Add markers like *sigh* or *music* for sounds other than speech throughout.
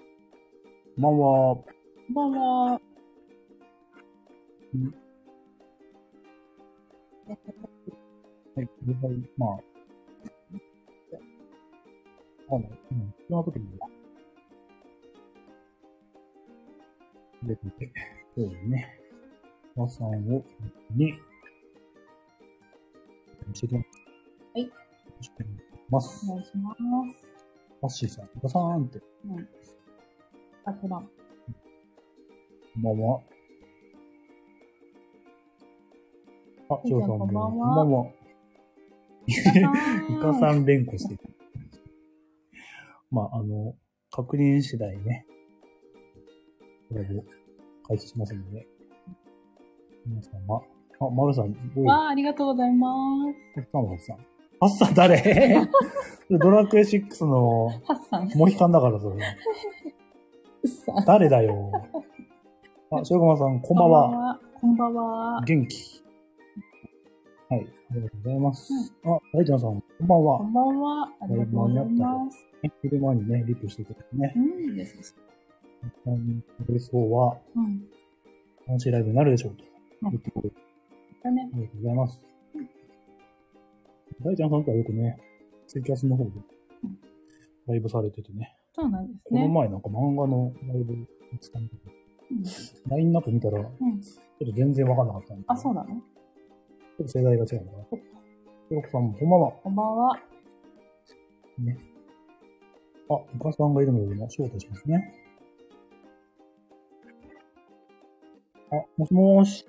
こんばんは。こんばんは。うんはい、全体、まあ。あの、うん、必要な時には。出てて、そうですね。おばさんを、に、教えてもはいよろしくお願いしますお。願いします。バッシーさん、おばさんって、うん。あ、こら。こんばんは。あ、み翔ーさちんゃんも、こんばんはこんばんは。 *laughs* イカさん。ん連呼してる。まあ、あの、確認次第ね、これで開始しますので、皆様、あ、まるさん、どういうわあ、ありがとうございます。パッサンパッサン誰 *laughs* ドラクエ6のハッサン。モヒカンだからそれ。うっさん。誰だよ。あ、しょうまさん、こんばんは。は。こんばんは。元気。はい、ありがとうございます。あ、ライちゃんさん、こんばんこは。んばんは。ありがとうございます。昼間にね、リップしてくれてね。うん、ですね。うん、ブレス4はうん。楽しいライブになるでしょうとうん言ってくれてだねあ。りがとうございます。大ちゃんさんとはよくね、ツイキャスの方でうんライブされててね、そうなんですこのね。前なんか漫画のライブに使ってて、うんラインナップ見たら、ちょうん。っと全然わかんなかったんで、あ、そうちなのょっと世代が違うのかな。ひろこさんもこんばんは。こんばんは。あ、お母さんがいるので、今、招待しますね。あ、もしもーし。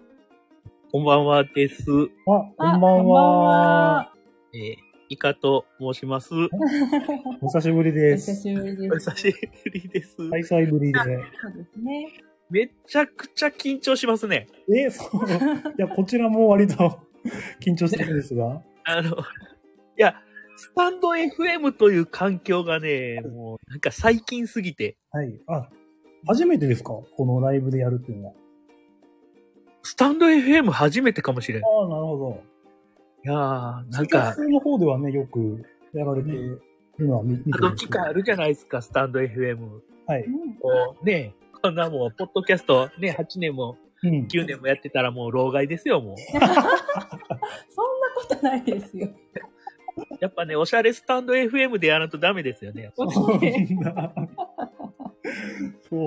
こんばんはです。あ、こあんばんは。。えー、イカと申します。こんばんはお久しぶりおで久す。しぶりおです。久しぶりです。開催ぶりで。そうですね。めちゃくちゃ緊張しますね。え、そう。 *laughs* いや、こちらも割と *laughs* 緊張してるんですが。あの、いや、スタンド FM という環境がね、もうなんか最近すぎて、はい。あ、初めてですかこのライブでやるっていうのは。スタンド FM 初めてかもしれん。いああ、なるほど。やー、ななんんかか、、の方ではね、よくやられてるのは見見てあるのんです機けど会あるじゃないですか、スタンド FM。はい。こう、ね、こんなもう、ポッドキャスト、ね、8年もうん。 9年もやってたらもう、老害ですよ、もう。そんなことないですよ。やっぱね、おしゃれスタンド FM でやらんとダメですよね。そんなそ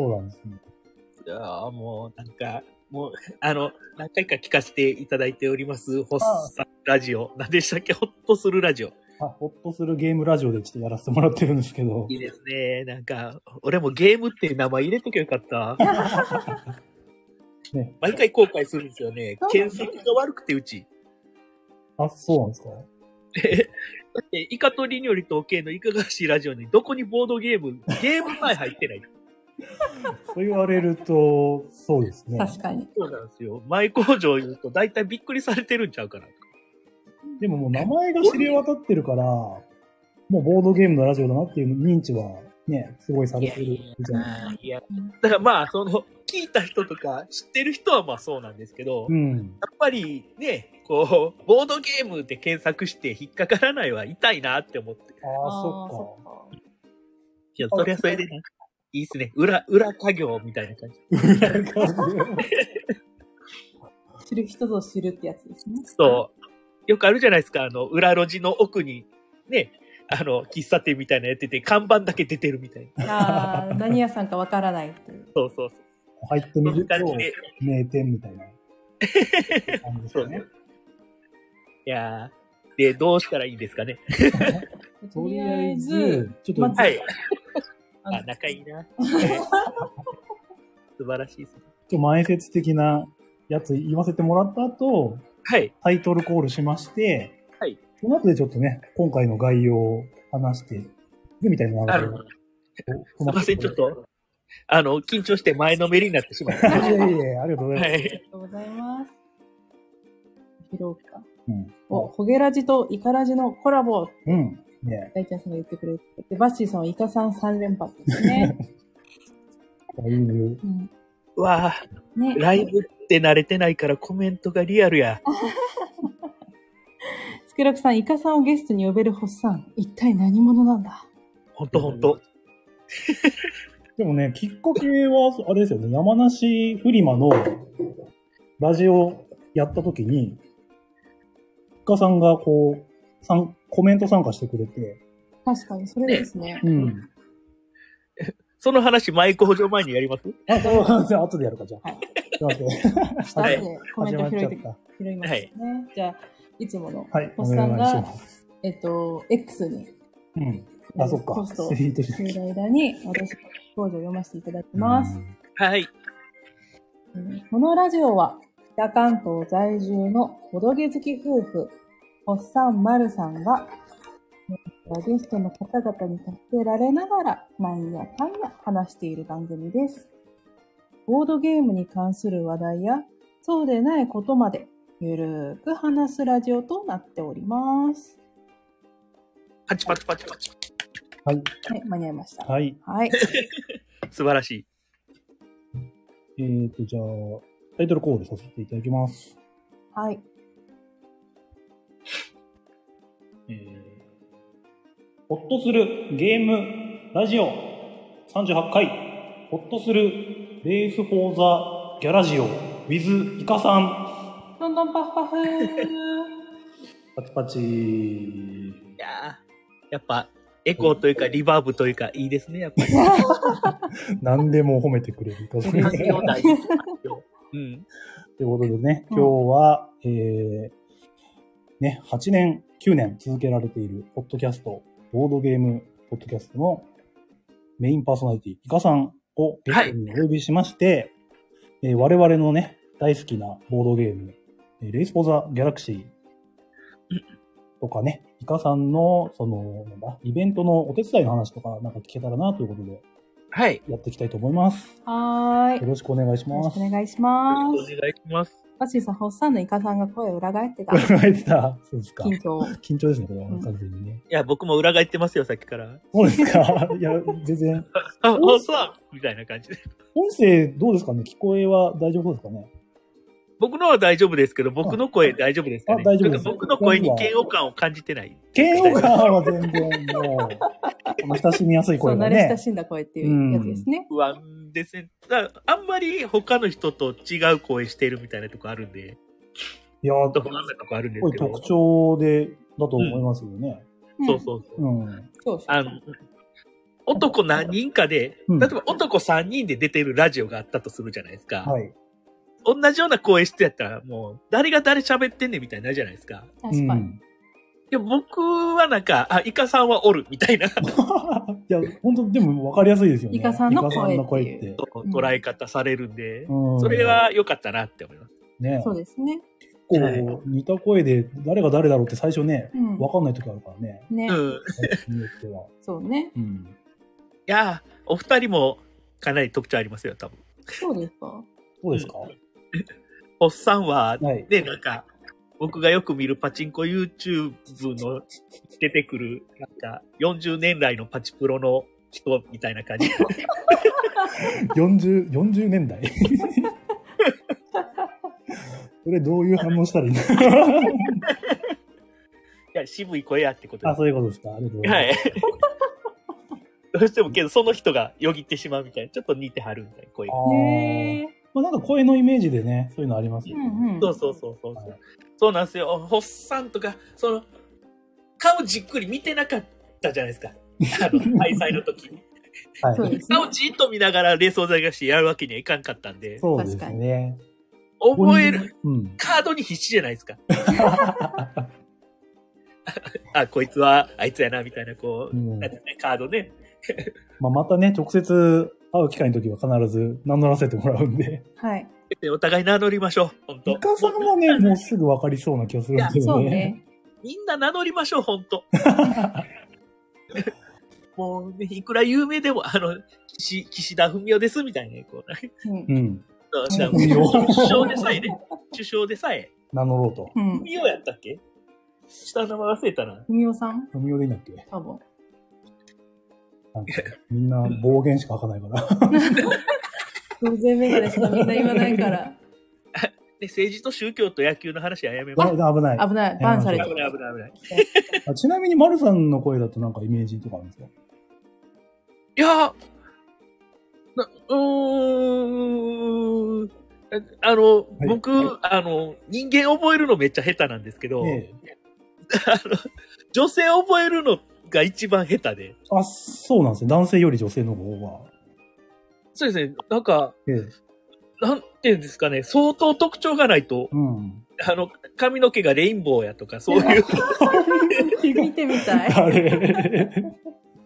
うなんですね。いやーもう、なんか、もう、あの、何回か聞かせていただいております、ホッサンラジオ。何でしたっけホッとするラジオ。あ、ほっとするゲームラジオでちょっとやらせてもらってるんですけどい。いですね。なんか、俺もゲームっていう名前入れときゃよかった。ね毎回後悔するんですよねそ。うなん検だ索が悪くて、うち。あ、そうなんですかだって、イカとリニョリとオケイのイカガシラジオにどこにボードゲーム、ゲーム前入ってない。そう言われると、そうですね。 *laughs* 確かに。そうなんですよ。前工場言うと大体びっくりされてるんちゃうかな。でももう名前が知れ渡ってるから、もうボードゲームのラジオだなっていう認知はね、すごいされてるじゃないいや、だからまあ、その、聞いた人とか知ってる人はまあそうなんですけど、うやん。っぱりね、こう、ボードゲームで検索して引っかからないは痛いなって思って。ああ、ーそっか。っか。いや、そりゃそれでなんか、いいっすね。裏、裏家業みたいな感じ。 *laughs* 知る人ぞ知るってやつで *laughs* すね。そう。よくあるじゃないですか、あの、裏路地の奥に、ね、あの、喫茶店みたいなのやってて、看板だけ出てるみたいな。ああ、何屋さんかわからないっていう。そうそうそう。入ってみそんなると感じで、名店みたいな感じですそうね。いやーで、どうしたらいいですかね。とりあえず、、ちょっと、まずはい。あ *laughs* あ、の仲いいな。えー素晴らしいですちょね。っと前説的なやつ言わせてもらった後、はい。タイトルコールしまして、はい。その後でちょっとね、今回の概要を話していくみたいなな流るれほがど。すいません、ちょっ。と、あの、緊張して前のめりになってしまった。いやいやいや、ありがとうございます。はありい。がとうございます。拾うか。うんお、ホゲラジとイカラジのコラボ、うん。ね大ちゃんさんが言ってくれて、でバッシーさんはイカさん3連発です *laughs* ね。だいぶ、うん、うわあねライブって慣れてないからコメントがリアルや。スクラクさん、イカさんをゲストに呼べるホッサン、一体何者なんだほんとほんと。でもね、きっかけは、あれですよね、山梨フリマのラジオやった時に、ふかさんがこう、さんコメント参加してくれて、確かに、それですね。うん。その話、前工場前にやりますあ、そう、じゃあ後でやるか、じゃあ。はいすいません。下はいでコメント拾いて、た。拾いましたね。じゃあ、いつもの、はい、おポスさん願いしが、ます。えっと、X に、うん。あ、そっか。*laughs* ポストをスリーテしている間に、私、工場を読ませていただきます。はい。うんこのラジオは、北関東在住のおどげ好き夫婦、おっさんまるさんが、ゲストの方々に助けられながら、なんやかんや話している番組です。ボードゲームに関する話題や、そうでないことまで、ゆるーく話すラジオとなっております。パチパチパチパチ。はい。はい、間に合いました。はい。はい。素晴らしい。えっ、ー、と、じゃあ、タイトルコールさせていただきます。はい。えーほっとするゲームラジオ38回、ほっとするレース・フォー・ザ・ギャラジオ with イカさん。どんどんパフパフー。パチパチ。いやーやっぱ、エコーというか、リバーブというか、いいですね、やっぱり。何でも褒めてくれる。とラジいオ大事ですようん。うことでね、うん今日は、えー、ね、8年、9年続けられている、ポッドキャスト、ボードゲーム、ポッドキャストのメインパーソナリティ、イカさんをゲストにお呼びしまして、えー我々のね、大好きなボードゲーム、えーレイスポザ・ギャラクシーとかね、イカさんの、その、なんだ、イベントのお手伝いの話とか、なんか聞けたらなということで、はい。やっていきたいと思います。 *laughs* はーいよ。ろしくお願いしよろましすく *laughs* お。願いしおま願すい。します。バッシーさん、ホッサンのイカさんが声を裏返ってた。裏返ってた。 *laughs* そうですか。緊張。緊張ですね、これはうん完全にね。いや、僕も裏返ってますよ、さっきから。 *laughs* そうですか。いや、全然。あ、おさみたいな感じで。音声どうですかね聞こえは大丈夫そうですかね僕のは大丈夫ですけど、僕の声大丈夫ですかねあ大丈夫ですなんか僕の声に嫌悪感を感じてない。嫌悪感は全然、もう、この親しみやすいそ声う、慣がれ親ね。しんだ声っていうやつですね。不安ですね。だからあんまり他の人と違う声してるみたいなとこあるんで、いや、ちょっと不安なとこあるんですごいけど特。徴で、だと思いますよね。そうそうそう。うん。そうそう。あの、男何人かで、うん例えば男3人で出てるラジオがあったとするじゃないですか。はい。同じような声してやったら、もう、誰が誰喋ってんねんみたいになるじゃないですか。確かうに。ん *laughs* で僕はなんか、あ、イカさんはおるみたいな *laughs* いや、本当でも分かりやすいですよね。イカさんの声イカさんの声っっていてう。捉え方されるんで、うんそれは良かったなって思います。ね、そうですね。結構似た声で誰が誰だろうって最初ね、うん分かんない時あるから *laughs* ね、ねう。ん。によっては。そうね。うん。いやー、お二人もかなり特徴ありますよ、多分。そうですか。そうですか、おっさんは、はい。で、なんか、僕がよく見るパチンコ YouTube の出てくる、なんか、40年来のパチプロの人みたいな感 *laughs* じ。 40, 40年 *laughs* 代それどういう反応したらいいんだいや、渋い声やってことあ、でそういうことですか。ありがとうごす。はざいい。どうしてもけど、その人がよぎってしまうみたいな、ちょっと似てはるみたいな声が。ます。へあーえ。まあ、なんか声のイメージでね、そういうのありますよね。うんうん。そうそうそうそう。はいそうなんですよ。ホッサンとか、その、顔じっくり見てなかったじゃないですか。あの、 *laughs* 開催の時に。はいそうですね顔。じっと見ながら、冷蔵剤がしてやるわけにはいかんかったんで、そうですね。覚える。うん。 *laughs* カードに必死じゃないですか。あ、こいつは、あいつやな、みたいな、こう、うんなんかね、カードね。まあ、またね、直接会う機会の時は必ず名乗らせてもらうんで。はい。でお互い名乗りましょう、本イ当カさんはね、もうすぐ分かりそうな気がするんですそよね。うね。みんな名乗りましょう、本 *laughs* 当もう、ね、いくら有名でも、あの、岸岸田文雄です、みたいな、こう、うんう。ん。そう文雄首相でさえね、首相でさえ、名乗ろうと。うん。文雄やったっけ下の名前忘れたな。ふみおさん文雄でいいんだっけ多分。なんかみんな暴言しか吐かないから。偶然メガネしかみんな言わないから。で、政治と宗教と野球の話はやめましょう。 *laughs* 危ない。危ない。バンされ危てない危ないる。危ない。あちなみに、丸さんの声だとなんかイメージとかあるんですかいやーなうーん。ああの、い僕、あの、人間覚えるのめっちゃ下手なんですけど、ええ。 *laughs* あの、女性覚えるのが一番下手で。あ、そうなんですね。男性より女性の方が。そうですね。なんか、ええ。なんていうんですかね、相当特徴がないと、うん。あの、髪の毛がレインボーやとか、そういう、見てみたい。あれ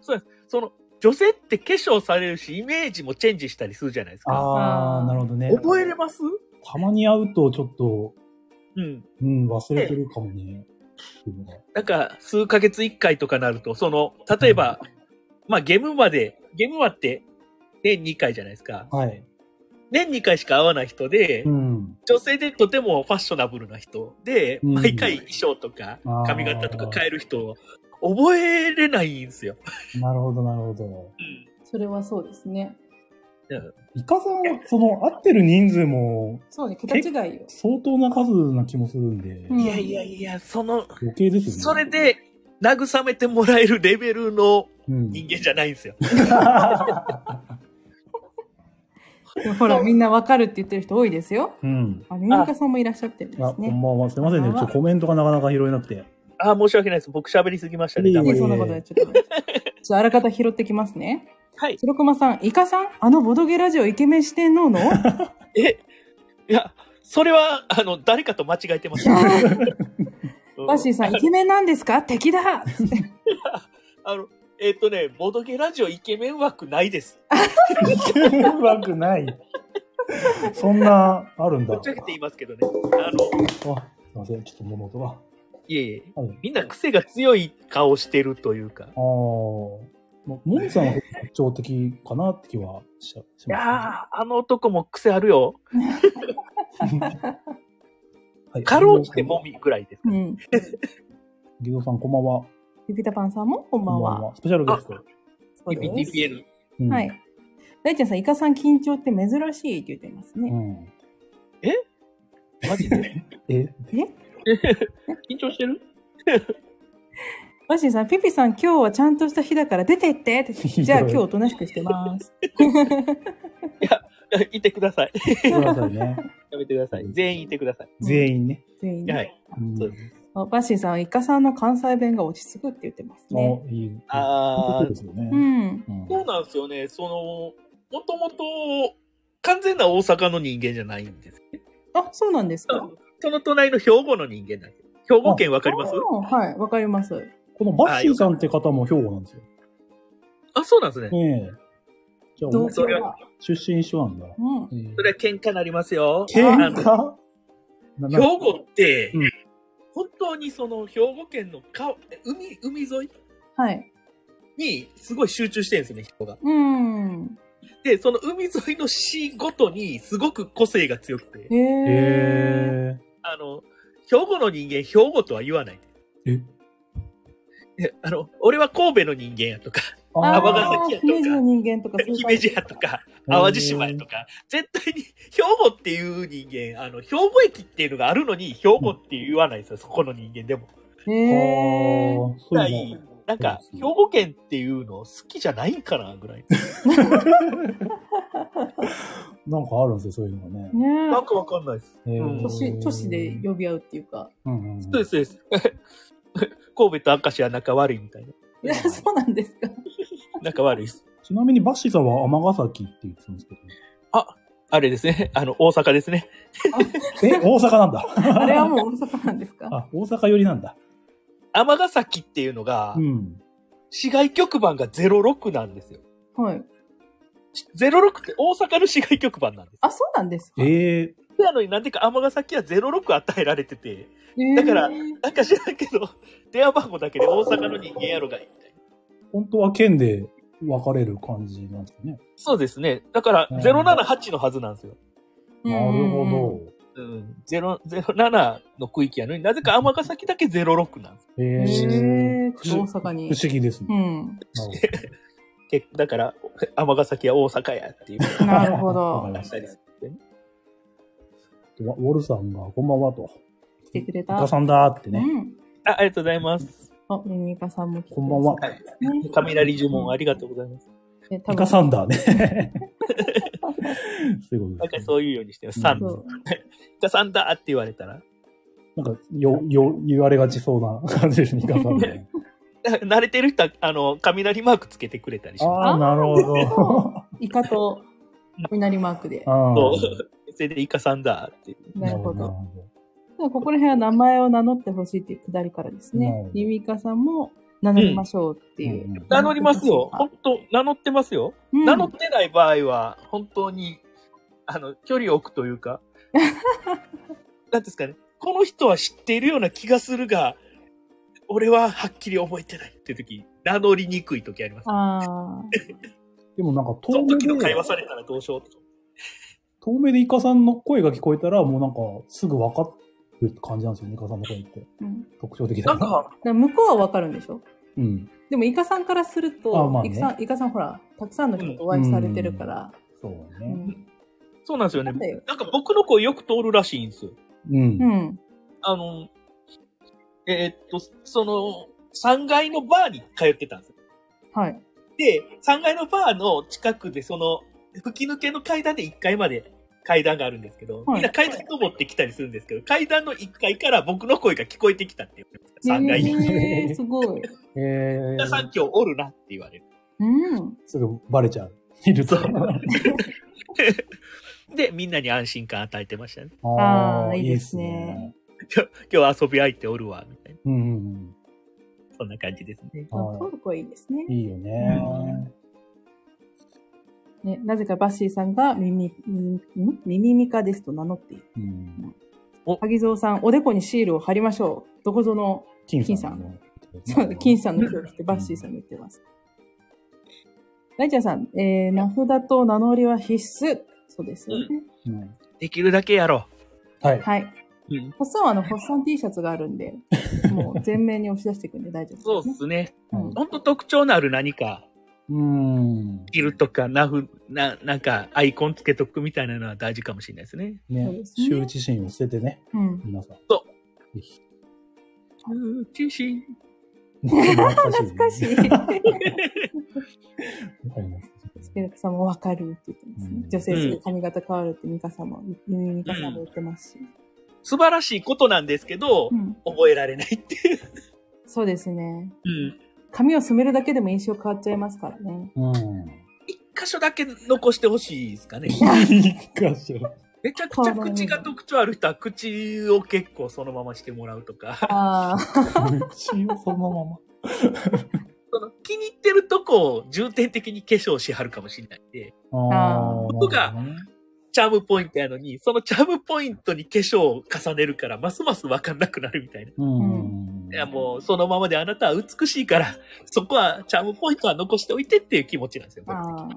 その、女性って化粧されるし、イメージもチェンジしたりするじゃないですか。ああ、なるほどね。覚えれますたまに会うとちょっと、うん。うん、忘れてるかもね。っていうのがなんか、数ヶ月一回とかなると、その、例えば、まあ、ゲムまで、ゲムマって、年2回じゃないですか。はい。年2回しか会わない人で、うん。女性でとてもファッショナブルな人で、うん毎回衣装とかあー髪型とか変える人を覚えれないんですよ。なるほど、なるほど。 *laughs* それはそうですね。イカさんは、その、会ってる人数も、そうね、桁違いよ。相当な数な気もするんで、うんいやいやいや、その、余計ですよね。それ、で慰めてもらえるレベルのうん。人間じゃないんですよ。でもほら、みんなわかるって言ってる人多いですよ。 *laughs* うん。あ、ミンカさんもいらっしゃってるんであ、すこねん。ばんは。すいませんね。ちょっとコメントがなかなか拾えなくて。ああ、申し訳ないです。僕喋りすぎましたね、多いえいえね分。そんなことでちょっと。ちょっとあらかた拾ってきますね。はい。白駒さん、イカさんあのボドゲラジオイケメン四天王のえ、いや、それは、あの、誰かと間違えて *laughs* ます。うんバッシーさん、イケメンなんですか敵だあの、えっ、とね、ボドゲラジオイケメン枠ないです。うまくない。そんな、あるんだ。ぶっあ、ちすゃけて言いますけどね。あの、いません。ちょっと物音が。いえいえ、はいみんな癖が強い顔してるというか。ああ。ももみさんは特徴的かなって気はしちゃしいやーまあの男も癖あるよ。す、ね。はいかろうじてもみぐらいですうか。ん。ギドさん、こんばんは。ピピタパンさんもこんばんは。スペシャルゲスト。そうです TPN。うんは。い。大ちゃんさん、イカさん緊張って珍しいって言ってますうね。ん。マジでえ、緊張して *laughs* るバッシーさん、ピピさん、今日はちゃんとした日だから出てってって。ひどいじゃあ今日おとなしくしてます。いてください。ください *laughs* ね。やめてください。全員いてください。全員ね。全員ねはい。うんそうであバッシーさん、イカさんの関西弁が落ち着くって言ってますね。あ、いい。あそーうですようね。ん。うんそうなんですよね。その、もともと完全な大阪の人間じゃないんです。あ、そうなんですかその隣の兵庫の人間なんです。兵庫県わかりますあはい、わかります。このバッシーさんって方も兵庫なんですよ。あそうなんですね。ねえ。じゃあ、同そ郷れは。出身一緒なんだ。うん。ええそれは喧嘩なりますよ。あ喧の嘩なな兵庫って、うん本当にその兵庫県のか海海沿いはい。にすごい集中してるんですよね、人が。うん。で、その海沿いの市ごとにすごく個性が強くてへ、ええ。あの、兵庫の人間、兵庫とは言わない。え。えであの、俺は神戸の人間やとか、あ尼あ崎やー、とか姫路の人間とかそういう感姫じ路やとか、淡路島やとか、絶対に兵庫っていう人間、あの、兵庫駅っていうのがあるのに、兵庫って言わないんですよ、そこの人間でも。あへあえ。ー、そうないうの。んか、兵庫県っていうの好きじゃないんかな、ぐらい。なんかあるんですよ、そういうのがね。ねえなんかわかんないです。へーうん都市、都市で呼び合うっていうか。うんうん。そうです、そうです。神戸と明石は仲悪いみたいな。いや、そうなんです *laughs* か。仲悪いです。ちなみにバッシーさんは尼崎って言ってたんですけど。あれですね。あの、大阪ですね。え、大阪なんだ。あれはもう大阪なんですか。あ、大阪寄りなんだ。尼崎っていうのが、うん。市外局番が06なんですよ。はい。し06って大阪の市外局番なんです。あ、そうなんですか。ええなのになんでか尼崎は06与えられてて、へーだからなんか知らんけど、電話番号だけで大阪の人間やろがいいみたいな。本当は県で分かれる感じなんですね。そうですね。だからうん078のはずなんですよ。うんなるほうん。0 07の区域やのになぜか尼崎だけ06なんですど。うんえへえ。え。不大思阪に。議ですねう。ん。なるほどけだから、尼崎は大阪やっていう。なるほわか *laughs* どり。ま話ししたりするんでねたわウォルさんが、こんばんはと。来てくれイた。カさんだーってうね。ん。あありがとうございます。あ、ミニカさんも来てくれこんばんはたね雷呪文ありがとうございます。ね、多イカ分サンダーね。そういうことです、なんかね。そういうようにしてよ。サンそダ、うイカサンダーって言われたら。 *laughs* なんか、よ、よ、言われがちそうな感じですね、イカサンダー。慣れてる人は、あの、雷マークつけてくれたりしまあす。あ、なる *laughs* ほど。イカと雷マークで。あそーう。それでイカサンダーって。なるほなるど。ではここら辺は名前を名乗ってほしいっていうくだりからですなるほねど。リミカさんも名乗りましょうっていう。うん名乗りますよ。あ本当名乗ってますよ。うん名乗ってない場合は、本当に、あの、距離を置くとい *laughs* うか、なんですかね、この人は知っているような気がするが、俺ははっきり覚えてないっていう時、名乗りにくい時あります。あーでもなんか、そ遠の目時の会で話、されたらどうしようとか。遠目でイカさんの声が聞こえたら、もうなんか、すぐ分かるって感じなんですよね、イカさんの声って。 *laughs* うんだか特徴的なだんか、ら向こうはわかるんでしょうん。でもイカさんからするあと、まあねイカさん、イカさんほら、たくさんの人とお会いされてるから。そうだうね。ん。そうなんですよねなんだよ。なんか僕の声よく通るらしいんですよ。うん。うん。あの、えーっと、その、3階のバーに通ってたんですよ。はい。で、3階のバーの近くで、その、吹き抜けの階段で1階まで階段があるんですけど、はいみんな階段登ってきたりするんですけど、階段の1階から僕の声が聞こえてきたって言われました。3階に。えーすごい。え皆さんー、今日おるなって言われる。うん。すぐバレちゃう。いると。 *laughs* で、みんなに安心感与えてましたね。あーーいいですね。今日今日遊び相手おるわ、みたいな。うんうんそんな感じですね。はいトルコいいですねうん。。いいよね。ね、なぜかバッシーさんが耳、耳耳ミカですと名乗っている。うん。萩蔵さん、おでこにシールを貼りましょう。どこぞの、金さんの。そう金さんの手を切ってバッシーさんに言ってます。大ちゃんさん、えー、名札と名乗りは必須。そうですよね。うんできるだけやろはい。はい。う。うん。ホッサンはあの、ホッサン T シャツがあるんで、もう全面に押し出していくんで大丈そ夫うでですね。すね。うんほんと特徴のある何か、うん。着るとか、ナフ、な、なんか、アイコンつけとくみたいなのは大事かもしれないですね。そうねで、すね羞恥心を捨ててね、うん。皆 *laughs* さん。。そうぜひ。うーしい懐懐かしい。わかります。スペルクさんもわかるって言ってますねう。ん女性すぐ髪型変わるってミカさんも、ミミカさんも言ってますし。素晴らしいことなんですけど、うん。覚えられないっていう。そうですね。うん。髪を染めるだけでも印象変わっちゃいますからね。うん。一箇所だけ残してほしいですかね。いいかしら。めちゃくちゃ口が特徴ある人は口を結構そのまましてもらうとか、ああ、口をそのまま。その気に入ってるとこを重点的に化粧しはるかもしれないんで、あーー僕がなるほどねチャームポイントやのに、そのチャームポイントに化粧を重ねるから、ますますわかんなくなるみたいな。うん。いやもうそのままであなたは美しいから、そこはチャームポイントは残しておいてっていう気持ちなんですよ。僕ああ、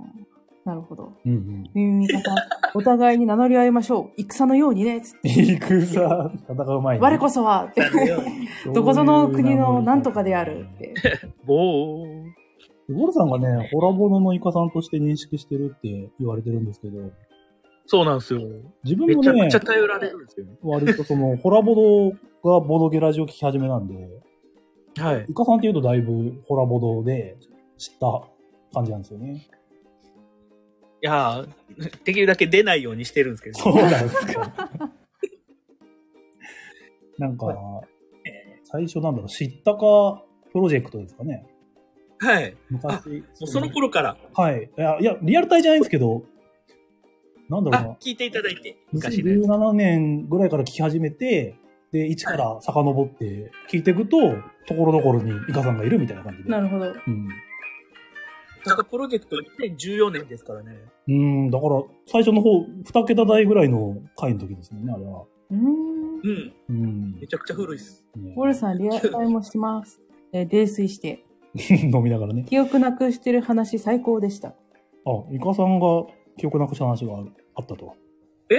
なるほど。うんうん。ミミカさん、お互いに名乗り合いましょう。戦のようにね、つって。いくさ、戦う前に。我こそは、って。あのよ *laughs* どこぞの国のなんとかであるって。ぼー。ゴルさんがね、ホラボノのイカさんとして認識してるって言われてるんですけど、そうなんですよ。自分めもちゃねくちゃ、頼られるんですよね。割とその、ホラボドがボドゲラジオ聞き始めなんで、はい。イカさんって言うとだいぶホラボドで知った感じなんですよね。いやーできるだけ出ないようにしてるんですけど。そうなんですか。 *laughs* なんか、最初なんだろう、知ったかプロジェクトですかね。はい。も昔。うその頃から、はい。いや、いやリアルタイじゃないんですけど、なんだろうなあ、。聞いていただいて、昔ね。 2017年ぐらいから聞き始めて、で、1から遡って聞いていくと、ところどころにイカさんがいるみたいな感じで。なるほど。うん。なんかプロジェクトは2014年ですからね。うん、だから、最初の方、2桁台ぐらいの回の時ですもんね、あれは。うーん。うん。うん。めちゃくちゃ古いっす。ねウォルさん、リアルタイもしてます。えー、泥酔して。 *laughs* 飲みながらね。記憶なくしてる話最高でした。あ、イカさんが記憶なくした話があるあったと。え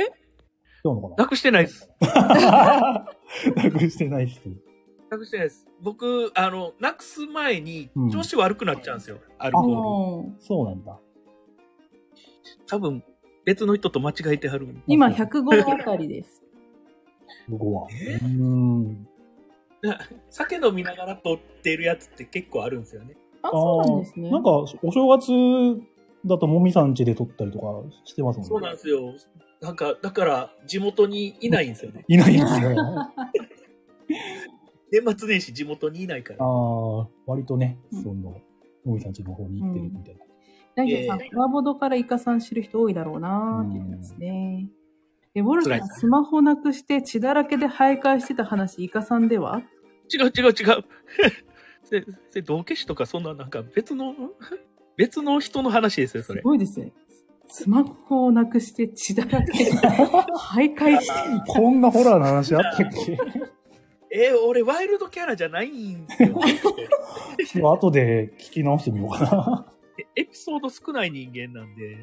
どうなのかなくしてないです。な *laughs* なくしてないっす。なくしてないです。僕、あの、なくす前にうん調子悪くなっちゃうんですよ。アルあコール。ーそうなんだ。多分、別の人と間違えてはる。今105あたりです。僕は。えうん。酒飲みながら撮ってるやつって結構あるんですよね。あ、そうなんですね。なんか、お正月だともみさん家で撮ったりとかしてますもんね。そうなんですよ。なんか、だから、地元にいないんですよね。いないんですよ。 *laughs* 年末年始地元にいないから。ああ、割とね、うんその、もみさん家の方に行ってるみたいな。大丈夫さん、ええコラボドからイカさん知る人多いだろうなーっていうことですね。え、ボルさ辛いん、ですねスマホなくして血だらけで徘徊してた話、イカさんでは違う違 *laughs* う違う。せ、せ、道化師とかそんななんか別の、 *laughs* 別の人の話ですよ、それす。ごいですね。スマホをなくして血だら *laughs* けで徘徊してこんなホラーの話あったっけえー俺ワイルドキャラじゃないんですちよ。ょっと後で聞き直してみようかな。 *laughs* エピソード少ない人間なんで、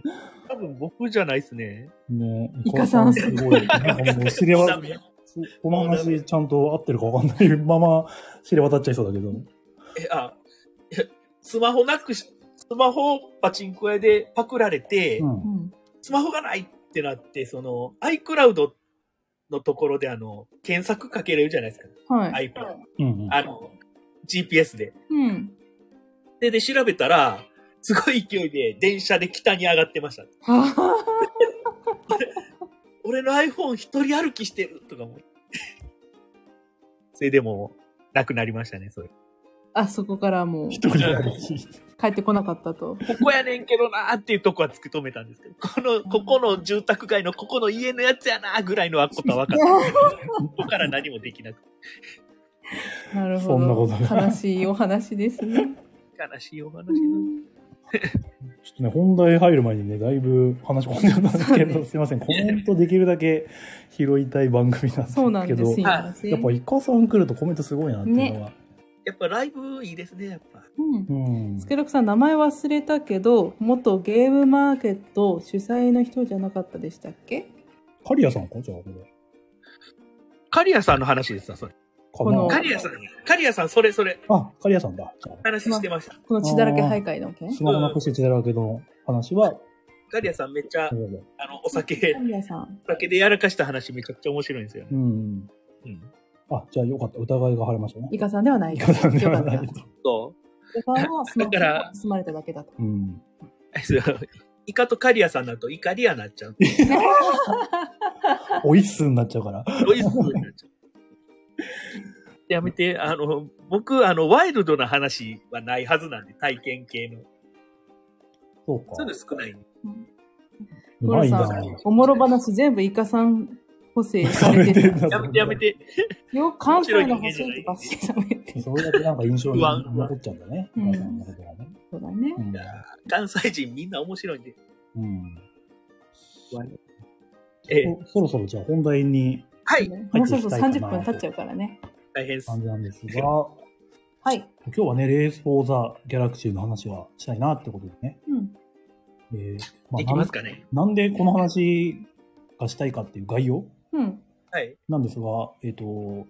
多分僕じゃないですね。 *laughs* ねえイカさんすごい。なんかもう知れダわメ、この話ちゃんと合ってるかわかんないまま *laughs* 知れ渡っちゃいそうだけど。え、あ、いやスマホなくし、スマホをパチンコ屋でパクられて、うんうん。スマホがないってなって、その iCloud のところであの、検索かけれるじゃないですか。はい。 iPhone。うんうん。あの、GPS で。うん。で、で、調べたら、すごい勢いで電車で北に上がってました。は俺の iPhone 一人歩きしてるとかも。それでも、なくなりましたね、それ。あ、そこからもう一人歩き。帰ってこなかった *laughs* と。ここやねんけどなーっていうとこは突き止めたんですけど、この、ここの住宅街のここの家のやつやなーぐらいのことは分 *laughs* かった。ここから何もできなくて。なるほど。そんなことが悲しいお話で *laughs* すね。悲しいお話だちょっとね、本題入る前にね、だいぶ話込んじゃったんですけ *laughs* ど、すいません、コメントできるだけ拾いたい番組なんですけど、そうなんですよ。はやっぱイカさん来るとコメントすごいなっていうのは。やっぱライブいいですね、やっぱ。うんう。んス。ケロクさん、名前忘れたけど、元ゲームマーケット主催の人じゃなかったでしたっけカリアさんかじゃあこれ。カリアさんの話ですわ、それ。かこのカリアさん、カリアさん、それそれ、なあ、カリアさんだ。じゃあ話してました。この血だらけ徘徊の件スマホなくして血だらけの話は、カリアさんめっちゃ、あの、お酒神谷さん。お酒でやらかした話めちゃくちゃ面白いんですよね。うん。うん。あ、じゃあよかった。疑いが晴れましたね。イカさんではない。イカさんではなよかいっと。そたイカさんはスマホだからが盗まれただけだと。 *laughs* うん。う。そう *laughs* イカとカリアさんだとイカリアになっ *laughs* ちゃう。おいっすになっちゃうから。ロイスになっちゃう。やめて、あの、僕、あの、ワイルドな話はないはずなんで、体験系の。そうそかういう。の少ないんで。うゴまロいさ、なんおもろ話全部イカさん補正されてる。さやめて、やめて。よ、関西の補正とかしてたね。それだけなんか印象に不安残っちゃうんだね。うんイカさんのことがね。そうだね。うん関西人みんな面白いんで。うん。ええそそろそろじゃあ本題にはい。もうそろそろ30分経っちゃうからね。大変です。感じなんですが、今はい。日はね、レース・フォー・ザ・ギャラクシーの話はしたいなってことでね。うん。えーできあ、ますかねなんなんでこの話がしたいかっていう概要うん。はい。なんですが、えっ、と、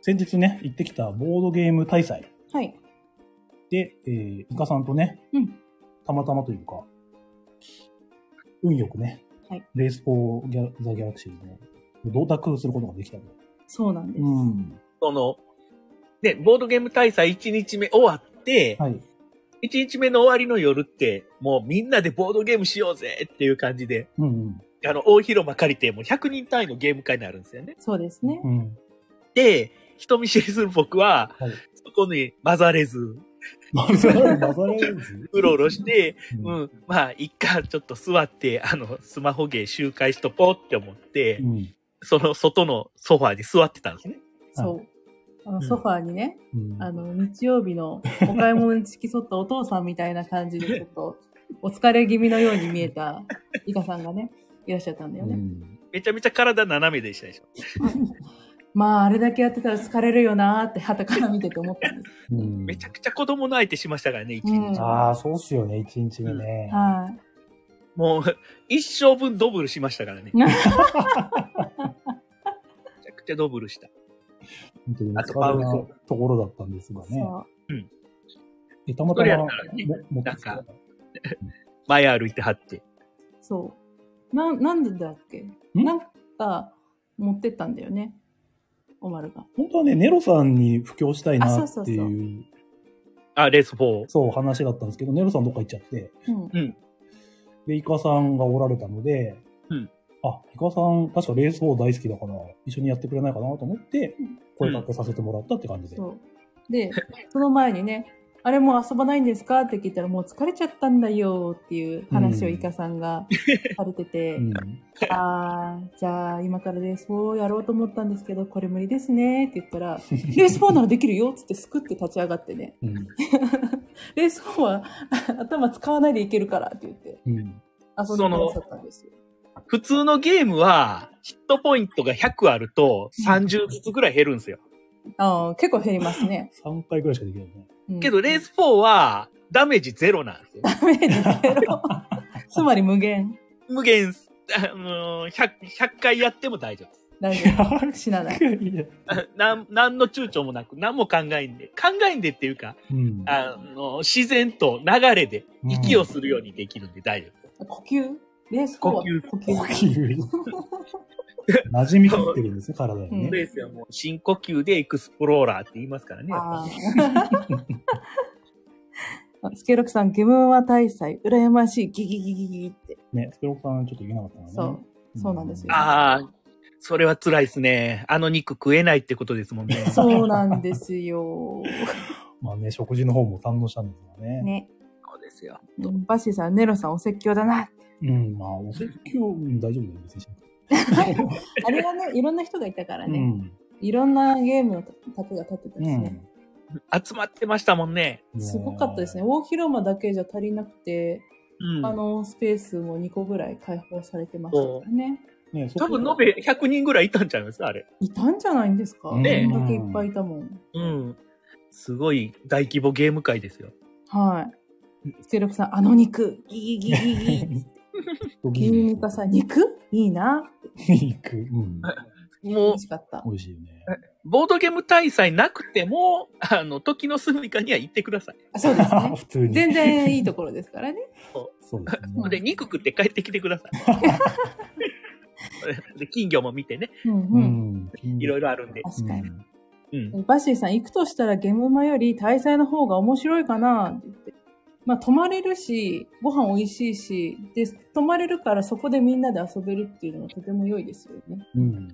先日ね、行ってきたボードゲーム大祭はい。で、えー、イカさんとね、うんたまたまというか、運よくね、はいレース・フォー・ギャザ・ギャラクシーの同卓することができたので。そうなんです。ん。その、ね、ボードゲーム大祭1日目終わって、はい。 1日目の終わりの夜って、もうみんなでボードゲームしようぜっていう感じで、うんあの、大広間借りて、もう100人単位のゲーム会になるんですよね。そうですねう。ん。うん。で、人見知りする僕は、 *laughs* はいそこに混ざれず、混ざれ混ざれずうろうろして、う。うんん、まあ、一回ちょっと座って、あの、スマホゲー周回しとこうって思って、うん。その外のソファーに座ってたんですね。そう。あの、ソファーにね、うんあの、日曜日のお買い物に付き添ったお父さんみたいな感じで、ちょっと、お疲れ気味のように見えた、イカさんがね、いらっしゃったんだようね。んめちゃめちゃ体斜めでしたでしょ。まあ、あれだけやってたら疲れるよなーって、旗から見てて思ったんです。うんめちゃくちゃ子供の相手しましたからね、一日。うんああ、そうっすよね、一日目ね。はもう、一生分ドブルしましたからね。めなちゃくちゃドブルした。本当にあ疲とパウれンなドところだったんですがい。ね。そえたまそたれやまったらね、も持ってなんきたか前歩いてはって。う。そう。な、なんでだっけなんか、持ってったんだよね。おまるが。本当はね、ネロさんに布教したいなあっそうそうてそういう、あ、レース4。そう話だったんですけど、ネロさんどっか行っちゃって、うん。うん。で、イカさんがおられたので、うんあ、イカさん、確かレース4大好きだから、一緒にやってくれないかなと思って、声かけさせてもらったって感じで。そう。で、その前にね、あれもう遊ばないんですかって聞いたら、もう疲れちゃったんだよっていう話をうんイカさんがされてて、 *laughs* うんああ、じゃあ今からレース4やろうと思ったんですけど、これ無理ですねって言ったら、レース4ならできるよっつってすくって立ち上がってね、うん。レース4は *laughs* 頭使わないでいけるからって言ってうん。遊んでくださったんですよ。普通のゲームは、ヒットポイントが100あると、30ずつぐらい減るんですよ。あー結構減りますね。 3回くらいしかできないね。うんけど、レース4は、ダメージゼロなんです *laughs* よ。ダメージゼ *laughs* ロつまり無限。無限、あのー、100、100回やっても大丈夫です。大丈夫。死なない。い *laughs* やなん、なんの躊躇もなく、何も考えんで。考えんでっていうか、うん。あの、自然と流れで、うん息をするようにできるんで大丈夫。呼吸レース4呼は吸呼吸呼吸。 *laughs* 馴染みきってるんですね、体にうんね。レースはもう、深呼吸でエクスプローラーって言いますからね。ああ。 *laughs* スケロクさん、ゲムマ大祭、羨ましい、ギギギギギギって。ね、スペロさんちょっと言えなかったのね。そう。そうなんですよああ、それは辛いですね。あの肉食えないってことですもんね。そうなんですよ。まあね、食事の方も堪能したんですがね。ね。そうですよ。バシーさん、ネロさん、お説教だな。うん、まあ、お説教、うん大丈夫だよ、別に。あれはね、いろんな人がいたからう *laughs* ね。ん。いろんなゲームの卓が立ってたしうね。ん。集まってましたもんね。すごかったですね。。大広間だけじゃ足りなくて、うん。あのスペースも2個ぐらい開放されてましたからね。ね、そ多こ分、延べ100人ぐらいいたんちゃいますあれ。いたんじゃないんですかねこんだけいっぱいいたもん。うん。すごい大規模ゲーム会ですよ。はい。スケロクさん、あの肉、ギギギギギ *laughs* って。ドギ牛ー肉がさ、肉いいな。肉。うん。美もう味、しかった美。味しいよ *laughs* ね。ボードゲーム大祭なくても、あの、時の住みかには行ってください。あそうですね *laughs* 。普通に。全然いいところですからね。そうですね。 *laughs* で、肉食って帰ってきてくださ *laughs* い。で金魚も見てね、 *laughs* うんううん。ん。いろいろあるんで。確かに。うん。バシーさん、行くとしたらゲムマより大祭の方が面白いかなって言って。まあ、泊まれるし、ご飯美味しいし、で、泊まれるからそこでみんなで遊べるっていうのはとても良いですよね。うん。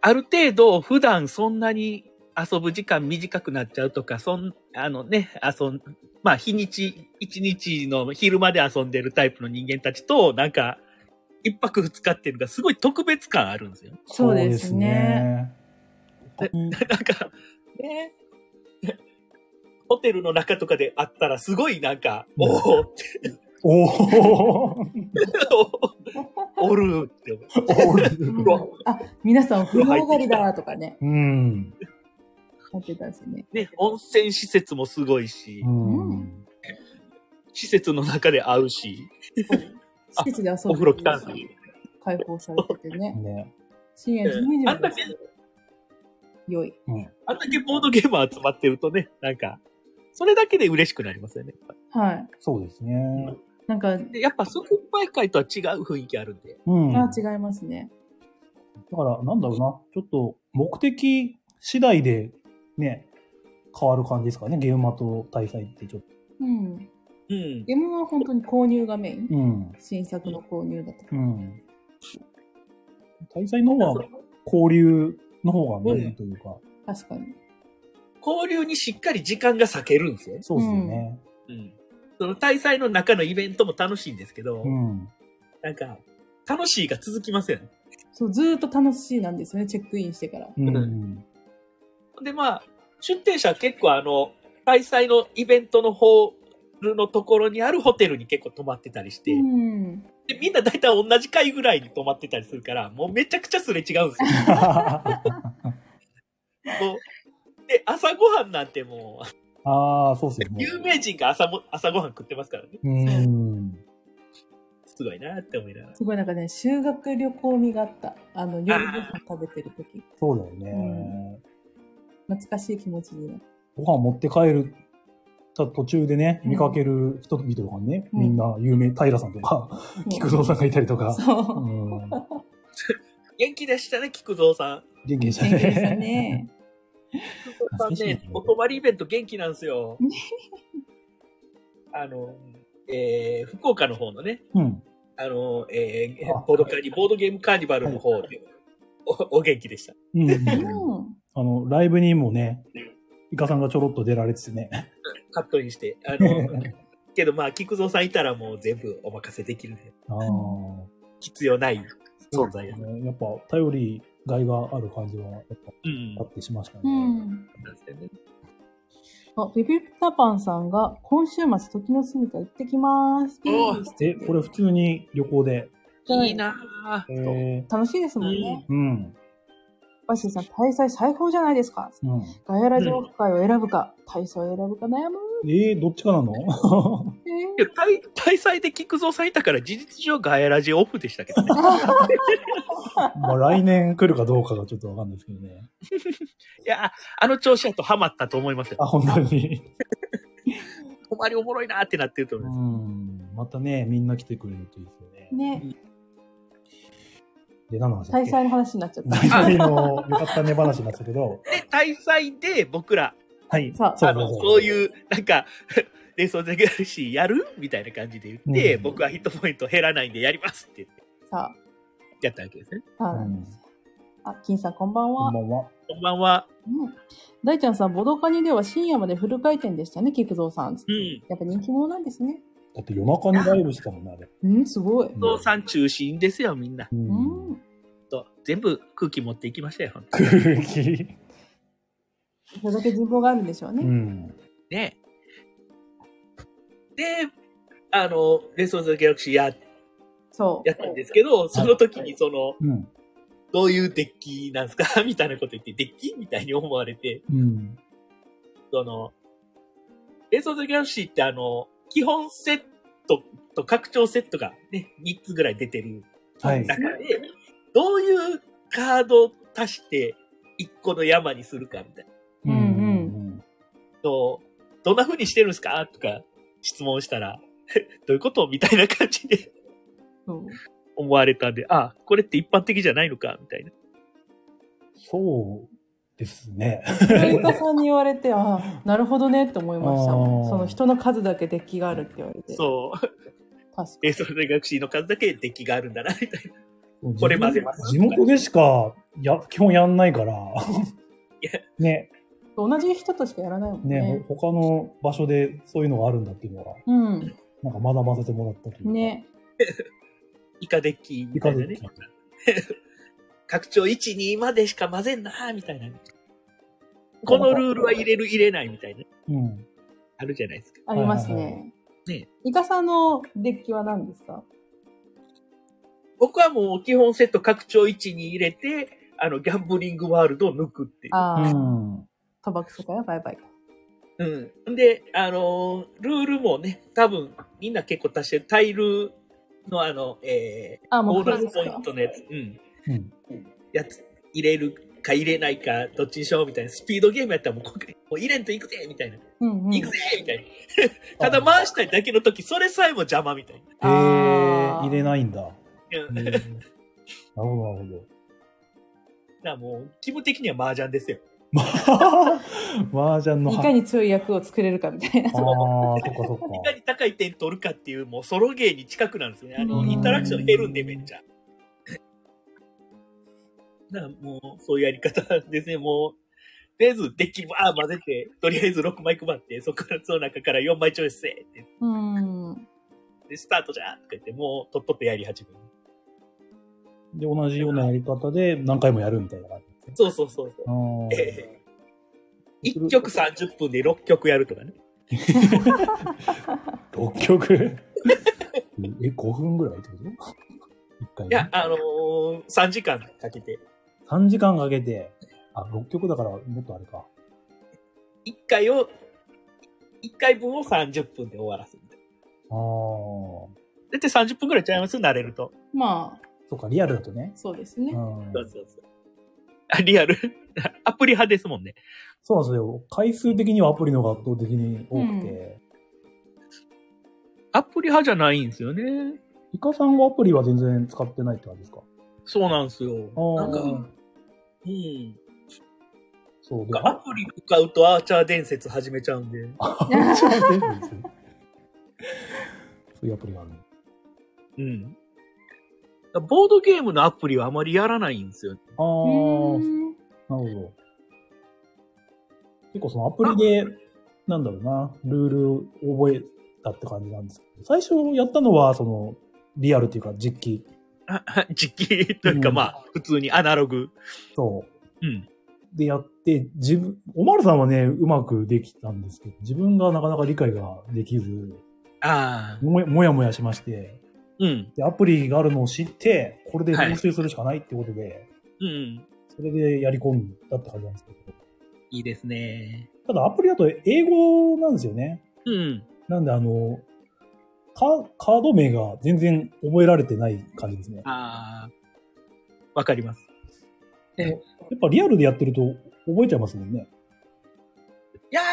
ある程度、普段そんなに遊ぶ時間短くなっちゃうとか、そん、あのね、遊ん、まあ、日にち、一日の昼まで遊んでるタイプの人間たちと、なんか、一泊二日っていうのがすごい特別感あるんですよ。 *laughs* そうですね。。そうですねなんか、ね、ホテルの中とかで会ったらすごいなんか、うんおおって、おーおるって思う。お *laughs* うんるわあ、皆さん、風呂上がりだとかね、うん。なってたんですね。ね、温泉施設もすごいしう、ん。施設の中で会うし、施設で遊ぶ。お風呂来たんですよ。開放されててね。ね。深夜12時まあんだでけ。良い。あんだけボードゲーム集まってるとね、なんか、それだけで嬉しくなりますよね。はい。そうですね。なんか、でやっぱ即売会とは違う雰囲気あるんで。うん。あ違いますね。だから、なんだろうな、ちょっと目的次第でね、変わる感じですかね、ゲームマと大祭ってちょっと。うん。うん。ゲームは本当に購入がメイン。うん。新作の購入だとか。うん。大祭の方は交流の方がメインというか、確かに。交流にしっかり時間が割けるんですよね。そうですよね。うん。その大祭の中のイベントも楽しいんですけど、うん。なんか、楽しいが続きません。そう、ずーっと楽しいなんですよね、チェックインしてから。うん。 *laughs* で、まあ、出店者は結構あの、開催のイベントのホールのところにあるホテルに結構泊まってたりして、うん。でみんな大体同じ階ぐらいに泊まってたりするから、もうめちゃくちゃすれ違うんですよ。もうで、朝ごはんなんてもう、ああ、そうですよね。有名人が朝も朝ごはん食ってますからね。うん。すごいなって思いながら。すごいなんかね、修学旅行味があった。あの、夜ご飯食べてる時そうだよね。懐かしい気持ちになる。ご飯持って帰る。た途中でね、見かける人々とかね、みんな有名、平さんとか、菊蔵さんがいたりとか、そう。うん、元気でしたね、菊蔵さん。元気でした元気でしたね。ね。菊蔵さ懐んかしいねね、お泊まりイベント元気なんですよ。 *laughs* あの、えー、福岡の方のね、うん。あの、えーあボードカーニボードゲームカーニバルの方で、おお元気でした。うんうんうん。うん。あの、ライブにもね、イカさんがちょろっと出られててね。カットインして。あ *laughs* の、けどまあ、菊蔵さんいたらもう全部お任せできるんで、ああ、必要ない存在やね。ねやっぱ頼りがいがある感じは、やっぱうんあ。ってしましたね。うん。なんですよねあ、ビビッタパンさんが、今週末、時の住みか行ってきます。おえ、これ普通に旅行で。いいなぁ。えー、楽しいですもんね。うん、バッシーさん、大祭最高じゃないですか。うん。ガヤラジオフ会を選ぶか、体操を選ぶか悩む。えー、どっちかなの *laughs* えいや大大祭で菊蔵さんいたから事実上ガヤラジオフでし *laughs* たけどね。まあ来年来るかどうかがちょっとわかんないですけどね。いや、あの調子だとハマったと思いますよ。あ、本当に。ほんまにおもろいなーってなってるとう思います。ん。またね、みんな来てくれるといいですよねー。ね、で、何の話だっ体け操の話になっちゃった。大祭のよかったね話になったけど。で、大祭で僕ら、はい。。さああの、そういうう、なんか、 *laughs* レースオンザギャラシーやるみたいな感じで言って、うん僕はヒットポイント減らないんでやりますって言ってさやったわけですね。あ、さあ、うんあ、金さんこんばこんはんば。んは。こんばんは。うん。大ちゃんさん、ボドカニでは深夜までフル回転でしたね、菊蔵さん。うん。やっぱ人気者なんですね。だって夜中にライブしてたもんね、あれ。うん、すごい。菊蔵さん中心ですよ、みんな。う。うんん。と全部空気持っていきましたよ、ほんと空気。それだけ人望があるんでしょううね。ん。ね。で、あの、レースオンザギャラクシーやそうやっ。たんですけど、その時にその、うん。どういうデッキなんですか *laughs* みたいなこと言って、デッキみたいに思われて、うん。その、レースオンザギャラクシーってあの、基本セットと拡張セットがね、3つぐらい出てるはい。中で、どういうカードを足して1個の山にするかみたいな。うんうん。と、どんな風にしてるんですかとか質問したら、 *laughs* どういうことみたいな感じでそう思われたんで、あ、これって一般的じゃないのかみたいな。そうですね。メーカーさんに言われて、あなるほどねって思いましたもあーん。その人の数だけデッキがあるって言われて。そう。確かえー、それで学士の数だけ出来があるんだな、みたいな。こ *laughs* これ混ぜます地元でしか、や、基本やんないからや。 *laughs* ね、に。同じ人としかやらないもんね。ね、ほ他の場所でそういうのがあるんだっていうのは、うん。なんか学ばせてもらったというか。ね。イカデッキみたいなねイカデッ。拡張1、2までしか混ぜんな、みたいな。このルールは入れる、入れないみたいな。うん。あるじゃないですか。ありますね。はいはいはねイカさんのデッキは何ですか僕はもう基本セット拡張1に入れて、あの、ギャンブリングワールドを抜くっていう。ああ、うん。賭博とかやバイバイか。うん。んで、あのールールもね、多分、みんな結構足してる。タイルのあの、えああ、ー、もボうーこれナでスすポインか。トのやつ。うん。うん。やつ入れるか入れないかどっちにしようみたいなスピードゲームやったらもうこうもう入れんと行くぜみたいな、うんうん。行くぜみたいなただ回したいだけの時それさえも邪魔みたいえー、あー入れないんだ。な、う、うんんだ *laughs* な *laughs* るほど、なるほど。 *laughs* からもう気分的には麻雀ですよ麻雀のいかに強い役を作れるかみたいな。ああ、そっかそっか。いかに高い点取るかっていうもうソロゲーに近くなんですよねあうのんインタラクション減るんでめっちゃだからもうそういうやり方ですねもうとりあえずデッキバー混ぜてとりあえず6枚配ってそこからその中から4枚チョイスせーってうん。で、スタートじゃんとか言って、もう、とっととやり始める。で、同じようなやり方で何回もやるみたいな感じですね。そうそうそうそあう。ーええ1曲30分で6曲やるとかね。 6曲え、5分ぐらいってこと ?1 回いや、あのー、3時間かけて。 3時間かけて、あ、6曲だからもっとあれか。 1回を、1回分を30分で終わらすみたいな。ああ、そだって30分くらいちゃいます慣れると。まあ、っか、リアルだとね。そうですねう。んそうそうそう。あリアル。 *laughs* アプリ派ですもんね。そうなんですよ。回数的にはアプリの方が圧倒的に多くて。アプリ派じゃないんですよね。イカさんはアプリは全然使ってないって感じですかそうなんですよ。あーなんか、うん。そうで。アプリ使うとアーチャー伝説始めちゃうんで。あちょっと待ってそういうアプリがあるの。うん。らボードゲームのアプリはあまりやらないんですよ。ああ、うーんなるほど。結構そのアプリで、なんだろうな、ルールを覚えたって感じなんですけど、最初やったのは、その、リアルっていうか実機。あは *laughs* 実機というか、うんまあ、普通にアナログ。そう。うん。でやって、自分、おまるさんはね、うまくできたんですけど、自分がなかなか理解ができず、ああ、もやもやもやしまして、うん、で、アプリがあるのを知って、これで練習するしかないってことで、うん。それでやり込んだって感じなんですけど、いいですね。ただアプリだと英語なんですよね。うん。なんであの、カカード名が全然覚えられてない感じですね。やああ、わかります。っぱリアルでやってると覚えちゃいますもんね。いやー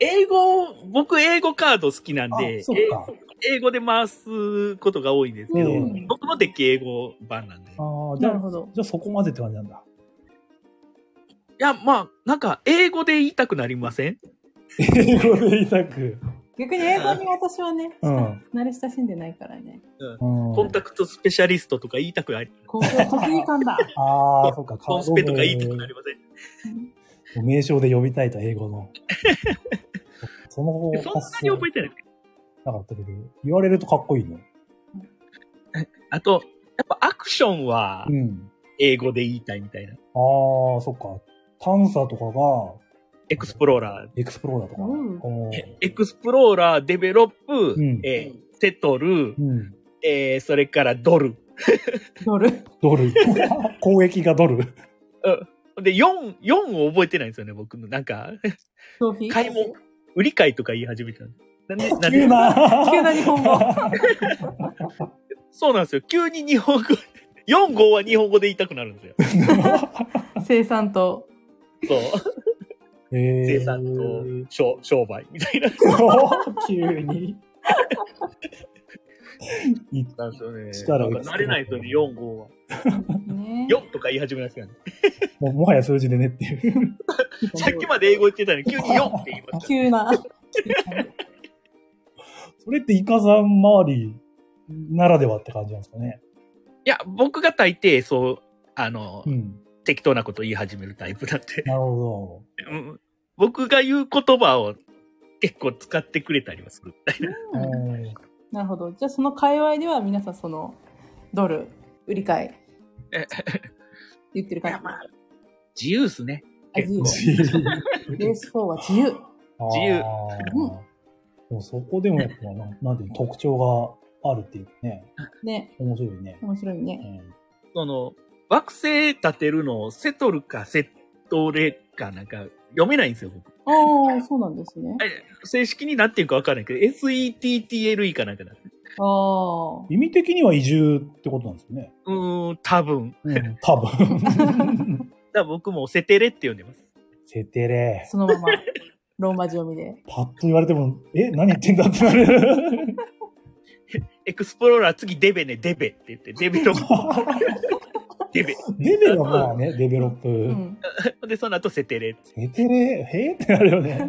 英語、僕英語カード好きなんあで、そっか。英語で回すことが多いんですけど、うん僕のデッキ英語版なんで。いああ、じゃなるあ、ほど。じゃあそこまでって感じなんだ。 *laughs* や、まあ、なんか英語で言いたくなりません英語で言いたく。逆に英語に私はね、うん慣れ親しんでないからね。うんコンタクトスペシャリストとか言いたくなり、高校特技感だ。ああ、そっか、コンスペとか言いたくなりません名称で呼びたいと、英語 *laughs* の。その方そんなに覚えてない。なかったけど、言われるとかっこいいね。あと、やっぱアクションはうん。英語で言いたいみたいあな。あ、そっか。探査とかが、エクスプローラエクスプローラーとか。うんおー。ーエクスプローラー、デベロップ、うんえーセトル、うん。えーそれからドル。ドル。ドル。 *laughs* 攻撃がドル。で、4、4を覚えてないんですよね、僕の。なんか、消費 *laughs* 買い物。、売り買いとか言い始めたんで。なんで、なん急で、な。急な日 *laughs* 本語。そうなんですよ。急に日本語、4号は日本語で言いたくなるんですよ。生産と。そう。えー生産と商商売みた *laughs* いな。急に。いなんですよね。力をなんか慣れないとね、4号は。ね。 4とか言い始めなすからね。もうもはや数字でねっていう。さっきまで英語言ってたのに、急に4って言いました。急な。それってイカさん周りならではって感じなんですかね。いや、僕が大抵、そう、あの、うん。適当なこと言い始めるタイプなんで、なるほうん僕が言う言葉を結構使ってくれたりはするみたいな。ど。うんなるほど。じゃあその界隈では皆さんそのドル売り買いえ言ってる感じ。まあ自由っすね。結構。自レース4は自由。自由うんでもそこでもやっぱな、なんていうの特徴があるっていうかね、ね。面白いね。面白いうね。ん、その、惑星立てるのをセトルかセトレかなんか読めないんですよ、僕。ああ、そうなんですね。正式になんていうかわからないけど、SETTLE かなんかなんですねああ。意味的には移住ってことなんですよね。うーん、多分。 *laughs* うん、多分。だから僕もセテレって呼んでます。セテレ。その *laughs* まま、ローマ字読みで。パッと言われても、え、何言ってんだってなる。エクスプローラー次デベね、デベって言って、デベロデベ。レベルはまあね、デベロップ。うん。で、その後セテレ。セテレ、へーってなるよね。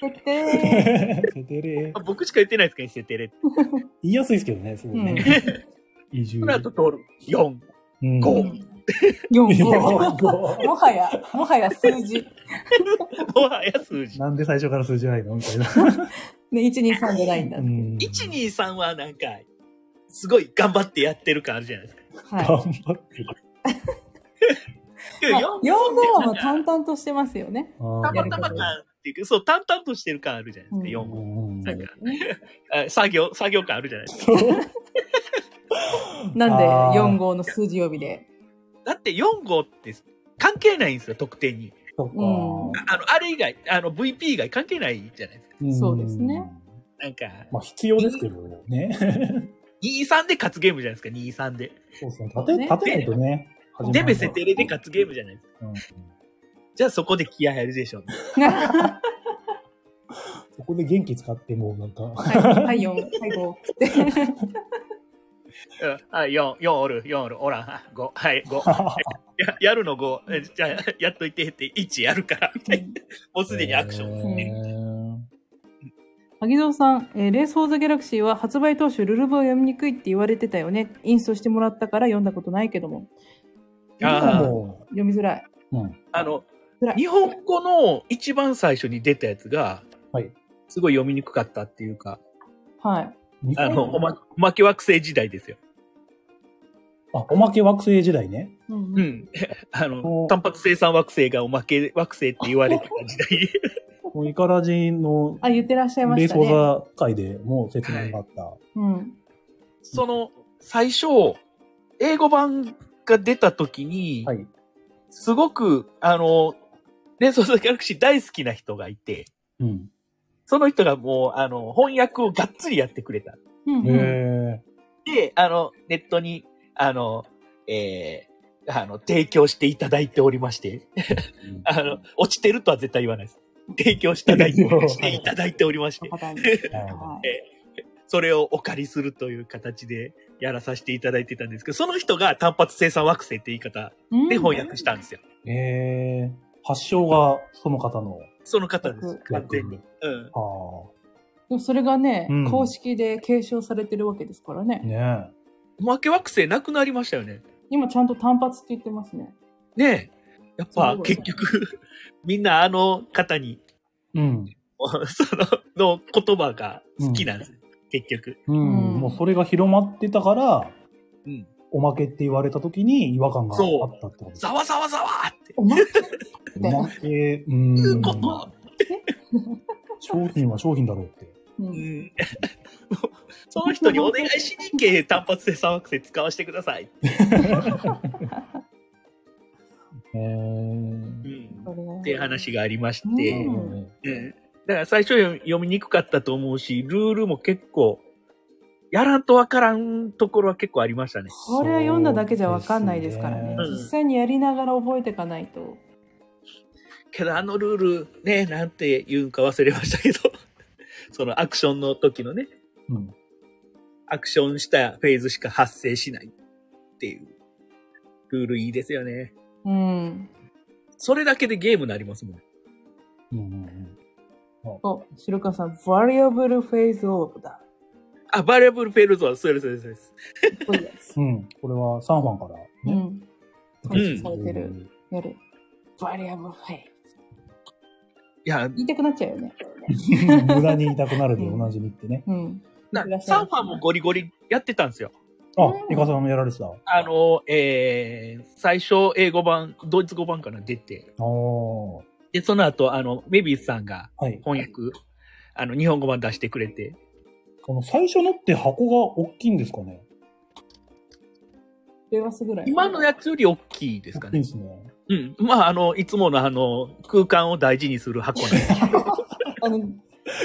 決定。 *laughs* セテレま。あ僕しか言ってないですけど、セテレ。言いやすいですけどね、すごいね。移住そ。の後通る。4。うんゴー四五。ゴーもはや、もはや数字。もはや数字。なんで最初から数字ないのみたいな。ね、一二三じゃないんだ。うん1、2、3はなんか、すごい頑張ってやってる感あるじゃないですか。はい。頑張ってる。けどまあ4四号もた淡々としてますよね。たたまたま感っていうか、そう、淡々としてる感あるじゃないですか、う4号。んなんか、 *laughs* あ作業、作業感あるじゃないですか。なんであー四号の数字呼びで。だって4号って関係ないんですよ、得点に。そうんっあの、あれ以外、あの、VP 以外関係ないじゃないですか。か。そうですねなんか、まあ必要ですけどね。 2、3で勝つゲームじゃないですか、2、3で。そうですね。立て、ね立てないとね。デベセテレで勝つゲームじゃないですか。うん。じゃあそこで気合入るでしょ。そこで元気使ってもうなん *laughs* か、はい、はい、4、はい、5。うんあ、4、4おる、4おる、おらん、あ5、はい、5。ややるの5、えじゃあ、やっといてって、1やるから、みたいなもうすでにアクション。ン。萩蔵さん、えーレース・フォー・ザ・ギャラクシーは発売当初ルルブを読みにくいって言われてたよね。インストしてもらったから読んだことないけども。あーも読みづらい。う、うん。あの辛い、日本語の一番最初に出たやつが、はいすごい読みにくかったっていうか、はい。あの、おま、おまけ惑星時代ですよ。あ、おまけ惑星時代ね。うんううんん。 *laughs* あのお、単発生産惑星がおまけ惑星って言われてた時代。もうイカラジのあ、言ってらっしゃいまレーしスた講ね。座会でも説明があった。うん。 *laughs* その、最初、英語版が出た時に、はい。すごく、あの、レース・オブ・ザ・ギャラクシー大好きな人がいて、うん。その人がもう、あの、翻訳をがっつりやってくれた。うんへうん。え。で、あの、ネットに、あの、えーあの、提供していただいておりまして、あの、落ちてるとは絶対言わないです。提供していただい *laughs* てしていただいておりましての、方に。なるほどはえい。それをお借りするという形でやらさせていただいてたんですけど、その人が単発生産惑星って言い方うんで翻訳したんですよ。へえ。発祥がその方のその方です。完役全にに。。うん。ああでもそれがね、うん公式で継承されてるわけですからね。ー。ねおまけ惑星なくなりましたよね。今ちゃんと単発って言ってますね。ねえ。やっぱそう結局、 *laughs* みんなあの方に、 *laughs* え。うん。その、の言葉が好きなんです。結局。うん。うんもうそれが広まってたから、うん。おまけって言われた時に違和感があそうったってことですざわざわざわって。おまけっておまけ、うん。いうこと。商品は商品だろうって。ううんん。 *laughs* その人にお願いしに行け、単発生産惑星使わせてください。へえ。うん。それがっていう話がありましうて、んうんだから最初読読みにくかったと思うし、ルールも結構、やらんとわからんところは結構ありましたね。これは読んだだけじゃわかんないですからね。そうですね実際にやりながら覚えていかないと。けどあのルール、ね、なんて言うんか忘れましたけど、 *laughs* そのアクションの時のね、うん。アクションしたフェーズしか発生しないっていう、ルールいいですよね。うん。それだけでゲームになりますもん。うんうんうん。そう、白川さん、variable phase of だ。あ、バリアブルフェルズは、それそれそれです。かっこいいやつ。うん。これはサンファンからうね。ん。うんされてる。やる。variable phase。いや、言いたくなっちゃうよね。無駄に痛くなるでおなじみってね。うん。なサンファンもゴリゴリやってたんですよ。あう、んイカさんもやられてた。ああの、えー、最初英語版、ドイツ語版から出て、あー。で、その後、あの、メビウスさんがはい。翻訳、あの、日本語版出してくれて、この最初のって箱が大きいんですかねベガスぐらい。今のやつより大きいです大かきいんねで。すね。うん。まあ、あの、いつものあの、空間を大事にする箱なんで。あの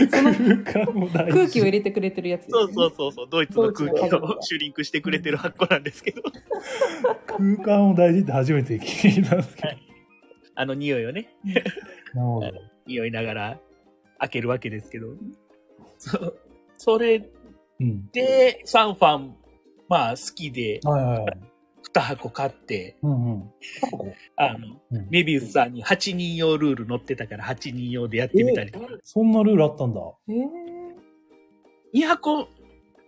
空間も大事。空気を入れてくれてるやつですそようね。そうそうそう、ドイツの空ドイ気ツの箱をシュリンクしてくれてる箱なんですけど、空間を大事って初めて聞いたんですけど。あの匂いをね、なるほど。匂いながら開けるわけですけど、そそれうん。で、サンファン、まあ、好きで、はいはいはい。 2箱買って、うんうん。箱あの、うんメビウスさんに8人用ルール載ってたから8人用でやってみたりとか、そんなルールあったんだ。はえー2箱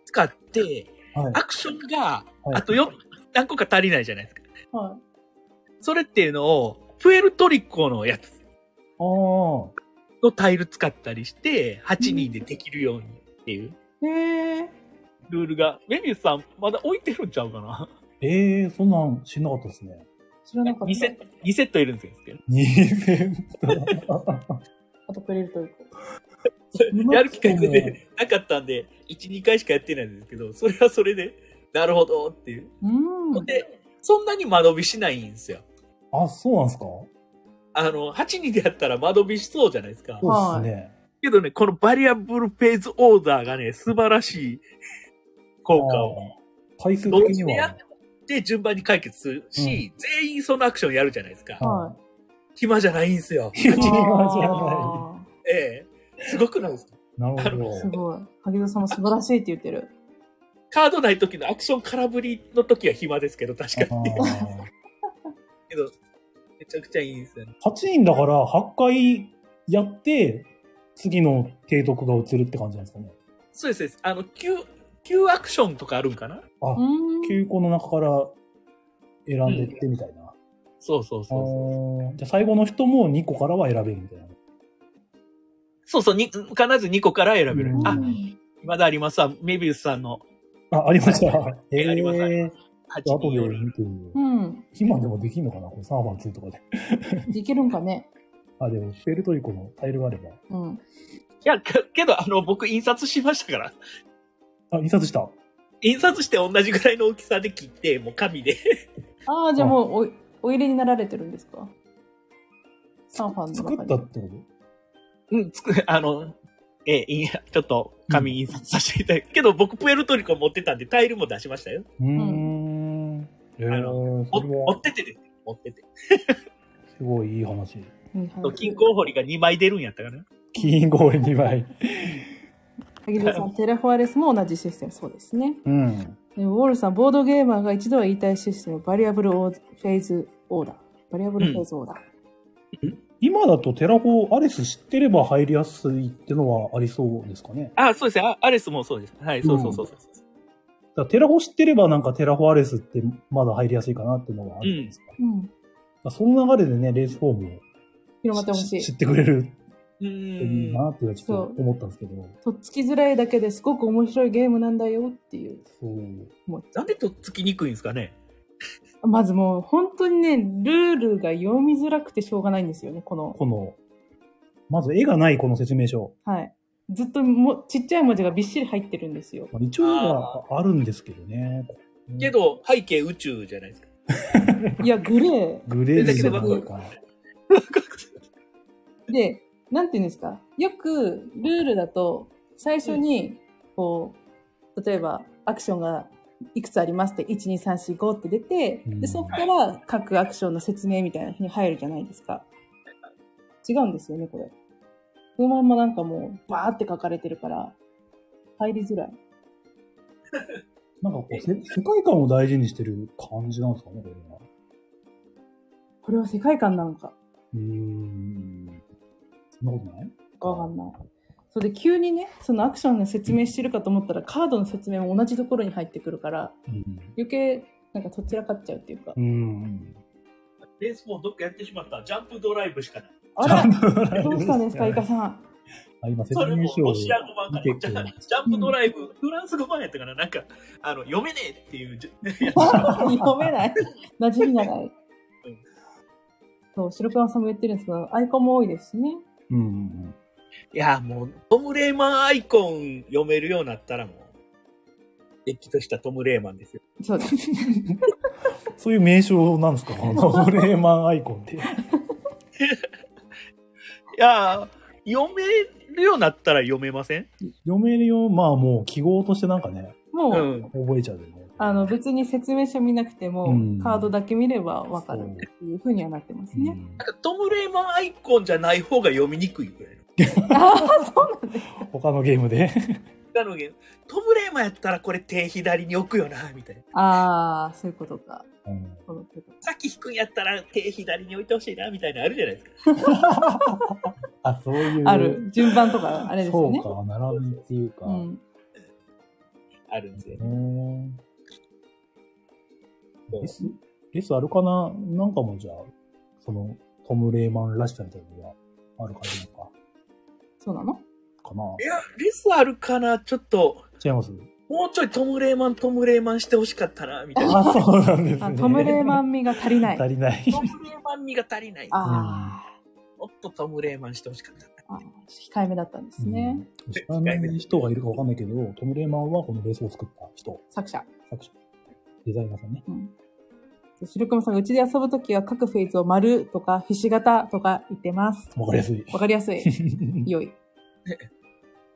使って、い。アクションが、はいあとよ、何個か足りないじゃないですか。はそれっていうのを、プエルトリコのやつああ。のタイル使ったりして、8人でできるようにっていうい。えールールが、メビウスさんまだ置いてるんちゃうかな *laughs* ええー、そんなん知んなかったですね。知らなかっ ?2 セたッ。ト、2セットいるんですけど。 2000 *laughs* あとプレルトリコ。やる機会全然なかったんで、1、2回しかやってないんですけど、それはそれで、なるほどっていう。うん。で、そんなに間延びしないんですよ。あ、そうなんですかあの、8人でやったら間延びしそうじゃないですか。そうですね。けどね、このバリアブルフェーズオーダーがね、素晴らしい効果を。あー回数どっ的ちにでやっは。て順番に解決するし、全員そのアクションやるじゃないですか。は暇じゃないんです *laughs* よ。いやい。違う違うあええすごくないですかなるーすほど。ごい。萩田さんも素晴らしいって言ってる。カードない時のアクション空振りの時は暇ですけど、確かに。けど、めちゃくちゃいいんですよね。 8人だから8回やって、次の提督が移るって感じなんですかね。そうですそうです。あの、急、急アクションとかあるんかなあ、うん。 9個の中から選んでってみたいな。そうそうそうそう。あーじゃあ最後の人も2個からは選べるみたいな。そうそう、に必ず2個から選べるう。んあ、まだありますわ。メビウスさんのあ、ありました。ええありますありー、 8後人でよる。見てみよう。うん。今でもできんのかなこの3番2とかで。いけるんかね。あ、でも、プエルトリコのタイルがあれば。うん。いや、けけど、あの、僕、印刷しましたから。あ、印刷した。印刷して同じぐらいの大きさで切って、もう紙で。ああ、じゃあもうお、お入れになられてるんですかサーファンの作中っに。たってことうん、つく、あの、ええ、いやちょっと紙印刷させていただ *laughs* く。けど、僕、プエルトリコ持ってたんで、タイルも出しましたよ。うーん。えあー、もそれ持っはててですね。持ってて。すごいいい話。うんはい金庫掘りが2枚出るんやったかな。金ゴール2倍。萩澤さん、テラフォアレスも同じシステム、そうですね。うん。でウォールさん、ボードゲーマーが一度は言いたいシステム、バリアブルオーフェーズオーダー。バリアブルフェーズオーダー。今だとテラフォーアレス知ってれば入りやすいってのはありそうですかね。あ、そうですね。あアレスもそうです。はい、そうそうそうそう。だからテラフォー知ってればなんかテラフォーアレスってまだ入りやすいかなっていうのはあるんですか、うん。まあその流れでね、レースフォームを広まってほしい知。ってくれるうといいん。なっていうのはちょっと思ったんですけど。とっつきづらいだけですごく面白いゲームなんだよっていう。そう。なんでとっつきにくいんですかね。まずもう本当にね、ルールが読みづらくてしょうがないんですよね、この。この、まず絵がないこの説明書。はい。ずっともちっちゃい文字がびっしり入ってるんですよ。まあ、一応はあるんですけどね。けど、背景宇宙じゃない *laughs* ですか。いや、グレー。グレーでじゃないか。で、なんていうんですか。よく、ルールだと、最初に、こう、例えば、アクションがいくつありますって、1、2、3、4、5って出て、うんで、そこから各アクションの説明みたいなのに入るじゃないですか。違うんですよね、これ。そのまんまなんかもう、バーって書かれてるから、入りづらい。なんかこう、せ世界観を大事にしてる感じなんですかね、これは。これは世界観なのか。うーん。そんなことないわかんない。それで急にね、そのアクションの説明してるかと思ったら、カードの説明も同じところに入ってくるから、余計、なんかとっちらかっちゃうっていうかう。ん。レースもどっかやってしまった。ジャンプドライブしかない。あら、らどうしたんですか、イカん。さん。 *laughs* あ、今説それ明も書をロシア語版かな。ジ見てャくンる *laughs* ジャンプドライブ、フランス語版やったから、なんか、あの、読めねえっていうじ。読めない。馴染みがない。そう、白川さんも言ってるんですけど、アイコンも多いですしね。うんうん *laughs* いや、もう、トム・レーマンアイコン読めるようになったらもう、れっきとしたトム・レーマンですよ。そうです。うん。そういう名称なん *laughs* ですかこのトレーマンアイコンって。いや、読めるようになったら読めません読めるよ。まあもう記号としてなんかね、もう、うん。覚えちゃうよね。あの、別に説明書見なくても、うんカードだけ見ればわかるっていうふうにはなってますうね。んなんかトム・レーマンアイコンじゃない方が読みにくいぐらいの。ああ、そうなんです。他のゲームで。なのに、トム・レーマンやったらこれ手左に置くよな、みたいな。 *laughs* ああ、そういうことか。 *laughs* うんそういうことさっき引くんやったら手左に置いてほしいな、みたいなのあるじゃないですか。あ、そういう。ある。順番とか、あれですそようね。か、並びっていうか。うん。あるんですようね。んそうレス、レスあるかななんかもじゃあ、その、トム・レーマンらしさみたいなのがある感じなのか、そうなのかないや、レスあるかなちょっと、違いますもうちょいトム・レーマン、トム・レーマンしてほしかったな、みたいな。あ、そうなんですあね。トム・レーマン。ン味が足りない。 *laughs* 足りない。トム・レーマン味が足りない。もあっとトム・レーマンしてほしかったな。あ、ああ控えめだったんですね。うん。知らない人がいるかわかんないけど、トム・レーマンはこのレースを作った人、作者。作者、デザイナーさんね。で白熊さんがうちで遊ぶときは各フェーズを丸とかひし形とか言ってます。わかりやすい。わかりや *laughs* すい。良い。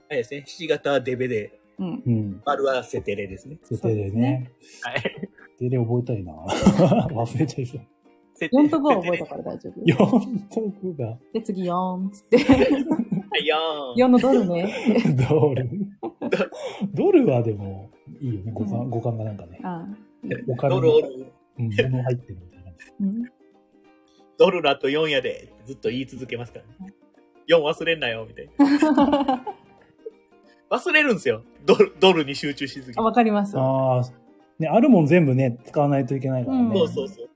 あれですね、七型はデベで、うん。うん。丸はセテレですね。設定でね。はい。設定で覚えたいな。 *laughs* 忘れちゃいそう。セテレ4と5は覚えたから大丈夫。 4択が、で、次4 *laughs* つって。はいよ4ーんのドルね。ドル。ドルはでも、いいよね。五感、五感がなんかね。ああお金ドルおる、うん、物入ってるみたいな。うん *laughs* ドルラと4やで、ずっと言い続けますからね。 4忘れんなよ、みたいな。忘れるんですよ。ドル、ドルに集中しすぎてあ。わかります。ああ、ね、あるもん全部ね、使わないといけないからね。そうそうそう。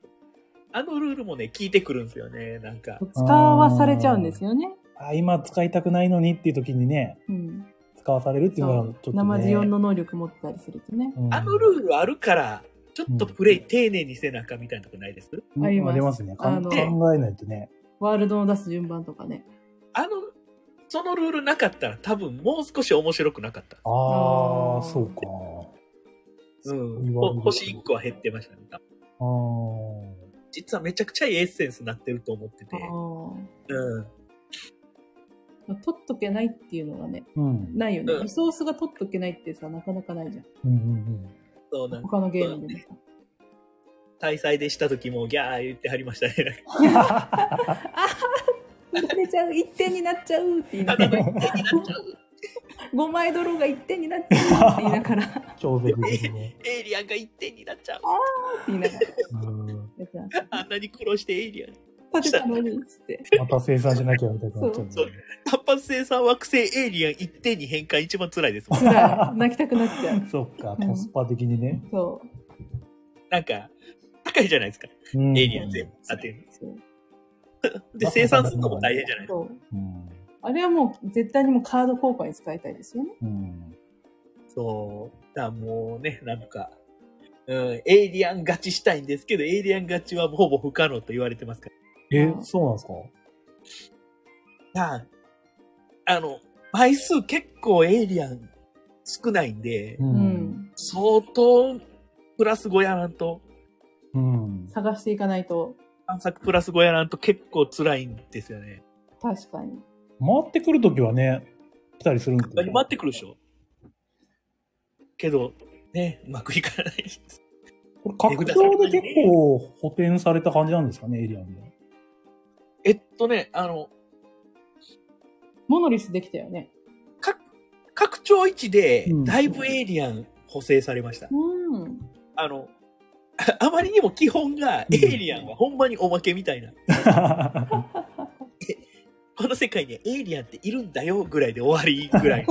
あのルールもね、効いてくるんですよね、なんか。使わされちゃうんですよね。あ今使いたくないのにっていう時にね、うん。使わされるっていうのはちょっと、ね。生地4の能力持ってたりするとね。うん、あのルールあるから、ちょっとプレイ丁寧にせなあかんみたいなとこないですあります出ますね。かあの考えないとね。ワールドの出す順番とかね。あの、そのルールなかったら多分もう少し面白くなかった。ああーあ、そうか。うん。言われほる星1個は減ってましたね。あー実はめちゃくちゃいいエッセンスになってると思っててあ。あ。うん。取っとけないっていうのがね、うん。ないよねう。んリソースが取っとけないってさ、なかなかないじゃうんうん *laughs* そうなんん。か他のゲームでもさ。大祭でした時もギャー言ってはりましたね。うん。あ *laughs* 取れちゃう、1点になっちゃうって言いなたがだらの、一点になっちゃう5枚ドローが1点になっちゃうって言いながら、って超絶ですね。エイリアンが1点になっちゃう。 *laughs* *laughs* 言いながらうんやってました。あんなに苦労してエイリアン。立てたのに、つ *laughs* って。また生産しなきゃみたいになっちゃう,、ね、そう単発生産惑星エイリアン1点に変換一番辛いですもん。辛い。泣きたくなっちゃう。そっか、コスパ的にね。そなんか、高いじゃないですか。うんエイリアン全部当てるう。。そう。で、生産するのも大変じゃないですか。そううん。あれはもう絶対にもうカード効果に使いたいですよね。うん。そう。だからもうね、なんか、うん、エイリアン勝ちしたいんですけど、エイリアン勝ちはほぼ不可能と言われてますから。え、そうなんですかだからあの、枚数結構エイリアン少ないんで、うう。ん。相当プラス5やらんと、うん。探していかないと、探索プラス5やらんと結構辛いんですよね。確かに。回ってくるときはね、来たりするんです何回ってくるでしょけど、ね、うまくいかないです。これ、格闘で結構補填された感じなんですかね、エイリアンで。えっとね、あの、モノリスできたよね。拡拡張位置でう、んだいぶエイリアン補正されました。うん。あの、 *laughs* あまりにも基本が、うんエイリアンはほんまにおまけみたいな。この世界にはエイリアンっているんだよぐらいで終わり *laughs* ぐらい。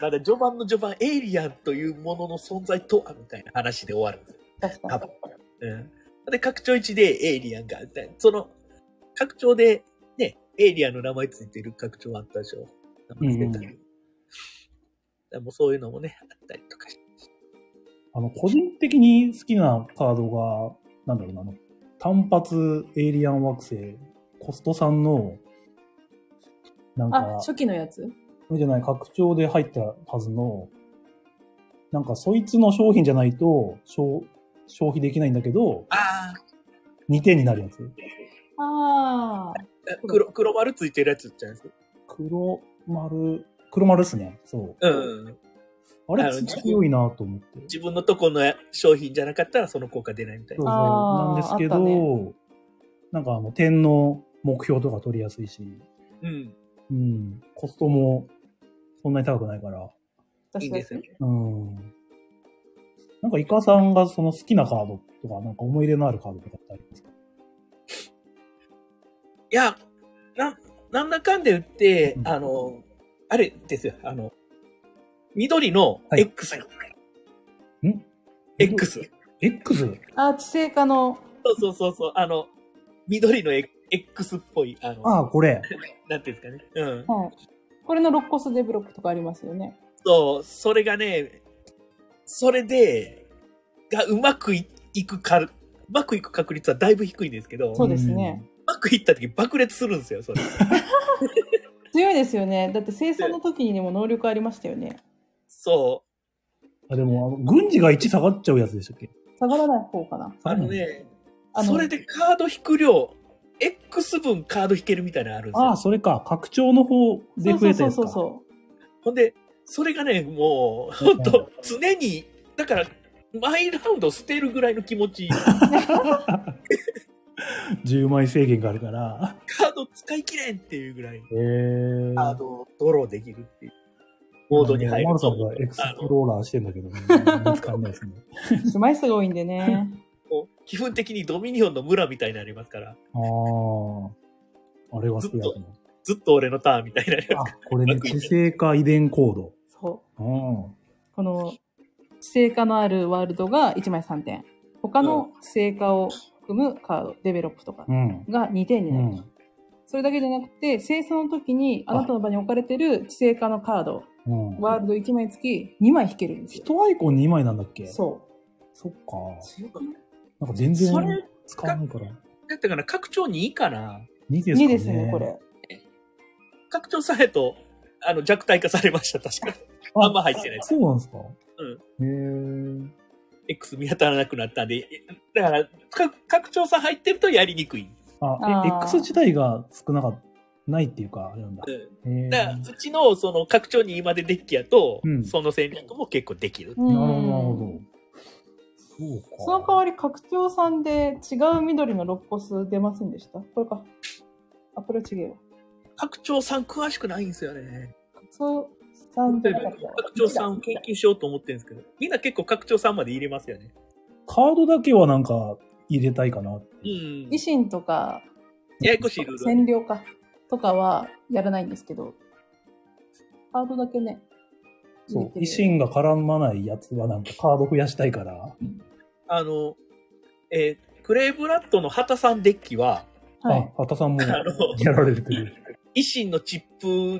まだ序盤の序盤、エイリアンというものの存在とはみたいな話で終わるんですよ。確か多に。分。うん。で、拡張1でエイリアンが、でその、拡張で、ね、エイリアンの名前ついてる拡張あったでしょ。名前つけたり。でもうそういうのもね、あったりとかして。 *laughs* あの、個人的に好きなカードが、なんだろうな、あの、単発エイリアン惑星、コストさんの、なんあ、か、初期のやつそうじゃない、拡張で入ったはずの、なんか、そいつの商品じゃないと、消消費できないんだけど、あ2点になるやつ。ああ。あ、黒、黒丸ついてるやつじゃないですか。黒丸、黒丸っすね。そう。うん。ああれの強いなと思って。自分のとこの商品じゃなかったらその効果出ないみたいそうそうな。あーなんですけあど、ったなんかあの、点の目標とか取りやすいし、うん。うん、コストもそんなに高くないから、い確いかでにす。よね。うん。なんかイカさんがその好きなカードとか、なんか思い入れのあるカードとかってありますかいや、な、なんだかんで言ってう、んあの、あれですよ、あの、緑のはい X。ん ?X。 ?X? あ、知性化の、そうそうそうそう、あの、緑の X っぽい、あの、ああ、これ。なんていうんですかね。うん。はい。これのロッコスデブロックとかありますよね。そう、それがね、それで、がうまくいいくか、うまくいく確率はだいぶ低いんですけど、そううですね。まくいった時爆裂するんですよ、それ。強いですよね。だって生産の時にも能力ありましたよね。そう。あ、でも、あの軍事が1下がっちゃうやつでしたっけ下がらない方かな。あのね、あのそれでカード引く量、X 分カード引けるみたいなのあるんですああ、よ。それか。拡張の方でそ増うそえたうそやうつか。そうそう。ほんで、それがね、もう、うん本当常に、だから、毎ラウンド捨てるぐらいの気持ち、 10枚制限があるから。カード使い切れんっていうぐらい、へえ。カードをドローできるっていう、モードに入マるルさんと、がエクスプローラーしてんだけど、ね、見つかんないですね。ちょっと枚数が多いんで *laughs* ね。こう基本的にドミニオンの村みたいになりますから、ああ。あれが好きだと思う。ずっと俺のターンみたいになりあます。、これね、知性化遺伝行そう。動。うん。この、知性化のあるワールドが1枚3点。他の知性化を含むカード、デベロップとかうん。が2点にうなる。ん。それだけじゃなくて、清掃の時にあなたの場に置かれてる知性化のカード、うん。ワールド1枚付き2枚引けるんですよ。一アイコン2枚なんだっけそそっか。強くないなんか全然それ使わないから。だったかな拡張2かな2ですう。かね。 2ですね、こ。れ。拡張されと、あの、弱体化されました、確か。あんま入ってないですそうなんですかうん。へ X 見当たらなくなったんで、だから、か拡張さ入ってるとやりにくい。え。あ、あえ、ー X 自体が少なかっないっていうか、あれなんだ。うんへだからー、うちの、その、拡張2までデッキやと、うんその戦略も結構できる。うんなるほど、なるほど。そうか。その代わり、拡張さんで違う緑のロッコス出ませんでしたこれか。あ、これは違えわ。拡張さん詳しくないんですよね。拡張さんじゃなかったわ拡張さんを研究しようと思ってるんですけど、みんな結構拡張さんまで入れますよね。カードだけはなんか入れたいかなって。うん維。新とか、ややこしいルールある占領か。とかはやらないんですけど。カードだけね。そう。維っ新が絡まないやつはなんかカード増やしたいから。あの、えークレイブラッドの畑さんデッキは、はい。あ、畑さ *laughs* んもあやの、られるという。維新のチッ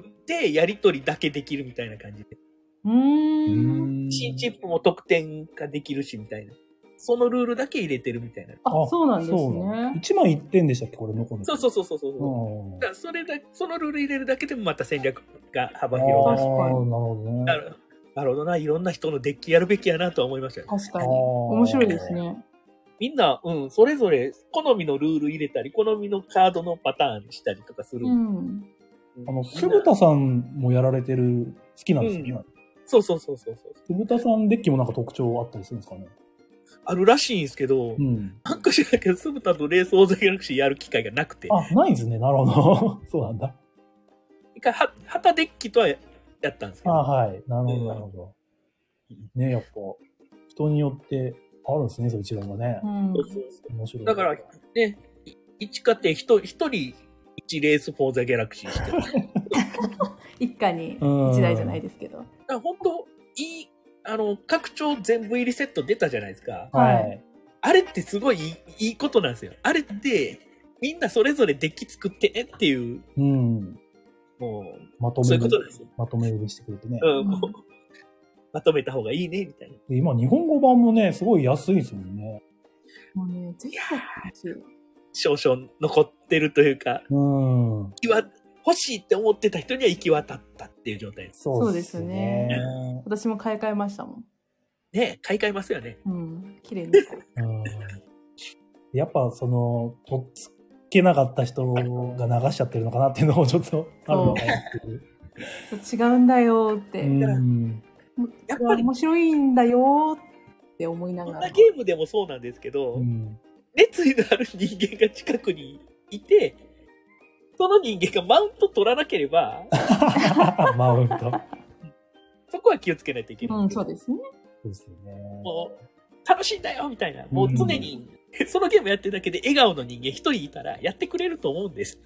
プでやり取りだけできるみたいな感じで。うー。うんーん新チップも得点ができるしみたいな。そのルールだけ入れてるみたいな。あ、そうなんですそうなのね。一枚一点でしたっけこれ残る。そうそうそうそうそう。ううん。だからそれだ、そのルール入れるだけでもまた戦略が幅あ広あが確るかにーなるほどね。なる。なるほどな。いろんな人のデッキやるべきやなとは思いましたよ。確かに。あー面白いですね。みんな、うん、それぞれ好みのルール入れたり、好みのカードのパターンにしたりとかする。うん。あの、鈴田さんもやられてる、好きなんですよね。そうそうそうそうそう。鈴田さんデッキもなんか特徴あったりするんですかね。あるらしいんですけど、うん。なんか知らんけど、酢豚とレース大関ギャラクシーやる機会がなくて、あ、ないですね。なるほど。 *laughs* そうなんだ。一回は、旗デッキとはやったんですけあど、はい。なるほど、なるほど。ねやっぱ、人によってあるんですね、そういう違いがねう。んそうそうそ面白うい。だから、ね、い一家庭一人、一人一レースフォーザギャラクシーしてる。だか一家に一台じゃないですけど。ら本当、いい、あの、拡張全部入りセット出たじゃないですか。はい。あれってすごいいいいいことなんですよ。あれって、みんなそれぞれデッキ作ってねっていう、うん。もまとう、そういめうることなんですよ。まとめ売りしてくれてね。うん、もう、まとめた方がいいね、みたいな。で今、日本語版もね、すごい安いですもんね。もうね、ぜひ買ってほしい少々残ってるというか、うん。行きわ欲しいって思ってた人には行き渡ったっていう状態です。そううでですすねね。私も買い替えましたもん。ねえ買い替えますよね。うん。綺麗に買う。うんやっぱ、その、とっつけなかった人が流しちゃってるのかなっていうのもちょっとあるのかなっていう。そう違うんだよーって。うんやこれっぱはり、面白いんだよーって思いなこんがなら。ゲームでもそうなんですけど、うん *laughs* 熱意のある人間が近くにいて、その人間がマウント取らなければ、マウント。そそこは気をつけないといけない。うん、そうですね。うですよね。もう、楽しいんだよみたいな。もう常に、そのゲームやってるだけで笑顔の人間一人いたらやってくれると思うんです。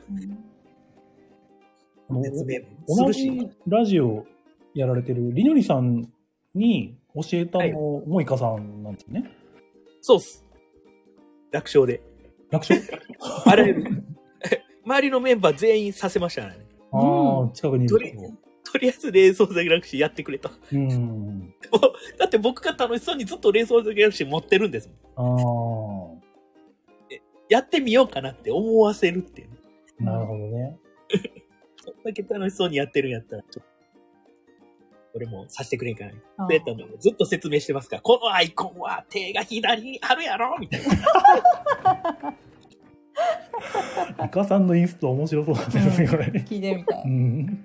もう説明もす同るじし。ラジオやられてるりのりさんに教えたのも、もいかさんなんですよね。そうっす。楽勝で。楽 *laughs* 勝あらゆる。 *laughs* 周りのメンバー全員させましたからね。あうあ、近くにいとるりとりあえずレースオーザギャラクシーやってくれと。人。うん。だって僕が楽しそうにずっとレースオーザギャラクシー持ってるんですもあん。あ、やってみようかなって思わせるっていう。なるほどね。そんだけ楽しそうにやってるんやったら、ちょっと。俺もさせてくれんかな。あそうやったのをずっと説明してますから、このアイコンは手が左にあるやろみたいな。いかさんのインスト面白そうなんですね、これ。聞いてみたうい。ん。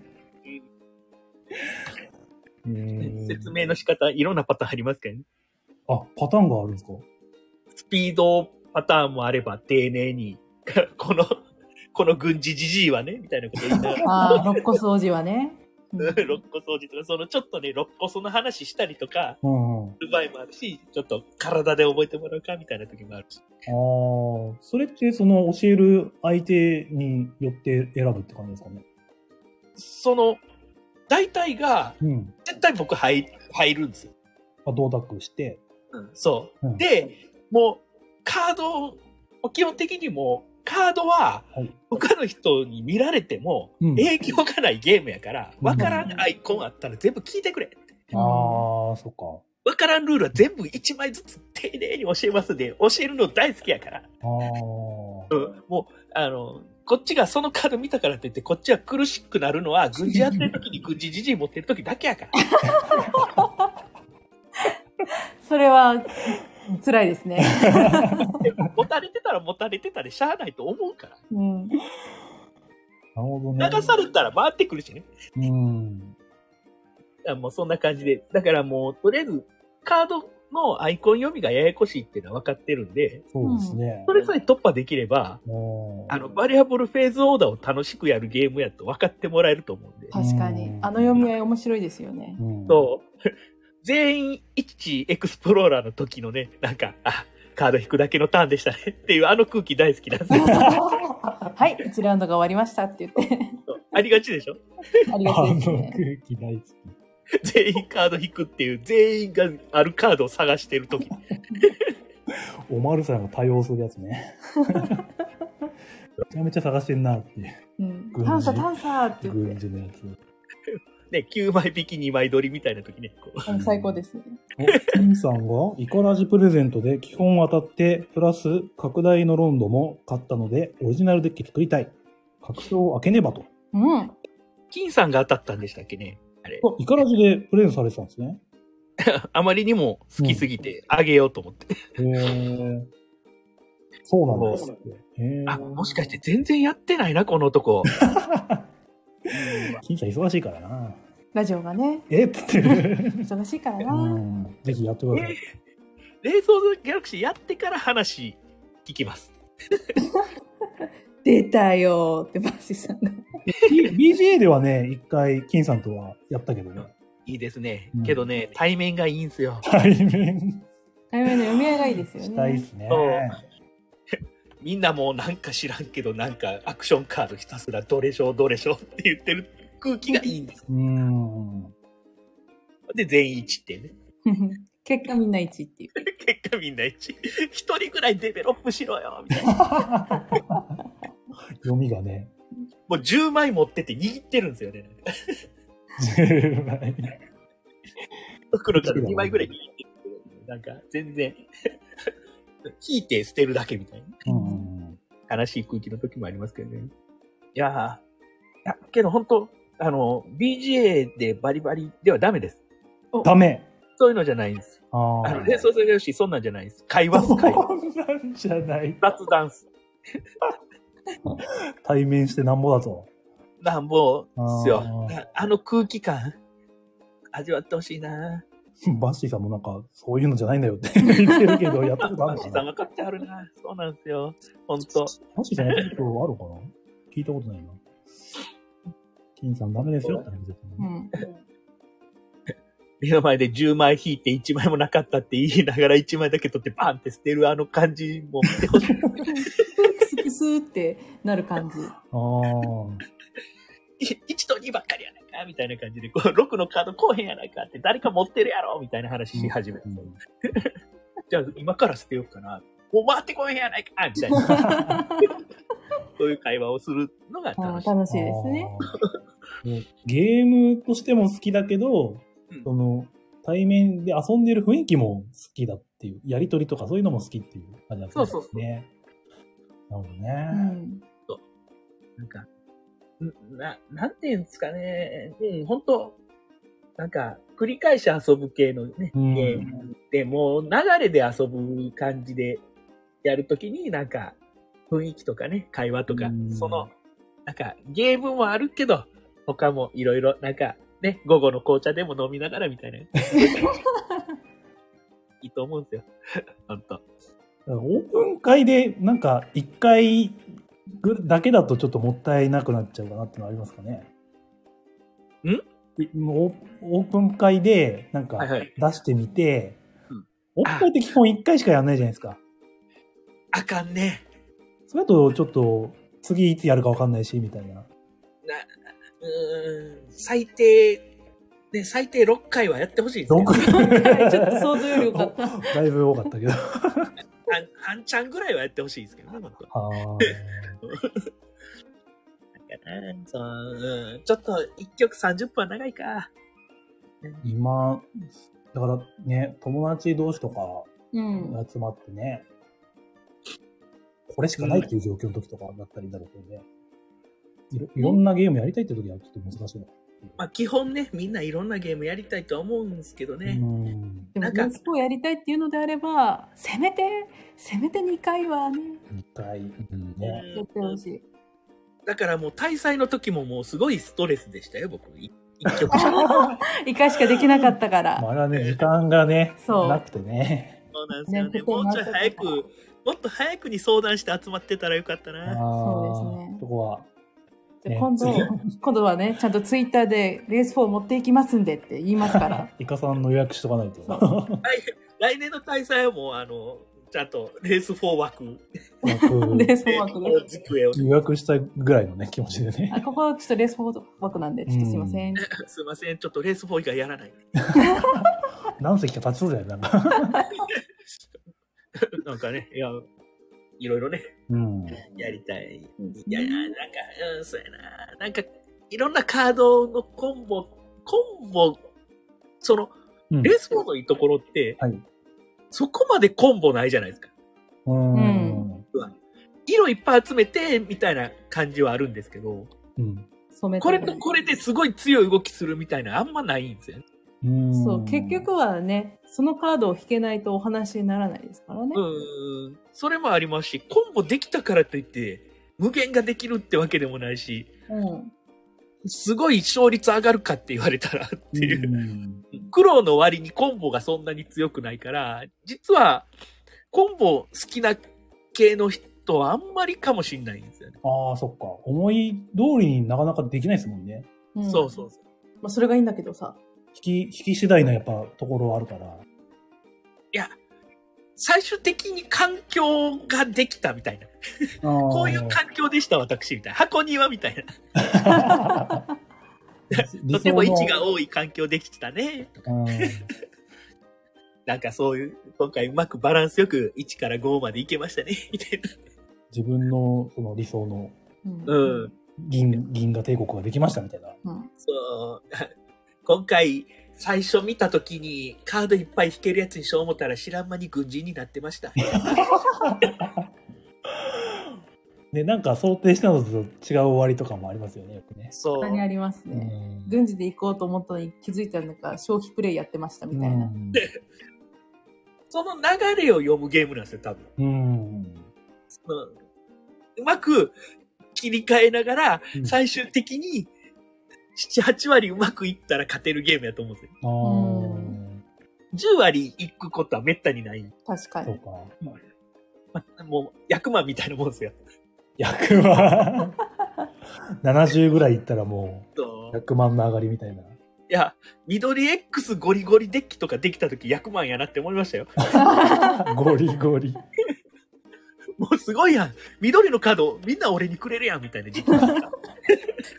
うん説明の仕方、いろんなパターンありますけどね。あ、パターンがあるんですかスピードパターンもあれば、丁寧に、 *laughs* この、この軍事じじいはね、みたいなこと言いながら。 *laughs* ああ、肋骨掃除はね。うん肋骨掃除とか、そのちょっとね、肋骨の話したりとか、うんうん。あうまいもあるし、ちょっと体で覚えてもらうかみたいな時もあるし。あ、それってその教える相手によって選ぶって感じですかね。その、大体が、うん。絶対僕入入るんですよ。まあ、銅タックして、そう。うんで、もう、カードを、基本的にもう、カードははい、他の人に見られても、うん影響がないゲームやから、うんわからんアイコンあったら全部聞いてくれ。ああ、そっか。わからんルールは全部1枚ずつ丁寧に教えますんで、教えるの大好きやから。ああ。うん、もう、あの、こっちがそのカード見たからって言って、こっちは苦しくなるのは、軍事やってる時に軍事じじい持ってる時だ *laughs* けやから。それは、辛いですね。持たれてたら持たれてたでしゃあないと思うから。うん。なるほどね。流されたら回ってくるしね。うん。あもうそんな感じで。だからもう、とりあえず、カードのアイコン読みがややこしいっていうのは分かってるんで、そうですねそ。れさえ突破できれば、もうあの、バリアブルフェーズオーダーを楽しくやるゲームやと分かってもらえると思うんで。確かに。あの読み合い面白いですよ *laughs* ね。うん、そう。 *laughs* 全員一エクスプローラーの時のね、なんか、あ、カード引くだけのターンでしたねっていうあの空気大好きなんですよ。はい、1ラウンドが終わりましたって言って、ありがちでしょありあがちのです空ね。気大好き。全員カード引くっていう、全員があるカードを探してる時。おまるさんが対応するやつ *laughs* ね。めちゃめちゃ探してんなっていう、うん軍事探査探査って言っ軍て、事のやつ。ね、9枚引き2枚取りみたいな時ね、こうあの最高ですね。お、金さんが、イカラジプレゼントで基本当たって、プラス拡大のロンドも買ったので、オリジナルデッキ作りたい。拡張を開けねばと。うん。金さんが当たったんでしたっけねあれ。あイカラジでプレゼントされてたんですね。あまりにも好きすぎてあげようと思って。へー。そうなんですって。へーあ、もしかして全然やってないな、この *laughs* 男。金さん忙しいからな。ラジオがね、えっつってる。忙しいからうな。ん。ぜひやってください。冷蔵ギャラクシーやってから話聞きます。出たよーってバッシーさんが。 B- BGA ではね、一回、金さんとはやったけどね。いいですねうん。けどね、対面がいいんすよ。対面対面の読み合いがいいですよしたいっね。すね。みんなもうなんか知らんけど、なんかアクションカードひたすらどれしょどれしょって言ってる空気がいいんです。うん。で、全員一致っていうね。結果みんな1っていう。結果みんな一致。一人ぐらいデベロップしろよ、みたいな。読みが *laughs* ね、もう10枚持ってて握ってるんですよね。 10枚。袋から2枚ぐらい握ってる。なんか、全然、 *laughs* 引いて捨てるだけみたいな。うん。悲しい空気の時もありますけどね。いやー、いや、けど本当あの、BGA でバリバリではダメです。ダメ。そういうのじゃないんです。あああ。の、連想するし、そんなんじゃないです。会話っす、*laughs* 会話。こんなんじゃない。雑談っす。対面してなんぼだと。なんぼっすよあーあ。あの空気感、味わってほしいな。バッシーさんもなんか、そういうのじゃないんだよって言ってるけど、やったことあマるのシかさんなが買ってあるな。そうなんですよ。ほんと。バッシーさんやったことあるかな *laughs* 聞いたことないな。金さんダメですよって話ですうね。ん。目の前で10枚引いて1枚もなかったって言いながら1枚だけ取ってバンって捨てるあの感じも見て *laughs* ほしい。クスクスってなる感じ。ああ。 1と2ばっかりやないか、みたいな感じで、こう、6のカードこうへんやないかって、誰か持ってるやろ、みたいな話し始める。うんじゃあ、今から捨てようかな。もう回ってこうへんやないか、みたいな。 *laughs* そういう会話をするのがあ楽しーい。楽しいですね。あー。もうゲームとしても好きだけど、うんその、対面で遊んでる雰囲気も好きだっていう、やりとりとかそういうのも好きっていう感じだったんですね。そうそうそうなるほどうね。ん。なんか、んな、なんていうんですかね。うん、本当なんか、繰り返し遊ぶ系のね、うんゲームでもう流れで遊ぶ感じでやるときに、なんか、雰囲気とかね、会話とかう、んその、なんか、ゲームもあるけど、他もいろいろ、なんか、ね、午後の紅茶でも飲みながらみ *laughs* たいな。いいと思うんですよ。ほんと。だからオープン会で、なんか、一回ぐだけだとちょっともったいなくなっちゃうかなってのはありますかね。んいもうオープン会で、なんかはい、はい。出してみてうオん、ープン会って基本一回しかやらないじゃないですか。あかんね。それだとちょっと次いつやるかわかんないしみたいな。うーん、最低、ね、最低6回はやってほしいですね。どこちょっと想像より良かっ *laughs* た。だいぶ多かったけど。半半ちゃんぐらいはやってほしいですけどね、僕はあうんそう、うん、ちょっと1曲30分は長いか。ー今、だからね、友達同士とかうん。集まってね、これしかないっていう状況の時とかだったりだろうけどね。いろいろんなゲームやりたいって時はちょっと難しいの。まあ基本ね、みんないろんなゲームやりたいとは思うんですけどうね。ん。でも、なんかねスポをやりたいっていうのであれば、せめて、せめて2回はね、一回、うんね。やってほしい。だからもう大祭の時ももうすごいストレスでしたよ、僕。い一 *laughs* 曲しか。 1回しかできなかったから。まだね、時間がね、そうなくて *laughs* ね。そうなんですよね。ねもうちょい早くここにあっ、もっと早くに相談して集まってたらよかったあーな。そうですねそこは、じゃあ今度、ね今度はね、ちゃんとツイッターでレース4持っていきますんでって言いますから。イカさんの予約しとかないと。来年の大祭はもう、あの、ちゃんとレース4 *laughs* 枠、枠レース4枠で。机を。予約したぐらいのね、気持ちでね。あここはちょっとレース4枠なんで、ちょっとすいません。すいません、ちょっとレース4以外やらない。何席か立ちそうだよね、なんか。なんかね、いや、いろいろね、うん。 *laughs* やりたい。うんいやいや、なんか、うん、そうやな。なんか、いろんなカードのコンボ、コンボ、その、うんレースフォーのいいところって、はいそこまでコンボないじゃないですか。うん。色いっぱい集めて、みたいな感じはあるんですけど、うん。染めてこれとこれですごい強い動きするみたいな、あんまないんですよね。うんそう、結局、はね、そのカードを引けないとお話にならないですからね。うん。それもありますし、コンボできたからといって、無限ができるってわけでもないし、うん。すごい勝率上がるかって言われたらっていう。うん苦労の割にコンボがそんなに強くないから、実は、コンボ好きな系の人はあんまりかもしんないんですよね。ああ、そっか。思い通りになかなかできないですもんね。んそうそうそう。まあ、それがいいんだけどさ。引き、引き次第のやっぱところはあるから。最終的に環境ができたみたいな。ここういう環境でした、私、みたいな。箱庭みたいな。とても位置が多い環境できてたね。うん。なんかそういう、今回うまくバランスよく1から5までいけましたね、 *laughs* みたいな。自分のその理想のうんうん。 *laughs* 銀、銀河帝国ができましたみたいな。うんそう。今回、最初見たときに、カードいっぱい引けるやつにしよう思ったら、知らん間に軍人になってました。で、なんか想定したのと違う終わりとかもありますよね、よくね。そう。他にありますうね。ん軍事で行こうと思ったのに気づいたのか、消費プレイやってましたみたいな。その流れを読むゲームなんですよ、多分。うん。そのうまく切り替えながらう、ん最終的に、7、8割うまくいったら勝てるゲームやと思うんですああうんよ。10割いくことはめったにない。確かそうに。か。まもう、役満みたいなもんですよ。 100万。70ぐらいいったらも、そうう100万の上がりみたいな。いや、緑 X ゴリゴリデッキとかできた時役満やなって思いました *laughs* よ。ゴリゴリ。もうすごいやん。緑のカード、みんな俺にくれるやん、み *laughs* たいな時期だった。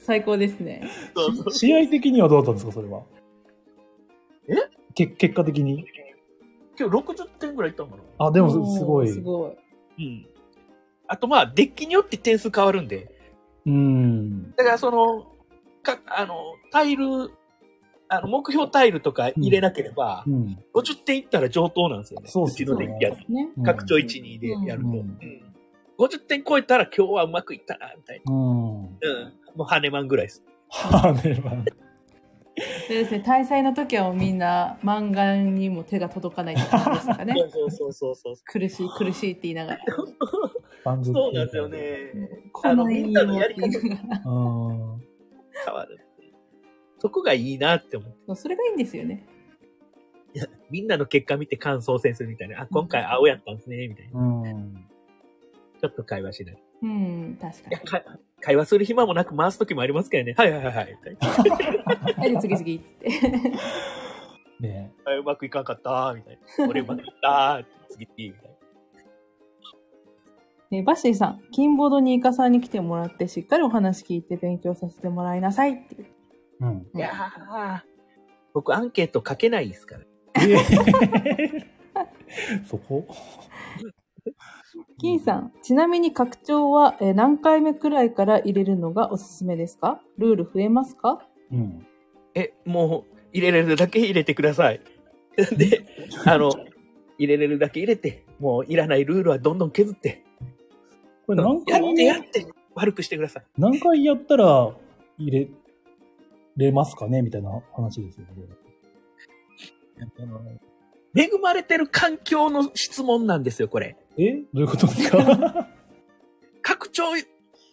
最高ですね。そうそう試合的にはどうだったんですか、それは。えけ結果的に。今日60点ぐらいいったんかな。あ、でもおーすすごい。すごい。うん。あとまあ、デッキによって点数変わるんで。うん。だからその、か、あの、タイル、あの、目標タイルとか入れなければう、ん。 50点いったら上等なんですよね。そうっうすちねのデッキやる。ね。拡張12でやると。うんうん50点超えたら今日はうまくいったな、みたいな。うん。うん。もうハネマンぐらいです。ハーネマン。でですね、大祭の時はもうみんな漫画にも手が届かないって感じでしたかね。そうそうそうそう。苦しい苦しいって言いながら。バンズそうなんですよ。ね。来 *laughs* あのないよみんなのやり方って言いながらうん。変わる。そこがいいなって思って。そうそれがいいんですよね。みんなの結果見て感想戦するみたいな。あ、今回青やったんですね、みたいな。うん。ちょっと会話しない。うん、確かいやか会話する暇もなく回す時もありますけどね。はいはいはいはい。みたいに。はい、次々って。ねなあうまくいかんかったみたいな。俺うまくいった次々みたいえな。ーバッシーさん、金ボードにイカさんに来てもらって、しっかりお話聞いて勉強させてもらいなさいっていう。うん。いやー、僕アンケート書けないですから。えー *laughs* そこ金さん、ちなみに拡張は、えー何回目くらいから入れるのがおすすめですかルール増えますか *laughs* うん。え、もう、入れれるだけ入れてください。で、あの、入れれるだけ入れて、もういらないルールはどんどん削って、これ何や回ってやって、悪くしてください。何回やったら入れ、れますかねみたいな話ですよね。あの恵まれてる環境の質問なんですよ、これ。えどういうことですか *laughs* 拡張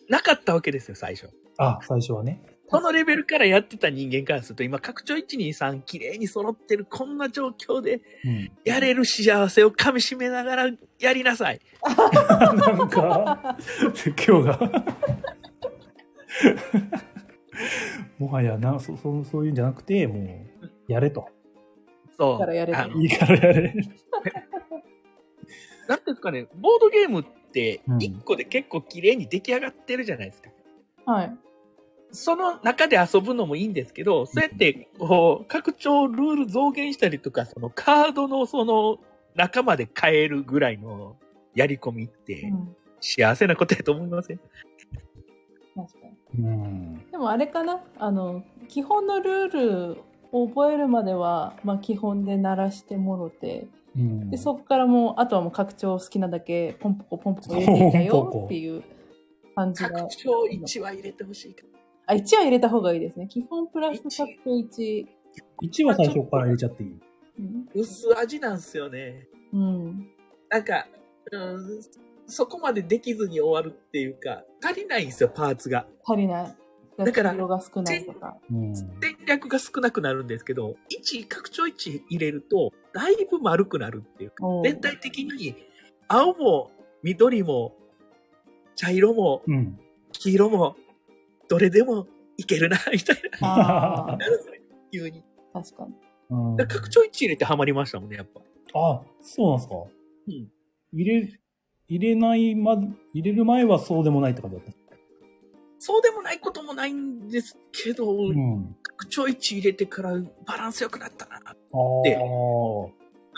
なかったわけですよ、最初。あ、最初はね。このレベルからやってた人間からすると、今、拡張123、綺麗に揃ってる、こんな状況で、うん。やれる幸せをかみしめながらやりなさい。なんか、説教が。もはやなそそ、そういうんじゃなくて、もう、やれと。そう。からやればあのいいからやれ。なんていうんですかね、ボードゲームってうん1個で結構綺麗に出来上がってるじゃないですか。はい。その中で遊ぶのもいいんですけど、そうやって、こう、拡張、ルール増減したりとか、そのカードのその中まで変えるぐらいのやり込みっうてん。幸せなことやと思いません、確かに。うん。でもあれかなあの、基本のルールを覚えるまでは、まあ基本で鳴らしてもろて、うんで、そっからもう、あとはもう拡張好きなだけ、ポンポコポンポコ入れていいんだポンポよコっていう感じ拡が。張1は入れてほしいかあ、1は入れた方がいいですね。基本プラス拡張1。 1は最初から入れちゃっていい。うん。薄味なんですよね。うん。なんか、うん、そこまでできずに終わるっていうか、足りないんですよ、パーツが。足りない。だから色が少ないとか。うん。戦略が少なくなるんですけど、1、拡張1入れると、だいぶ丸くなるっていうか、おう全体的に、青も、緑も、茶色も、うん。黄色も、どれでもいけるな、 *laughs* みたいな。あなるんですよ急に。あ、確かに。うんだから拡張1入れてハマりましたもんね、やっぱ。あ、そうなんですか。うん。入れ、入れないま、入れる前はそうでもないって感じだった。そうでもないこともないんですけど、うん。拡張1入れてからバランス良くなったな、ああ。でう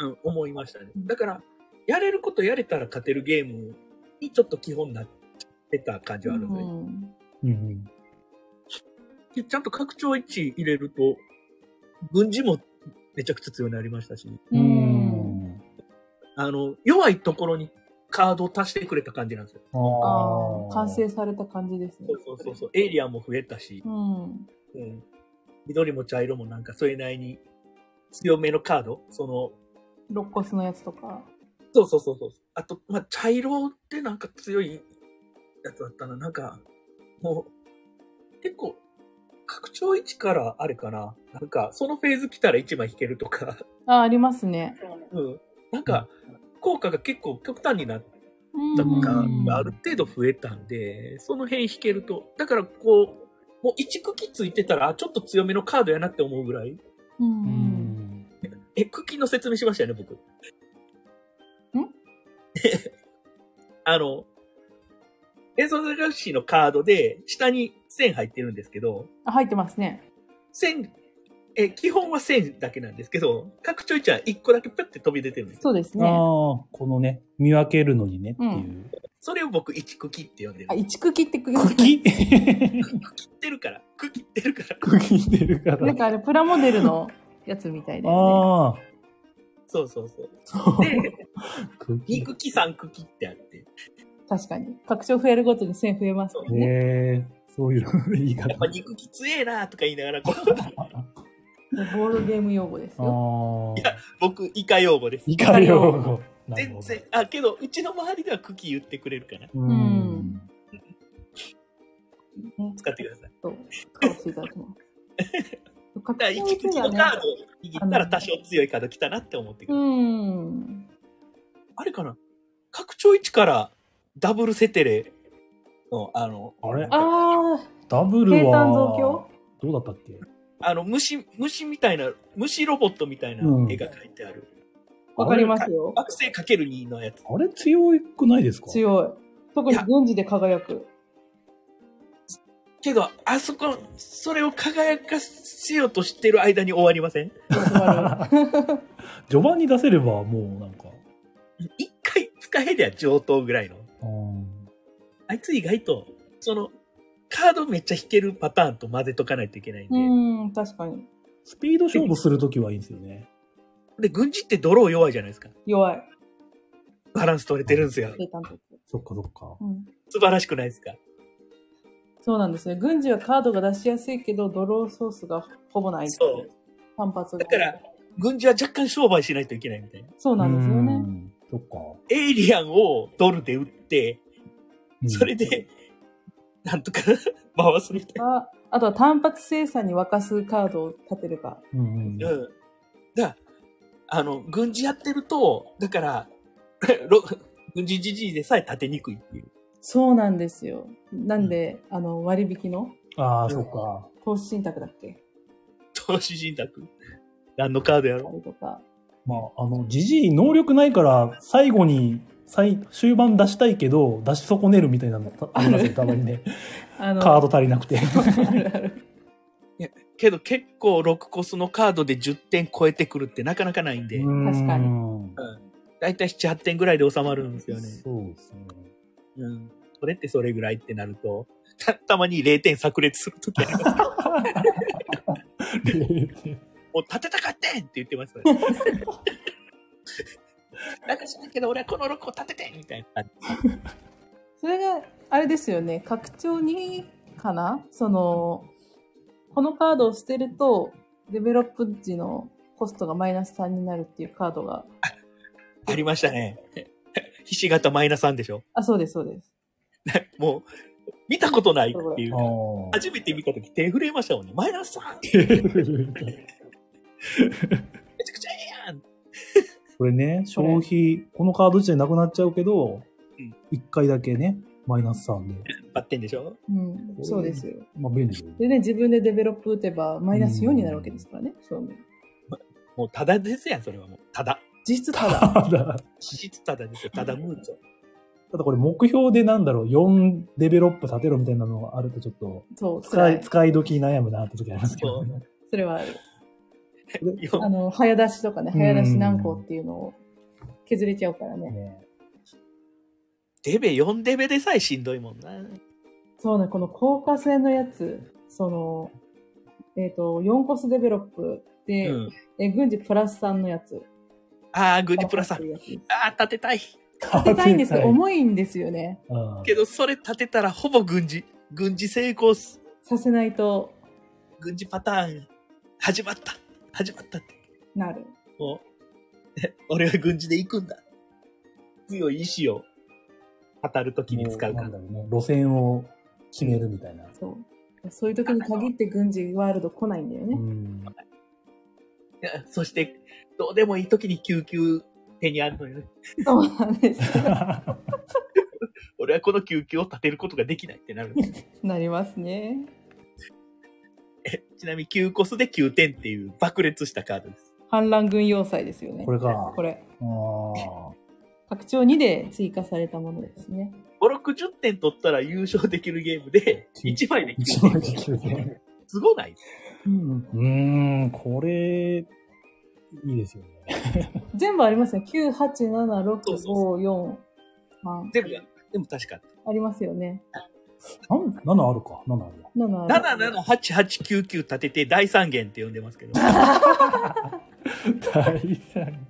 ん、思いましたね。だから、やれることやれたら勝てるゲームにちょっと基本になってた感じはあるんで、うん。うんうん。でちゃんと拡張1入れると、軍事もめちゃくちゃ強になりましたし、ううん。ん。あの、弱いところにカードを足してくれた感じなんですよ。あああ。あ、完成された感じですねそう。そうそうそう。エイリアンも増えたしう、ん。うん。緑も茶色もなんかそれなりに強めのカード、その、肋骨のやつとか。そうそうそうそう。あと、まあ、茶色ってなんか強いやつだったな。なんか、もう、結構、拡張1からあれかな。なんか、そのフェーズ来たら1枚引けるとか、 *laughs* あ、ありますね。うん。なんか、効果が結構極端になったうん。とか、うんある程度増えたんで、その辺引けると。だから、こう、もう1茎ついてたら、あちょっと強めのカードやなって思うぐらい。う。うんん。え、茎の説明しましたよね、僕。ん *laughs* あの、映像探しのカードで、下に線入ってるんですけど、あ、入ってますね。線、え、基本は線だけなんですけど、拡張位置は1個だけプッて飛び出てるんですよ。そうですああね。、このね、見分けるのにねっていう。それを僕、1茎って呼んでるあ、。一茎って茎茎切ってるから、茎ってるから。茎出るか *laughs* ならん。かあれ、プラモデルのやつみたいで、ね。ああ。そうそうそう。そう。で、2茎。茎、3茎ってあって。確かに。拡張増えるごとに線増えますへね。え、そういう言い方やっ。ぱ2茎強えなとか言いながら、こうボールゲーム用語ですよ。ああ。僕、イカ用語です。いかようご。なる全ほど然。、あ、けど、うちの周りでは茎言ってくれるから、うん。ね使ってください。と使わせていただきます。拡だから、行き口のカードを握ったら多少強いカード来たなって思ってくうる。ん。あれかな拡張位置からダブルセテレの、あの、あれああ、ダブ平ルは、坦増強どうだったっけあの、虫、虫みたいな、虫ロボットみたいなうん絵が描いてある。わかりますよ。惑星 ×2 のやつ。あれ強くないですか強特に軍事で *laughs* 輝く。けど、あそこ、それを輝かせようとしてる間に終わりませんわかる序盤に出せればもうなんか、一回使えりゃ上等ぐらいの。うんあいつ意外と、その、カードめっちゃ引けるパターンと混ぜとかないといけないんうで。ーん、確かに。スピード勝負するときはいいんですよね。で、軍事ってドロー弱いじゃないですか。弱い。バランス取れてるんですよ。平坦と。そっかそっか。うん。素晴らしくないですか。そうなんですね。軍事はカードが出しやすいけど、ドローソースがほぼないっていそう。単発が。だから、軍事は若干商売しないといけないみたいな。そうなんですようね。ん。そっか。エイリアンをドルで売って、うんそれで、なんとか *laughs* 回すみたいな。ああとは単発生産に沸かすカードを立てるか。うんうん。うん。だからあの、軍事やってると、だから、 *laughs* ロ軍事じじいでさえ立てにくいっていう。そうなんですよ。なんで、あの、割引のああ、そっか。投資信託だっけ投資信託。何のカードやろあれとか。まあ、あの、じじい能力ないから、最後に、最、終盤出したいけど、出し損ねるみたいなのたありますよ、たまにね。 *laughs* あの、カード足りな *laughs* くて。あるある。けど結構6コスのカードで10点超えてくるってなかなかないんで、確かにだいたい7、8点ぐらいで収まるんですよね。そうです *laughs* ね。うん。それってそれぐらいってなると、たたまに0点炸裂するときあります。もう立てたかってんって言ってましたね。なんか知らんけど俺はこの6個立ててんみたいな。それが、あれですよね。拡張にかなその、このカードを捨てると、デベロップ時のコストがマイナス3になるっていうカードが。ありましたね。ひし形マイナさんでしょ *laughs* あ、そうです、そうです。もう、見たことないっていうあか。初めて見たとき手震えましたもんね。マイナス 3! めちーゃくちゃええやん *laughs* これね、消費、このカード自体なくなっちゃうけどうん、一回だけね、マイナス3で。バッテンでしょうん、そうですよ。まあ、便利。でね、自分でデベロップ打てば、マイナス4になるわけですからね、そういうのもうただですやん、それはもう。ただ。実質た *laughs* だ。ただ、実質ただですよ。ただムーチョ。ただこれ目標でなんだろう、4デベロップ立てろみたいなのがあるとちょっと、そう、使辛いい、。使い時悩むなって時ありますけそどうね。。それはある。よあの、早出しとかね、うん早出し何個っていうのを削れちゃうからね。ねデベ、4デベでさえしんどいもんな。そうね、この高架線のやつ、その、えっ、と、4コスデベロップで、うん。え軍事プラス3のやつ。ああ、グニプラさん。立てああ、立てたい。たいんですけど、うん重いんですよね。けど、それ立てたらほぼ軍事。軍事成功す。させないと軍事パターン、始まった。始まったって。なる。もう、 *laughs* ね俺は軍事で行くんだ。強い意志を語るときに使うもかならん。だろうね。路線を決めるみたいな。そう。そういう時に限って軍事ワールド来ないんだようね。 *laughs* ん。いやそして、どうでもいいときに救急手にあるのよね。そうなんです。俺はこの救急を立てることができないってなる。 *laughs* なりますね。えちなみに9コスで9点っていう爆裂したカードです。反乱軍要塞ですよね。これか。これ。あー拡張2で追加されたものですね。 5、60点取ったら優勝できるゲームで、1枚で *laughs* 一9枚点。で9点。すごないうん。うーん、これ、いいですよね。全部ありますね。9、8、7、6、そうそ5、4、3。全部が、でも確か。ありますよね。なん7あるか、7あるわ。 7ある。 778899立てて大三元って呼んでます *laughs* けど。大三元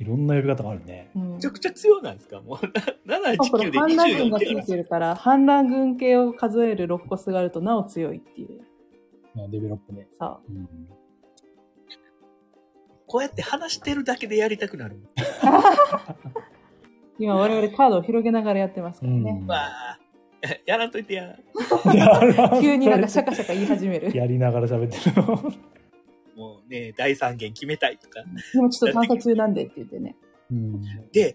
いろんな呼び方があるね。うんめちゃくちゃ強ないですかも *laughs* う、そうこ789れで反乱軍が24つい点てるから、反乱軍系を数える6個スがあるとなお強いっていう。デベロップで。さうんこうやって話してるだけでやりたくなる。あ、今我々カードを広げながらやってますからね。まあ、やらんといてや。 *laughs* 急になんかシャカシャカ言い始める。やりながら喋ってるの。もうね、大三元決めたいとか。でもちょっと探査中なんでって言ってね。 *laughs* うん。で、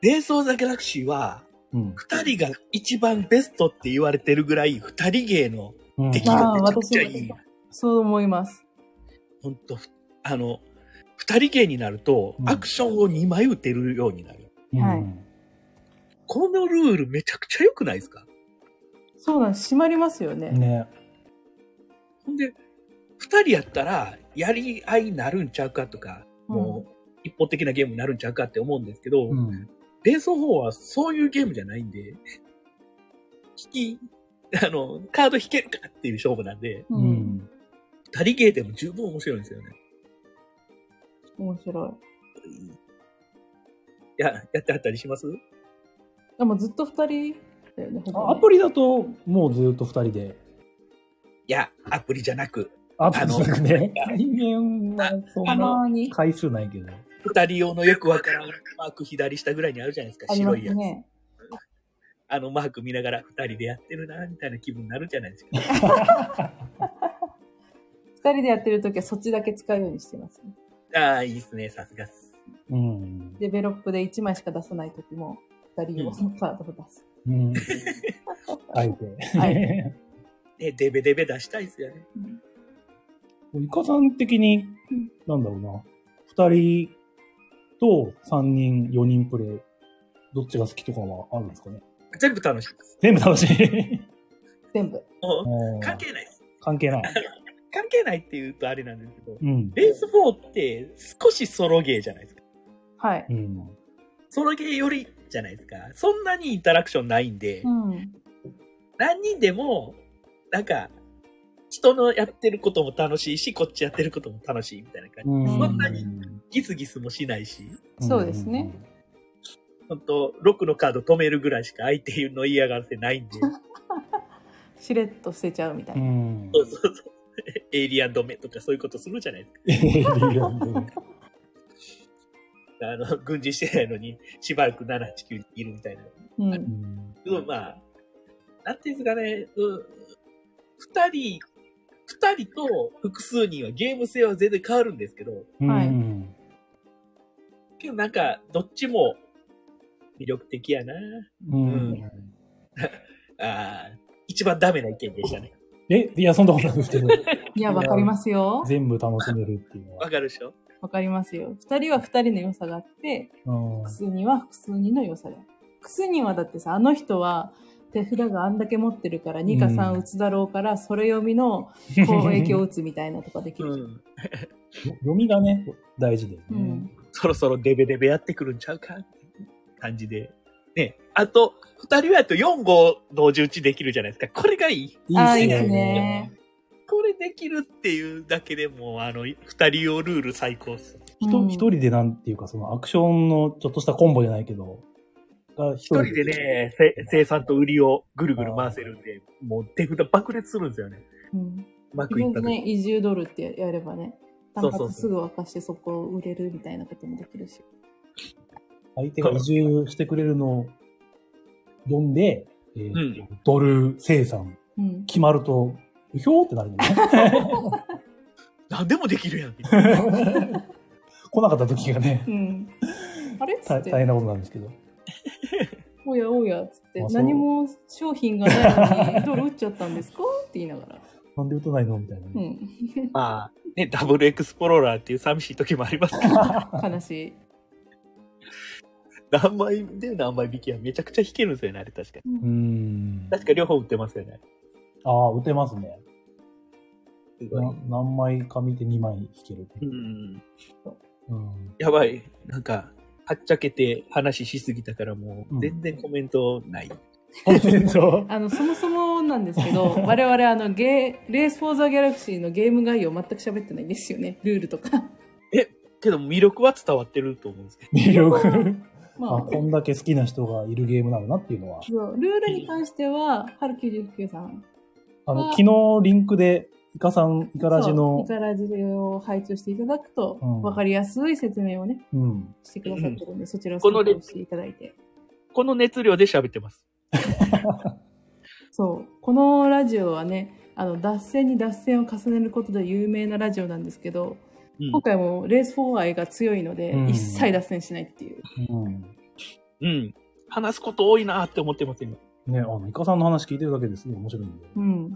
レース・オー・ザ・ギャラクシーは、うん。二人が一番ベストって言われてるぐらい、二人芸のうん出来まがあめちゃくちゃいい私。そう思います。ほんと、あの、二人芸になるとう、んアクションを二枚打てるようになる。うんはいこのルールめちゃくちゃ良くないですかそうなんです。閉まりますよね。ね。ほんで、二人やったら、やり合いになるんちゃうかとか、もう、一方的なゲームになるんちゃうかって思うんですけど、うん。ベースの方はそういうゲームじゃないんで、引き、あの、カード引けるかっていう勝負なんで、う。うんん。二人ゲーでも十分面白いんですよね。面白い。や、やってあったりしますでもずっと二人だよね。ほぼあアプリだと、もうずっと二人で。いや、アプリじゃなく、アプリじゃなくね。人間はそんたなまに。回数ないけど。二人用のよくわからんマーク左下ぐらいにあるじゃないですか、ありま白すいやつ。ね。あのマーク見ながら二人でやってるな、みたいな気分になるじゃないですか。二人でやってるときはそっちだけ使うようにしてます、ね。ああ、いいですね、さすがっす。うん。デベロップで一枚しか出さないときも、二人用のカードを出す。 *laughs* うん。あえて。あえい。ね、デベデベ出したいですよね。うん *laughs* イカさん的にうん、なんだろうな。二人と三人、四人プレイ、どっちが好きとかはあるんですかね。全部楽しいです。全部楽しい。全部。もううん関係ないです。関係ない。関係ないって言うとあれなんですけど、うん。レース4って少しソロゲーじゃないですか。はい。うん。ソロゲーよりじゃないですか。そんなにインタラクションないんで、うん。何人でも、なんか、人のやってることも楽しいし、こっちやってることも楽しいみたいな感じ。うんそんなにギスギスもしないし、そうですね。本当6のカード止めるぐらいしか相手の嫌がらせないんで、しれっと捨てちゃうみたいうな。ん。そうそうそう。エイリアン止めとかそういうことするじゃないですエイリアンでか。あの、軍事してないのに、しばらく789にいるみたいな。うん。うんでもまあ、なんていうんですかね、うん、二人、二人と複数人はゲーム性は全然変わるんですけど、はいうんけどなんか、どっちも魅力的やな。うん。 *laughs* ああ、一番ダメな意見でしたね。え、いや、そんなことないです *laughs* けど、いや、わかりますよ。全部楽しめるっていうのわは。かるでしょわかりますよ。二人は二人の良さがあって、うん複数人は複数人の良さがある。複数人はだってさ、あの人は手札があんだけ持ってるから、2か3打つだろうから、それ読みの攻撃を *laughs* 打つみたいなとかできうるじゃん。ん。読みがね、大事だようねん。。そろそろデベデベやってくるんちゃうかって感じで。ね。あと、二人はあと4号同時打ちできるじゃないですか。これがいい。いああ、いっいです。ね。これできるっていうだけでも、あの、二人用ルール最高っす。一うん一人でなんていうか、そのアクションのちょっとしたコンボじゃないけど、が一一人で。ね、せ生産と売りをぐるぐる回せるんで、もう手札爆裂するんですよね。うん。うまくい自った分時でね、移住ドルってやればね、単そうそうそう発すぐ沸かしてそこを売れるみたいなこともできるし。相手が移住してくれるのを読んで、えーうんドル生産うん。決まると、ひょーってなるもんね。何でもできる *laughs* やん。来なかった時がねう、ん。あれっつ大っ大変て、なことなんですけど。おやおやっつってあ、そう何も商品がないのに、ドル打っちゃったんですかって言いながら。なんで打たないのみたいなうね。ん。まあ、ね、ダブルエクスプローラーっていう寂しい時もありますけど、悲しい。 *laughs* 何枚で何枚引きはめちゃくちゃ引けるんですよね、あれ確かに。うーん。確か両方打ってますよね。ああ、打てますね。すごい。な何枚か見て2枚引ける。うん。うん。やばい。なんか、はっちゃけて話しすぎたからもうんう、全然コメントない。コメン *laughs* ト。あのそもそもなんです *laughs* けど我々あのゲーレース・フォー・ザ・ギャラクシーのゲーム概要全く喋ってないんですよねルールとかけど魅力は伝わってると思うんですけど。魅力。まあ、あこんだけ好きな人がいるゲームなんだなっていうのは。そうルールに関しては春99さんあの、あ昨日リンクで、イカさん、イカラジのイ、カラジを配置していただくと、うん分かりやすい説明をねうん。してくださってるんで、そちらをこの参レ考にしていただいてこの熱量で喋ってます。そうこのラジオはねあの脱線に脱線を重ねることで有名なラジオなんですけど、うん今。回もレース・フォー愛が強いので、うん一切脱線しないっていううん。うん。話すこと多いなーって思ってます、今。ね、あの、イカさんの話聞いてるだけですごい面白いんで。うん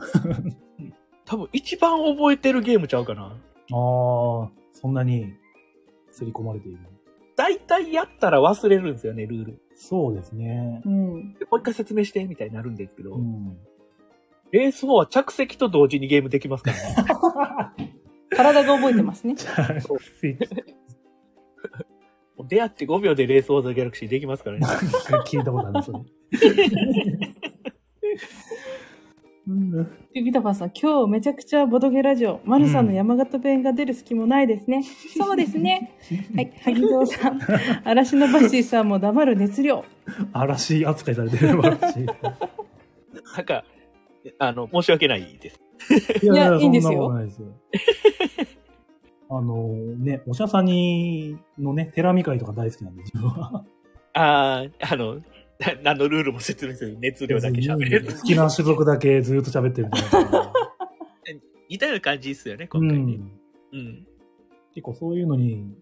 多分一番覚えてるゲームちゃうかな。ああ、そんなに、刷り込まれている。大体やったら忘れるんですよね、ルール。そうですね。うん。でもう一回説明して、みたいになるんですけど、うん。レース4は着席と同時にゲームできます *laughs* からね。体が覚えてます *laughs* ね。そうもう出会って5秒でレースオーザギャラクシーできますからね。聞いたことある *laughs* それ。うん、ビタパンさん、今日めちゃくちゃボドゲラジオ。マルさんの山形弁が出る隙もないですね。そうですね。 *laughs* はい。萩蔵さん、嵐のバッシーさんも黙る熱量。嵐扱いされてる嵐。なんか、あの、申し訳ないです。いいやいいんですよそなことないですよ。あのね、おしゃさにのね、テラミ会とか大好きなんで、自分は。ああ、あの、な何のルールも説明せずに熱量だけ喋る。好きな種族だけずっと喋ってるみたいな。似たような感じですよね、う今回ね。ん、うん。結構そういうのに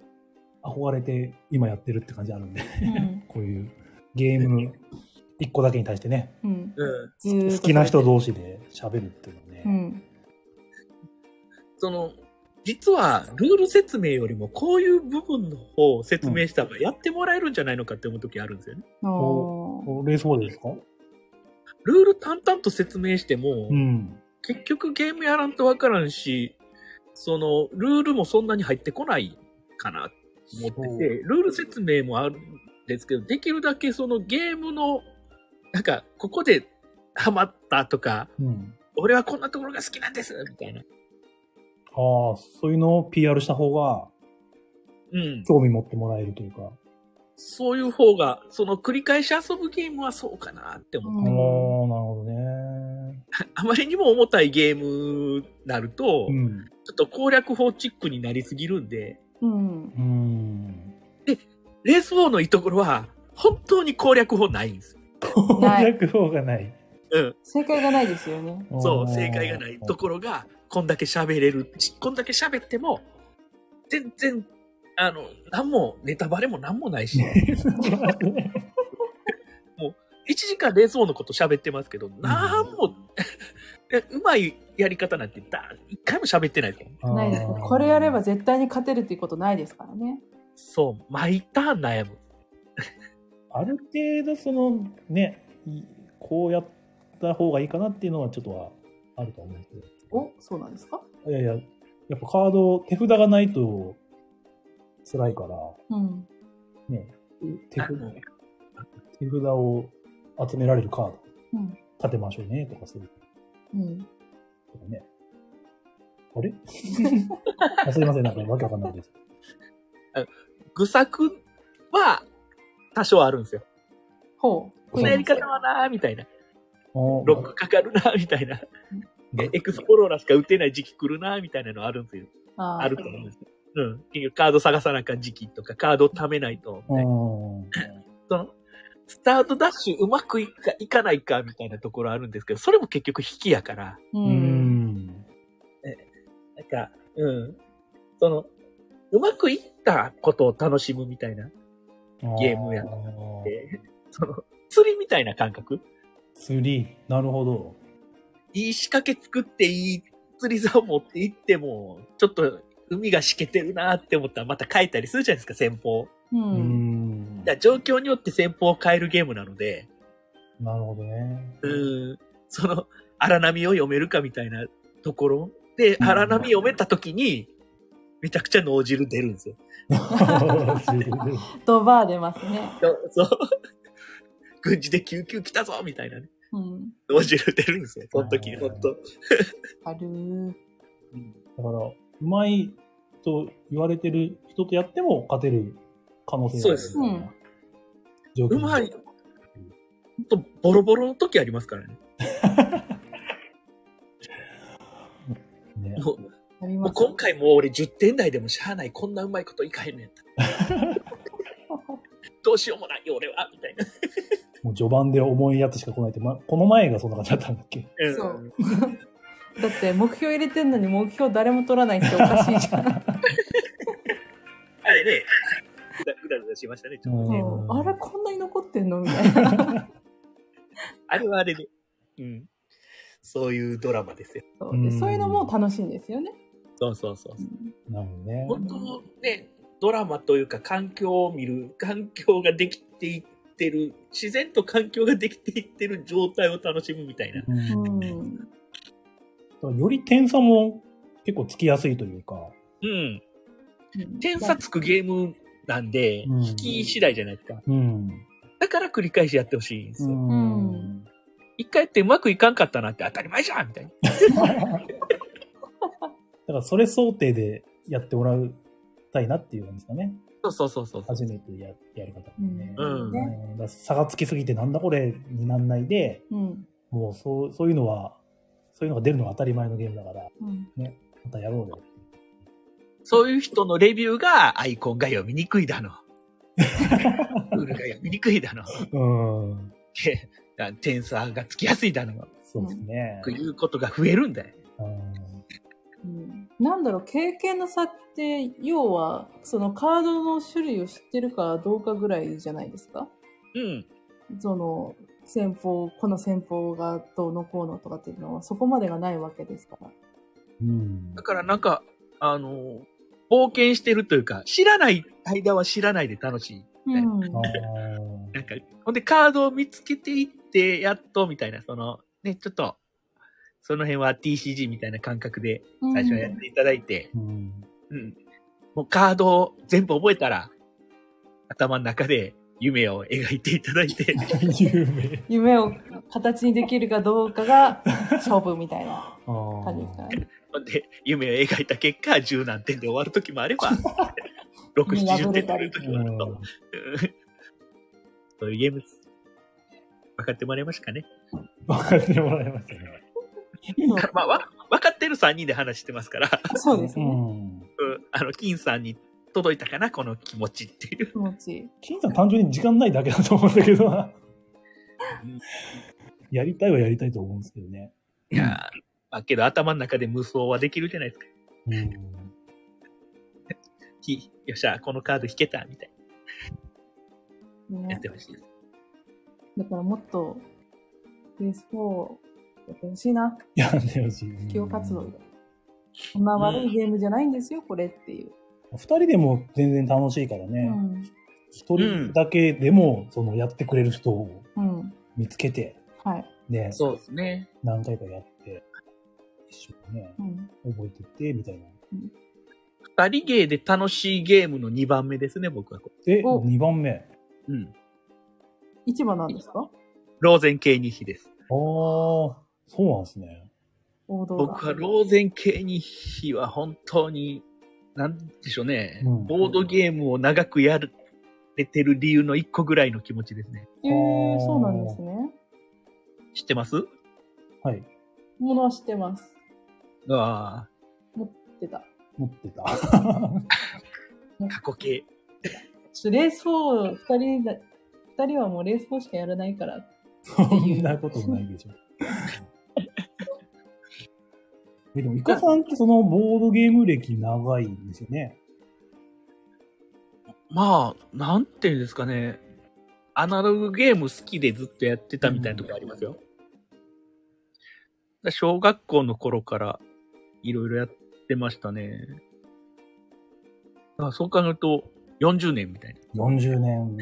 憧れて今やってるって感じあるんで、うん。こういうゲーム一個だけに対してね、うん。うん。ずーっと好きな人同士で喋るっていうのはね、うん。その、実は、ルール説明よりも、こういう部分の方を説明した方がやってもらえるんじゃないのかって思う時あるんですよね。あーこうレース4ですかルール淡々と説明しても、うん。結局ゲームやらんとわからんし、その、ルールもそんなに入ってこないかなって思ってて、ルール説明もあるんですけど、できるだけそのゲームの、なんか、ここでハマったとか、うん。俺はこんなところが好きなんですみたいな。ああ、そういうのを PR した方がうん。興味持ってもらえるというか。そういう方が、その繰り返し遊ぶゲームはそうかなって思あう。うあ、んなるほどね。あまりにも重たいゲームになると、うちょん。っと攻略法チックになりすぎるんで、うん。うん。レース4のいいところは、本当に攻略法ないんですよ。攻 *laughs* ない略法がない。うん。正解がないですよね。そう、正解がない *laughs* ところが、こんだけ喋れる。しこんだけ喋っても、全然、あの、なんも、ネタバレもなんもないし、ろ。 1時間レース4のこと喋ってますけど、なんも、 *laughs* うまいやり方なんて、だ一回も喋ってないですもんないですね。これやれば絶対に勝てるっていうことないですからね。そう、毎ターン悩む。ある程度そのねいこうやった方がいいかなっていうのはちょっとはあると思うんですけお、そうなんですかどいやいややっぱカード手札がないと辛いからうん。ね手あ札の手札を集められるカードうん。立てましょうねとかそういううん。とかねあれ *laughs* あすいませんなんかわけわかんないです愚策は多少あるんですよ。ほう。このやり方はなーみたいな。おロックかかるなーみたいな。えエクスプローラーしか打てない時期来るなーみたいなのあるんですよ。あーあると思うんですよ。うん。結局カード探さなきゃ時期とか、カードを貯めないと。うねんそのスタートダッシュうまくいくかいかないかみたいなところあるんですけど、それも結局引きやから。う。うんんなんか、うん。その、うまくいったことを楽しむみたいな。ゲームやあーでその、釣りみたいな感覚釣りなるほどいい仕掛け作っていい釣り竿持って行っても、ちょっと海がしけてるなって思ったらまた変えたりするじゃないですか、戦法。う。うんんだから状況によって戦法を変えるゲームなので、なるほどね。 *laughs* うーん、その荒波を読めるかみたいなところ。で、うん荒波読めた時に、めちゃくちゃ脳汁出るんですよ。ドバー出ますね。そう。軍事で救急来たぞみたいなね。うん。脳汁出るんですよ。その時に、ほんと。あるー。だから、うまいと言われてる人とやっても勝てる可能性があるそうです。状況うまい。ほんと、ボロボロの時ありますからね。ね。もうありもまうすね。今回もう俺10点台でもしゃあない、こんなうまいこといかへ *laughs* んねん。どうしようもないよ、俺は、みたいな。もう序盤で重いやつしか来ないって、ま、この前がそんな感じだったんだっけうんそう。だって目標入れてんのに目標誰も取らないっておかしいじゃん。あれね、ぐだぐだぐだしましたね、ちょっとね。うんあれこんなに残ってんのみたいな。あれはあれで、うん。そういうドラマですよ。そうでそういうのも楽しいんですよね。そうそうそうう。んなるほどね。本当ね、ドラマというか環境を見る、環境ができていってる、自然と環境ができていってる状態を楽しむみたいな。うんうん。だからより点差も結構つきやすいというか。うん。点差つくゲームなんで、うん引き次第じゃないですか。うん。だから繰り返しやってほしいんですうよ。 *laughs* ん。一回やってうまくいかんかったなって当たり前じゃんみたいな。だからそれ想定でやってもらいたいなっていうんですかね。そうそうそうそう。初めてややり方もね。うんうねんだから差がつきすぎてなんだこれになんないで、うん。もうそうそういうのは、そういうのが出るのが当たり前のゲームだから、うん。またやろうよ。そういう人のレビューがアイコンが読みにくいだの。ルールが読みにくいだの。うん。で点差がつきやすいだの。そうですね。いうことが増えるんだよ。うんうんなんだろう、経験の差って、要は、そのカードの種類を知ってるかどうかぐらいじゃないですかうん。その、戦法、この戦法がどうのこうのとかっていうのは、そこまでがないわけですから。うんだ。からなんか、あの、冒険してるというか、知らない間は知らないで楽しい。うん。あなんか、ほんでカードを見つけていって、やっとみたいな、その、ね、ちょっと、その辺は TCG みたいな感覚で最初はやっていただいて、ーうん。 *laughs* うん。もうカードを全部覚えたら、頭の中で夢を描いていただい *laughs* て、有名。夢を形にできるかどうかが勝負みたいなあー感じですかね。ほんで、夢を描いた結果、10何点で終わる時もあ *laughs* れば、6、見破70れ点たり取る時もあると。うんそういうゲームです。分かってもらえましたかね。分かってもらいましたね。そうまあ、わ分かってる3人で話してますから、 *laughs* そうですうね。ん。うんあの、金さんに届いたかな、この気持ちっていう。気持ちいい。金さん単純に時間ないだけだと思うんだけど *laughs* なうん。やりたいはやりたいと思うんですけどね。いやー、まあ、けど頭の中で無双はできるじゃないですか。うん。ひよっしゃ、このカード引けた、みたいな。やっねて、ほしいです。だからもっと PS4 やってほしいな。やってほしい。企業活動で。こんな悪いゲームじゃないんですよ、これっていう。二人でも全然楽しいからうね。ん。一、人だけでも、その、やってくれる人をうん。見つけて、はい。ね、そうですね。何回かやって、一緒にねう、ん。覚えてって、みたいな。二人芸で楽しいゲームの2番目ですね、僕は。で、お二番目。あうん。市場なんですかローゼン系に比です。あ、そうなんですね。王道が。僕はローゼン系に比は本当に、なんでしょうね、うんボードゲームを長くやれてる理由の一個ぐらいの気持ちですね。えー、そうなんですね。知ってますはい。ものは知ってます。ああ、持ってた。持ってた。過去形。ちょっとレース4、二人だ、二人はもうレース4しかやらないから。そんなことないでしょ。えでも、イカさんってそのボードゲーム歴長いんですよね。まあ、なんていうんですかね。アナログゲーム好きでずっとやってたみたいなところありますよ。だから小学校の頃からいろいろやってましたね。だからそう考えると40年みたいな。 40年。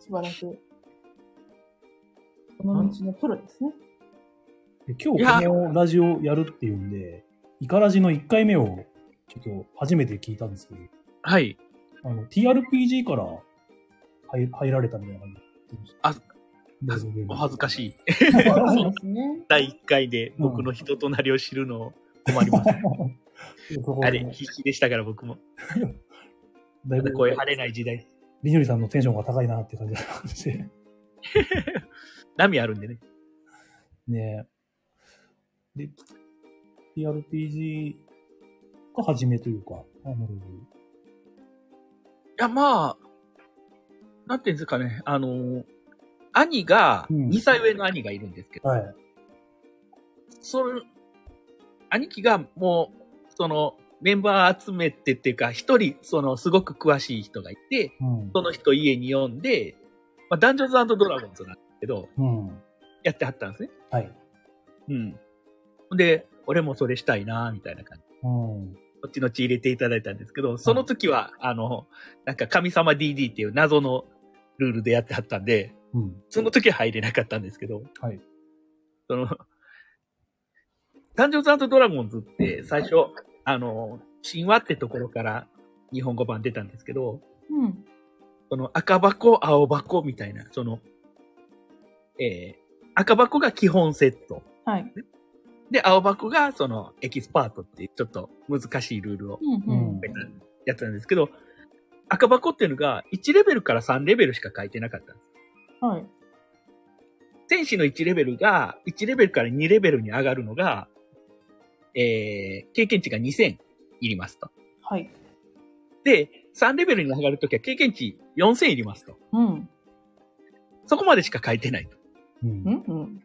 素晴らしい。この道のプロですね。で今日このラジオやるっていうんで、イカラジの1回目をちょっと初めて聞いたんですけど、はい。あの、TRPG から入入られたみたいな感じ。あボードゲーム、お恥ずかしい。そうい。ですね。第1回で僕の人となりを知るの困り *laughs* ます。 *laughs* そこあれ、必死でしたから僕も。 *laughs* だいまだぶ声張れない時代。りのりさんのテンションが高いなって感じがして。波あるんでね。ねえ。で、TRPG が始めというか、あの、いや、まあ、なんていうんですかね、あの、兄が、うん2歳上の兄がいるんですけど、はい。その、兄貴がもう、その、メンバー集めてっていうか、一人、その、すごく詳しい人がいて、うん。その人家に呼んで、まあ、ダンジョンズドラゴンズなんですけど、うん。やってはったんですね。はい。うん。ほんで、俺もそれしたいなみたいな感じ。うん。後々入れていただいたんですけど、その時は、あの、なんか神様 DD っていう謎のルールでやってはったんで、うん。その時は入れなかったんですけど、はい。その、ダンジョンズドラゴンズって最初、あの、神話ってところから日本語版出たんですけど、うん。その赤箱、青箱みたいな、その、えー、赤箱が基本セット。はい。で、青箱がそのエキスパートっていうちょっと難しいルールをうんうん。書いたやつなんですけど、赤箱っていうのが1レベルから3レベルしか書いてなかったんです。はい。天使の1レベルが、1レベルから2レベルに上がるのが、えー、経験値が2000いりますと。はい。で、3レベルに上がるときは経験値4000いりますと。うん。そこまでしか書いてないと。うんうんうん。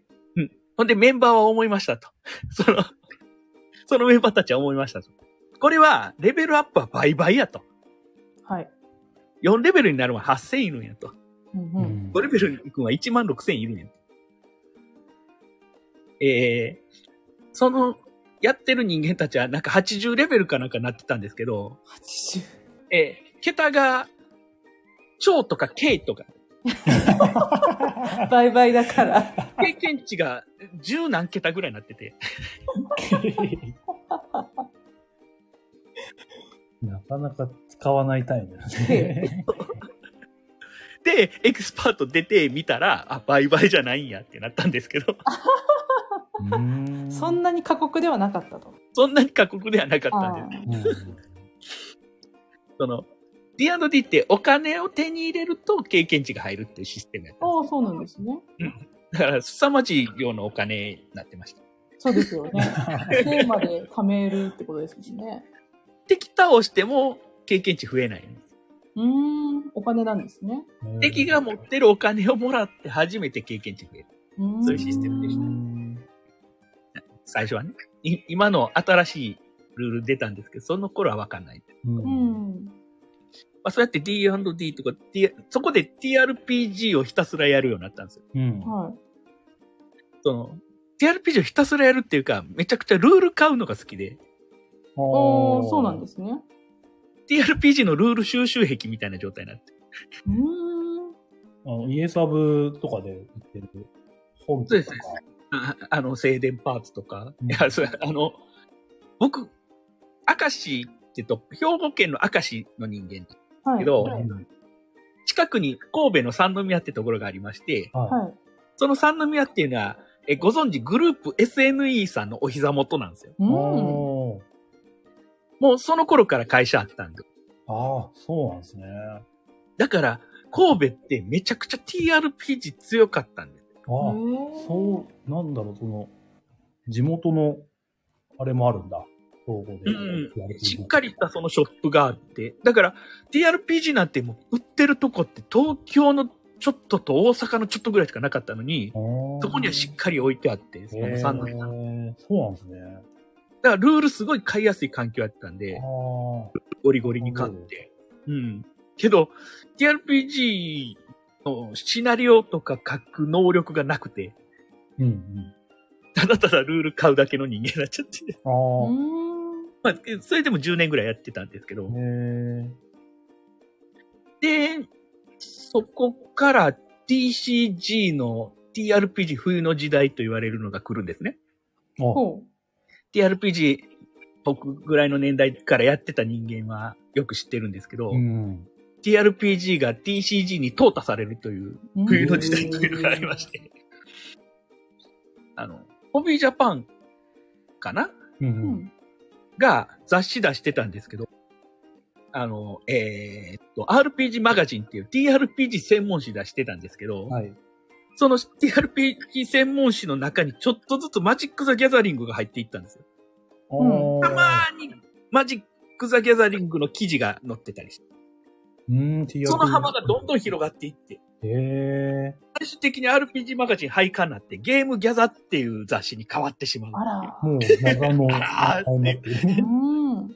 ほんでメンバーは思いましたと。 *laughs* その、そのメンバーたちは思いましたと。これは、レベルアップは倍々やと。はい。 4レベルになるのは8000いるんやと。うんううん。ん5レベルに行くのは1万6000いるんやと。えー、その、やってる人間たちはなんか80レベルかなんかなってたんですけど、 80。えー、桁が、超とか K とか、倍々だから。経験値が10何桁ぐらいになってて、なかなか使わない単位だね。で、エキスパート出てみたら、あ、倍々じゃないんやってなったんですけど。 *laughs* そんな。なに過酷ではなかったと。そんなに過酷ではなかったんあでーす。うんその、D&D ってお金を手に入れると経験値が入るっていうシステムやったんでああ、そうなんですね。す。だから、凄まじい量のお金になってました。そうです *laughs* よね。テーマで貯めるってことですもんね。敵倒しても経験値増えないんです。うーん、お金なんですね。 *laughs* 敵が持ってるお金をもらって初めて経験値増える。うーんそういうシステムでした。最初はね。い今の新しいルール出たんですけど、その頃はわかんない。う。うんん。まあ、そうやって D&D とか、T、そこで TRPG をひたすらやるようになったんですようん。。はい。その、TRPG をひたすらやるっていうか、めちゃくちゃルール買うのが好きで、おー、そうなんですすね。 TRPG のルール収集癖みたいな状態になって。うーん。あのイエサブとかで売ってる本そとうでかす。あ *laughs* あの、静電パーツとか。うんいや、それ、あの、僕、明石ってと、兵庫県の明石の人間だはい。けど、はうい。ん近くに神戸の三宮ってところがありまして、ははいその三宮っていうのは、えご存知グループ SNE さんのお膝元なんですよ。うい。ん。おーもうその頃から会社あったんで。ああ、そうなんですね。だから、神戸ってめちゃくちゃ TRPG 強かったんです。ああ、へそう、なんだろう、その、地元の、あれもあるんだ。総合で。うん、しっかりしたそのショップがあって。だから、TRPG なんてもう売ってるとこって東京のちょっとと大阪のちょっとぐらいしかなかったのに、そそこにはしっかり置いてあって、その三へ段ーそうなんですね。だからルールすごい買いやすい環境やったんで、あゴリゴリに買って。うん。けど、TRPG のシナリオとか書く能力がなくて、ーうんうん。ただただルール買うだけの人間になっちゃって。 *laughs* あうあーん。まあ、それでも10年ぐらいやってたんですけど。、へえ。で、そこから TCG の TRPG 冬の時代と言われるのが来るんですね。あ、ほ TRPG 僕ぐらいの年代からやってた人間はよく知ってるんですけど、ん。 TRPG が TCG に淘汰されるというう。うん冬の時代というのがありまして、あの、ホビージャパンかなう。うんん。が雑誌出してたんですけど、あの、えーっと、RPG マガジンっていう TRPG 専門誌出してたんですけど、はい。その TRPG 専門誌の中にちょっとずつマジック・ザ・ギャザリングが入っていったんですよ。うんあたーまにマジック・ザ・ギャザリングの記事が載ってたりして、うん、TRPG その幅がどんどん広がっていって、へえ。最終的に RPG マガジン廃刊になって、ゲームギャザっていう雑誌に変わってしまうあっていうら。もう、長野あらーになってる。へうん。で、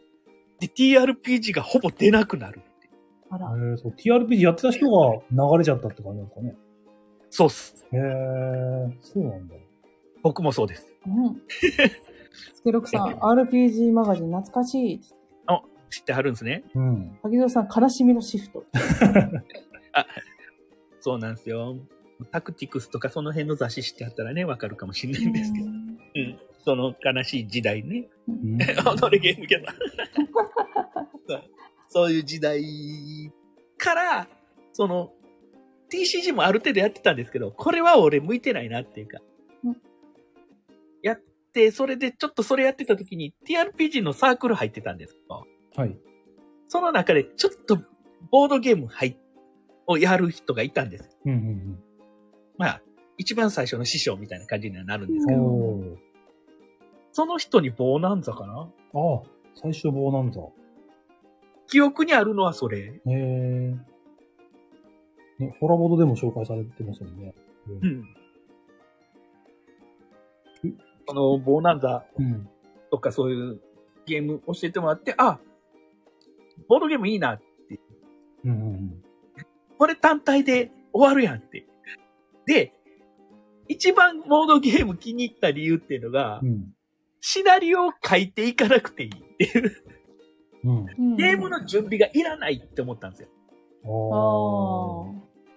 TRPG がほぼ出なくなるっていう。あら。ーそう、TRPG やってた人が流れちゃったって感じなんですかね。そうっす。へえ、そうなんだ。僕もそうです。 *laughs* うん。スケロクさん、RPG マガジン懐かしい。知ってはるんですね。うん。萩蔵さん、悲しみのシフト。そうなんですよ。タクティクスとかその辺の雑誌知ってはったらね、わかるかもしれないんですけど。うん。その悲しい時代ね。うん、あ、どれゲームキャラそうそういう時代から、その、TCG もある程度やってたんですけど、これは俺向いてないなっていうかうん。やって、それでちょっとそれやってた時に TRPG のサークル入ってたんですけど、はい。その中でちょっとボードゲーム入っをやる人がいたんです。うんうんまあ、一番最初の師匠みたいな感じにはなるんですうけん。ど、おー。その人にボーナンザかなああ、最初棒なんだ。記憶にあるのはそれ。へえ。ね、ホラボードでも紹介されてますよね。うん。その、ボーナンザうん。とかそういうゲーム教えてもらって、あ、ボードゲームいいな。うんうんうん。これ単体で終わるやんって。で、一番ボードゲーム気に入った理由っていうのがう、ん。シナリオを書いていかなくていいっていう、うん。ゲームの準備がいらないって思ったんですよ。ああ。ああ。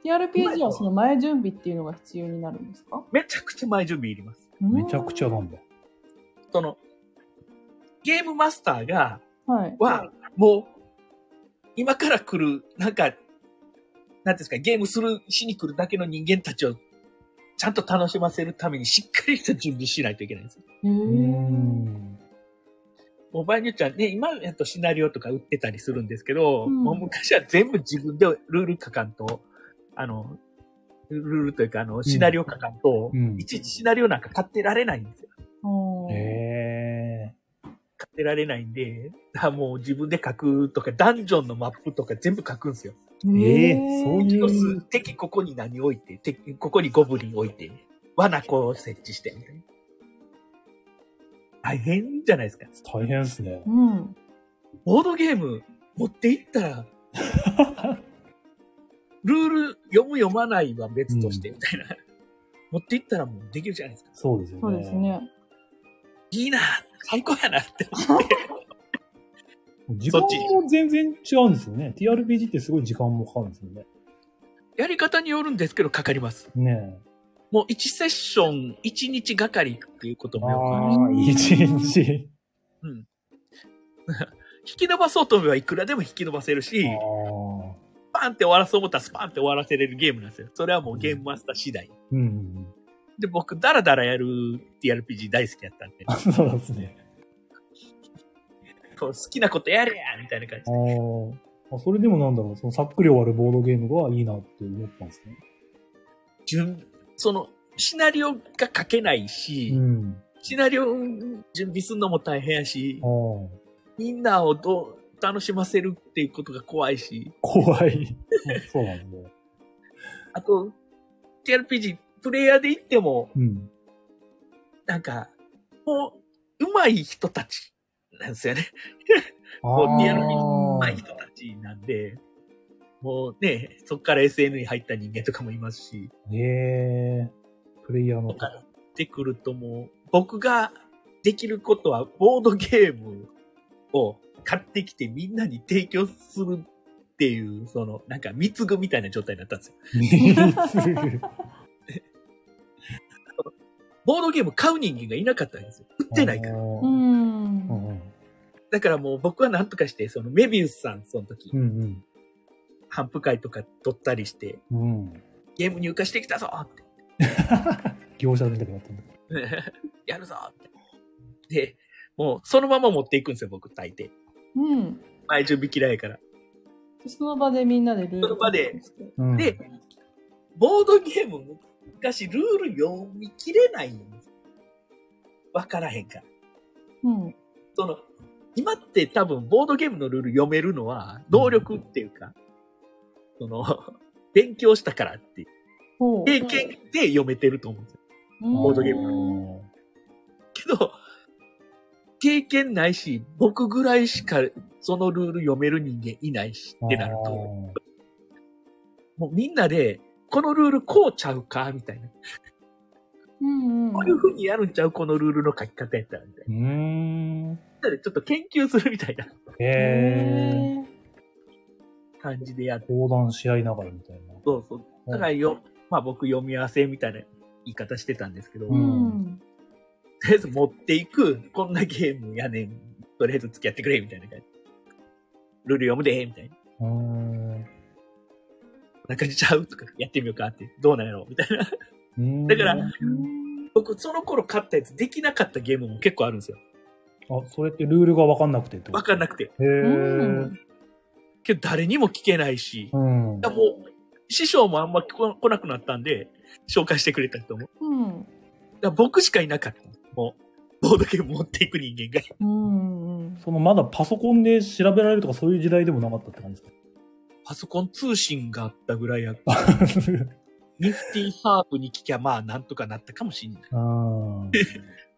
TRPG はその前準備っていうのが必要になるんですかめちゃくちゃ前準備いります。めちゃくちゃうなんだ。その、ゲームマスターが、んはい。は、もう、今から来る、なんか、なんていうんですか、ゲームする、しに来るだけの人間たちを、ちゃんと楽しませるためにしっかりした準備しないといけないんですよ。へうーん。もう場合によっちゃね、今やっとシナリオとか売ってたりするんですけど、うんもう昔は全部自分でルール書かんと、あの、ルールというか、あの、シナリオ書かんと、うんいちいちシナリオなんか買ってられないんですよ。うへんえ。買ってられないんで、だからもう自分で書くとか、ダンジョンのマップとか全部書くんですよ。ええへそうい一うつ、敵ここに何置いて、敵ここにゴブリン置いて、罠こう設置して、みたいな。大変じゃないですか。大変ですね。うん。ボードゲーム持っていっ *laughs* たら、ルール読む読まないは別として、みたいな。持っていったらもうできるじゃないですか。そうですよね。そうです。ね。いいな最高やなって。時間そっちも全然違うんですよね。TRPG ってすごい時間もかかるんですよね。やり方によるんですけど、かかります。ねもう1セッション1日がかりっていうことえ。もよくあるああ、一日。うん。引き伸ばそうと思えばいくらでも引き伸ばせるし、ああ。パンって終わらそう思ったらスパンって終わらせれるゲームなんですよ。それはもうゲームマスター次第。うん。で、僕、ダラダラやる TRPG 大好きや *laughs* ったんで、そうなんですね。こう好きなことやれやみたいな感あじで。あ。それでもなんだろう、そのさっくり終わるボードゲームがいいなって思ったんですね。順その、シナリオが書けないし、うん。シナリオ準備するのも大変やしあ、あ。みんなをどう楽しませるっていうことが怖いし、怖い。 *laughs* そうなんですね。あと、TRPG、プレイヤーで行っても、うん。なんか、もう、上手い人たちなんですよね。あもあ。うリアルに上手い人たちなんで、もうね、そっから SN に入った人間とかもいますし、へえ。プレイヤーのと。かってくるともう、僕ができることはボードゲームを買ってきてみんなに提供するっていう、その、なんか貢ぐみたいな状態になったんですよ。 *laughs* ボードゲーム買う人間がいなかったんですよ。売ってないから。ううん。んう。んだからもう僕はなんとかして、そのメビウスさん、その時う、ん。反復会とか取ったりして、うん。ゲーム入荷してきたぞって。 *laughs* 業者みたいになったんだ。 *laughs* やるぞって。で、もうそのまま持っていくんですよ、僕、大抵。うん。前準備嫌いやから。その場でみんなでルールその場で確うんで、ボードゲーム、昔ルール読み切れないんですわからへんから。うん。その、今って多分ボードゲームのルール読めるのは、能力っていうか、その、勉強したからっていう、ほう経験で読めてると思うんですよ。ボードゲーム。けど、経験ないし、僕ぐらいしかそのルール読める人間いないしってなると、もうみんなで、このルールこうちゃうかみたいな。うんうんこういう風にやるんちゃうこのルールの書き方やったらみたいな。うーん。たでちょっと研究するみたいなへ *laughs* え。ー感じでやって、横断し合いながらみたいな。そうそう。だからよ、まあ僕読み合わせみたいな言い方してたんですけど、ううんとん。りあえず持っていく、こんなゲームやねん。とりあえず付き合ってくれ、みたいな感じ。ルール読むで、みたいな。うーん。こんな感じちゃうとか、やってみようかって。どうなんやろうみたいな。うーんだからあ、僕、その頃買ったやつ、できなかったゲームも結構あるんですよ。それってルールが分かんなくてってこわとかんなくて。へえ。けど、誰にも聞けないし、うん。だからもう、師匠もあんま来来なくなったんで、紹介してくれた人も。だかうん。ら僕しかいなかった。もう、ボードゲーム持っていく人間が。うん。うん。そのまだパソコンで調べられるとかそういう時代でもなかったって感じパソコン通信があったぐらいやからですか *laughs* ニフティハーブに聞きゃ、まあ、なんとかなったかもしんない。うーん。あ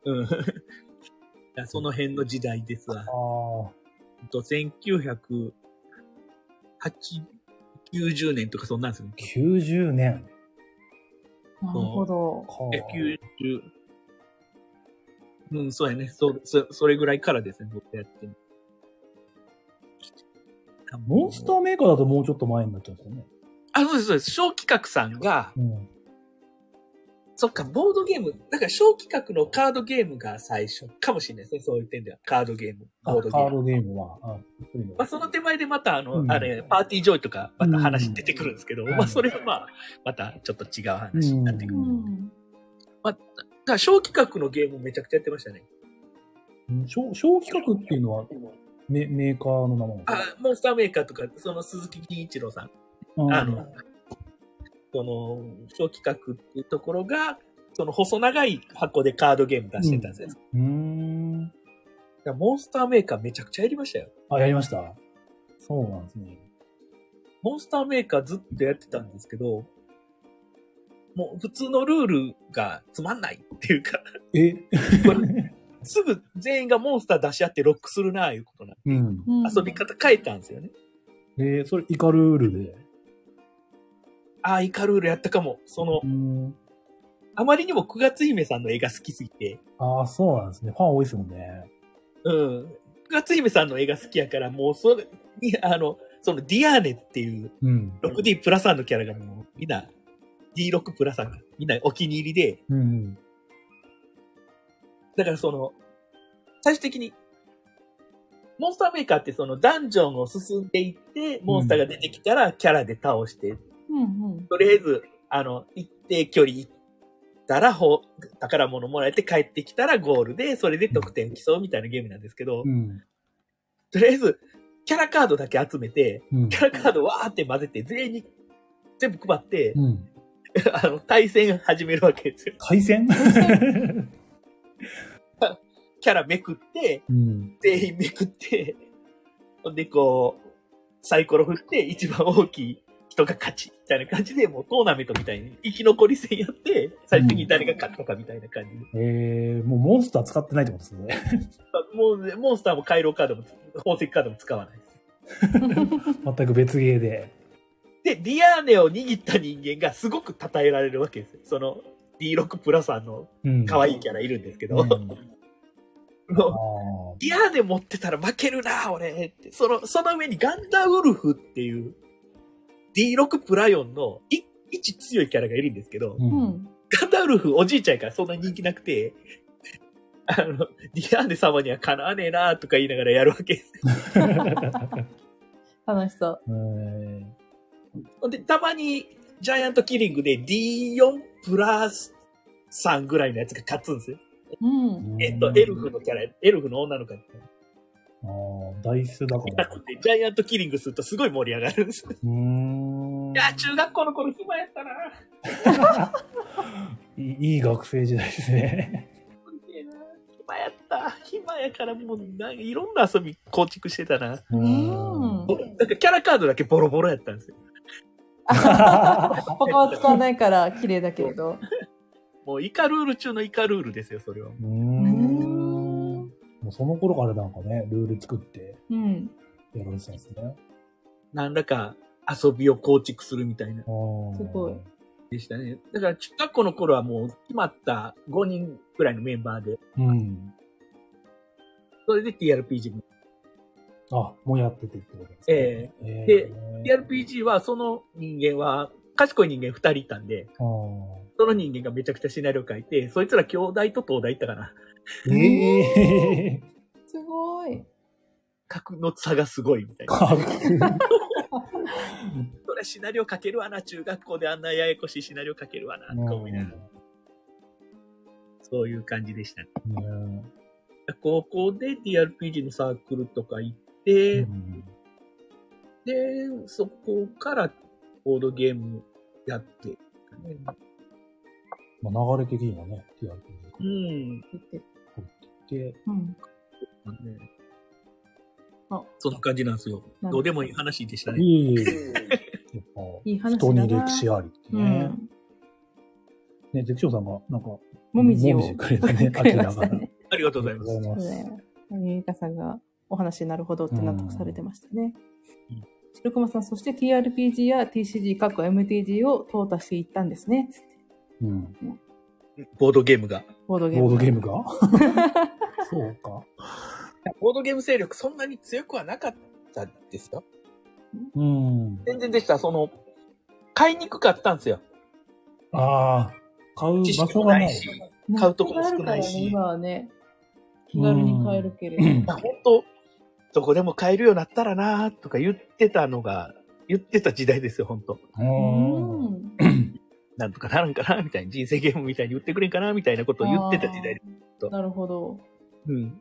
うん。い *laughs* やその辺の時代ですわ。あ。ほんと1980、90年とかそんなんですよね。 90年なるほど。か。いや90、うん、そうやね。そ、そ、それぐらいからですね、僕やってる。モンスターメーカーだともうちょっと前になっちゃうんですよね。あ、そうです、そうです。小企画さんが、うん。そっか、ボードゲーム、だから小企画のカードゲームが最初かもしれないですね、そういう点では。カードゲーム、あボードゲカーーム。ドゲームは。あそういうのまあ、その手前でまた、あの、うんあれ、パーティージョイとか、また話出てくるんですけど、うんまあ、それはまあ、またちょっと違う話になってくる。ううんん。だから、小企画のゲームめちゃくちゃやってましたね。うん小小企画っていうのはメメーカーの名前なんですかあ、モンスターメーカーとか、その鈴木銀一郎さん、うんあの、その、小企画っていうところが、その細長い箱でカードゲーム出してたんですよ。だかうーん。らモンスターメーカーめちゃくちゃやりましたよ。あ、やりました。そうなんですね。モンスターメーカーずっとやってたんですけど、もう普通のルールがつまんないっていうか、えこれすぐ全員がモンスター出し合ってロックするなあいうことな。うん。遊び方変えたんですよね。えーそれ、イカルールで。ああ、イカルールやったかも。そのう、ん。あまりにも九月姫さんの絵が好きすぎて、ああ、そうなんですね。ファン多いですもんね。うん。九月姫さんの絵が好きやから、もうそれに、あの、そのディアーネっていううん。 6D プラス1のキャラがもうみんな、D6 プラス1か。みんなお気に入りで、うん。だからその、最終的に、モンスターメーカーってそのダンジョンを進んでいって、モンスターが出てきたらキャラで倒してうんうん。とりあえず、あの、一定距離行ったら、ほう宝物もらえて帰ってきたらゴールで、それで得点競うみたいなゲームなんですけど、うん。とりあえず、キャラカードだけ集めて、うんキ。ャラカードわーって混ぜて、全員に全部配って、 *laughs* うん。あの、対戦始めるわけですよ。海鮮キャラめくって、 *laughs* うん。全員めくって、ほんでこう、サイコロ振って、一番大きい人が勝ち、みたいな感じで、もうトーナメントみたいに、生き残り戦やって、最終的に誰が勝ったかみたいな感じで。えー、もうモンスター使ってないってことです *laughs* ね。もうね、モンスターも回廊カードも、宝石カードも使わない。全く別ゲーで。で、ディアーネを握った人間がすごく称えられるわけですよ。その、D6 プラさんのうん。可い愛いキャラいるんですけど、 *laughs* うんもあうディアーネ持ってたら負けるな、俺って。その、その上にガンダウルフっていう、D6 プライオンのい一強いキャラがいるんですけど、ー。ううん。ん。ガンダウルフおじいちゃんやからそんなに人気なくて、あの、ディアーネ様にはかなわねえなとか言いながらやるわけです。楽しそう。 *laughs* えほんで、たまに、ジャイアントキリングで D4 プラス3ぐらいのやつが勝つんですよ。うん。ーえっと、エルフ。のキャラ、エルフの女の子がああ、ダイスだ *laughs* から。勝つんで、ジャイアントキリングするとすごい盛り上がるんです。いうーんやー、中学校の頃暇やったなーいいいい学生時代ですね。すげえなー暇やった。暇やからもうなんかいろんな遊び構築してたな。う *laughs* うんぼなんかキャラカードだけボロボロやったんですよ。他は使わないから綺麗だけれど。もうイカルール中のイカルールですよ、それは。うーん。もうその頃からなんかね、ルール作ってうん。やられてたんですね。何らか遊びを構築するみたいな。すすごい。でしたね。だから中学校の頃はもう決まった5人くらいのメンバーで、うん。それで TRPG も。あ、もうやっててってことですえええでえ TRPG はその人間は、賢い人間2人いたんで、あーその人間がめちゃくちゃシナリオ書いて、そいつら兄弟と東大行ったかな。ええすごい。格の差がすごいみたいな。かっそれシナリオ書けるわな、中学校であんなややこしいシナリオ書けるわな、とかこ思 *laughs* いいいねながら。そういう感じでしたね。うん高校で TRPG のサークルとか行って、うんで、そこからボードゲームやって、ね。まあ、流れ的にはね、TRPG がうん。言って入ってきて、うん。あそんな感じなんですよ。なるほどどうでもいい話でしたね。いい、やっぱ、いい話だ人な。に歴史ありってうね。ん。ね、ゼクションさんが、なんか、もみじを。もみじくれ *laughs* たね、くれ明ましたらかなね。ありがとうございます。ありがとうございます。ねゆいかさんがお話になるほどって納得されてましたねうん。白熊さん、そして TRPG や TCG、過去 MTG を淘汰していったんですね。つってうん。ボードゲームが。ボードゲーム。ボードゲームが *laughs* そうか。ボードゲーム勢力そんなに強くはなかったですよ。うん。全然でした。その、買いにくかったんですよ。ああ、買う知場識所もがなないいし。。いね買うとこも少ないし手があるからね今はね、気軽に買えるけれど。うんや、本当どこでも買えるようになったらなーとか言ってたのが、言ってた時代ですよ、本当うん。うんなんとかならんかなみたいな、人生ゲームみたいに売ってくれんかなみたいなことを言ってた時代であす。ーなるほど。うん。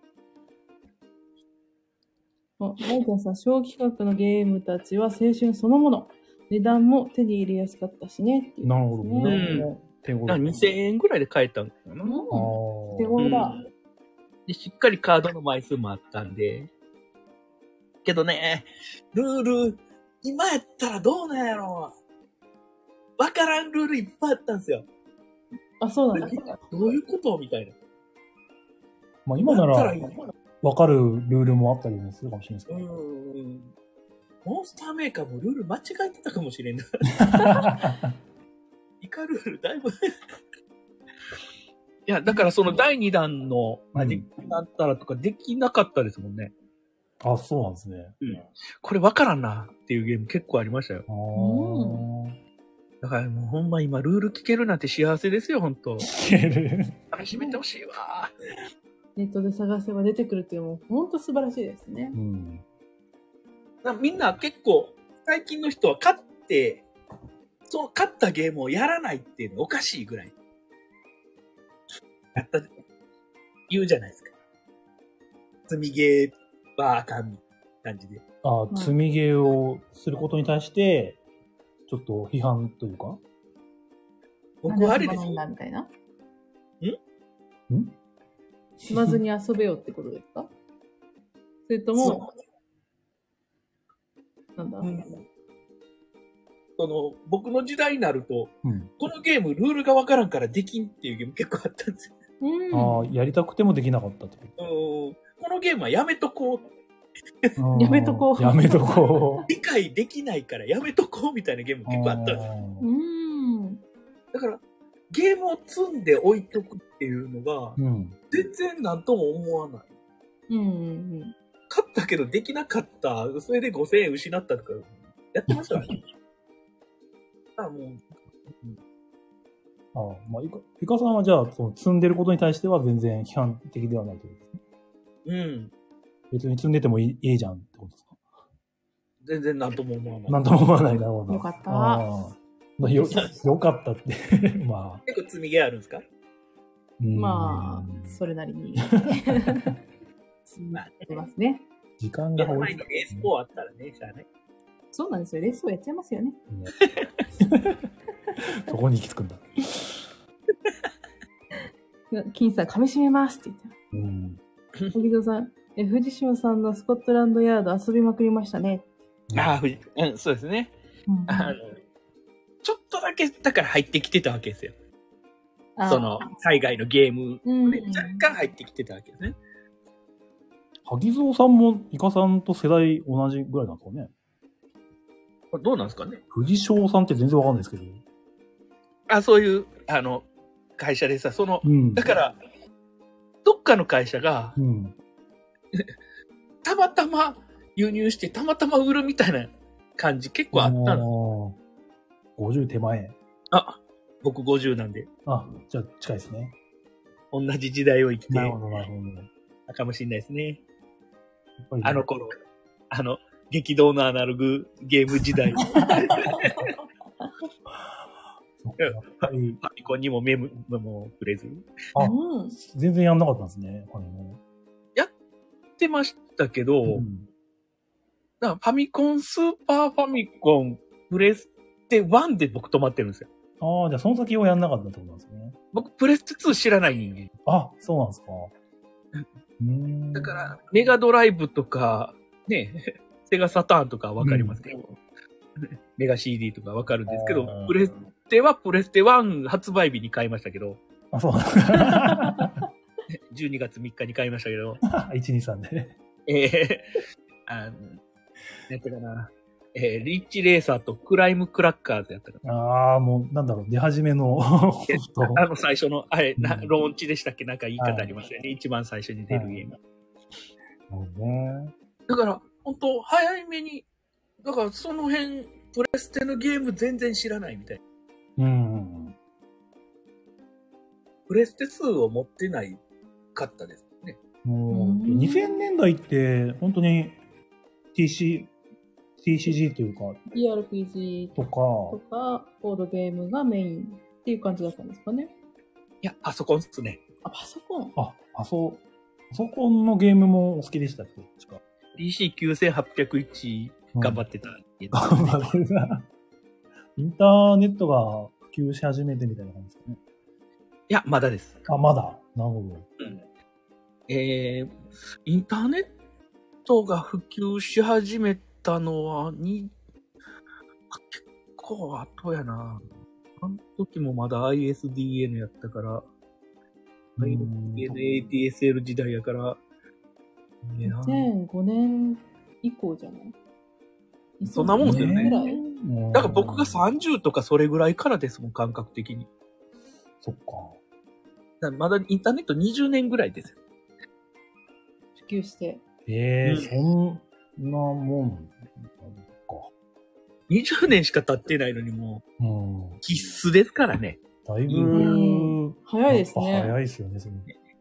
あライトンさん、小企画のゲームたちは青春そのもの。値段も手に入れやすかったしねっていうなるほどね。う手頃だから2000円ぐらいで買えたんかな、あ手ー頃だ。うんで。しっかりカードの枚数もあったんで。けどね、ルール、今やったらどうなんやろわからんルールいっぱいあったんですよ。あ、そうなんだ。どういうことみたいな。まあ今なやったらいいの分かるルールもあったりもするかもしれないですけうど。ん。モンスターメーカーもルール間違えてたかもしれんな。イカルールだいぶ。 *laughs* いや、だからその第2弾の、うんできなったらとかできなかったですもんね。 *laughs* あ、そうなんですね。これわからんなっていうゲーム結構ありましたよ。あうあ。だからもうほんま今ルール聞けるなんて幸せですよ、ほんと。消える。楽しめてほしいわ。ネットで探せば出てくるっていうのも、ほんと素晴らしいですねう。ん。なみんな結構、最近の人は勝って、その勝ったゲームをやらないっていうのおかしいぐらい。やった、言うじゃないですか。積みゲーはあかん感じで。あう、ん積みゲーをすることに対して、ちょっと批判というか、僕はあれでなすんよ。だみたいな。ん積まずに遊べよってことですかそれとも、なそんだ、ううんその、僕の時代になると、うん。このゲームルールがわからんからできんっていうゲーム結構あったんですよ。うんああ、やりたくてもできなかったってこうんこのゲームはやめとこう。と。やめとこうやめとこう。理解できないからやめとこうみたいなゲーム結構あったんです *laughs* よんうん。だから、ゲームを積んで置いとくっていうのが、うん。全然なんとも思わなうい。んうんうん。勝ったけどできなかった。それで5000円失ったとか、やってましたよ。 *laughs* あもああ、まあ、イカイカさんはじゃあ、その積んでることに対しては全然批判的ではないということですね。う、うん。別に積んでてもいいいいじゃんってことですか。全然なんとも思わな。ないんとも思わないだろうな。よかったああまあよ、 *laughs* よかったって。 *laughs* まあ。結構積みゲーあるんですかうんまあ、それなり *laughs* に。まあね、出ますね。時間目がの多前 *laughs* いに。エース4あったらね、しゃあない。そうなんですよ。レッスンをやっちゃいますよね。ねそこに行き着くんだ。金さん、噛み締めますって言って。うん。小木戸さん、え藤島さんのスコットランドヤード遊びまくりましたね。ああ、ふじうん、そうですね。うんあの、ちょっとだけ、だから入ってきてたわけですよ。あその、海外のゲーム。うん、で若干入ってきてたわけですね。萩蔵さんもイカさんと世代同じぐらいなんですかね。これどうなんですかね藤翔さんって全然わかんないですけど。あ、そういう、あの、会社でさ、その、うんだから、どっかの会社がう、ん。たまたま輸入して、たまたま売るみたいな感じ結構あったの。の。50手前。あ、僕50なんで、あ、じゃあ近いですね。同じ時代を生きてなるほど、なるほど。やたかもしれないですね。っぱりね *laughs* あの頃、あの、激動のアナログゲーム時代、フそっかやっぱりァミコンにもメモメモをくれず。あうん。全然やんなかったんですね。これねやってましたけど、うんだからファミコン、スーパーファミコン、プレステ1で僕止まってるんですよ。ああ、じゃあその先をやんなかったってことなんですね。僕、プレステ2知らない人間。あ、そうなんですか。うーん。だから、メガドライブとか、ね、 *laughs* セガサターンとかわかりますけど、メガ CD とかわかるんですけどあー、プレステはプレステ1発売日に買いましたけど、あ、そう *laughs* なんですか。 12月3日に買いましたけど、 123で。ええあの、なんていうかな、えーリッチレーサーとクライムクラッカーズやったかああ、もう、なんだろう、出始めのソフト。な。あの最初の、あれ、なうんローンチでしたっけなんか言い方ありましたよね。一番最初に出るゲーム。そうね。だから、本当早めに、だからその辺、プレステのゲーム全然知らないみたいな。うん。プレステ2を持ってないかったですね。もううん2000年代って、本当に TC、TCG というか、 ERPG ととか、か、ボードゲームがメインっていう感じだったんですかね。いや、パソコンっすね。あ、パソコン。あ、パソ、パソコンのゲームもお好きでしたっけ確か DC9801 頑張ってた *laughs* けど、頑張ってるな。 *laughs* インターネットが普及し始めてみたいな感じですかね。いや、まだです。あ、まだ。なるほど。えー、インターネットが普及し始めたのは、に、あ結構後やな。あの時もまだ ISDN やったから、うん ISDN-ADSL 時代やから、えーな2005年以降じゃないそんなもんですよね2005ぐらいうんだから僕が30とかそれぐらいからですもん、感覚的に。そっか。だからまだインターネット20年ぐらいですよ。普及して。ええうんそんなもん20年しか経ってないのにもう、なのか。必須ですからね。うん。だいぶ、うん早いですやっぱね。早いですよね、その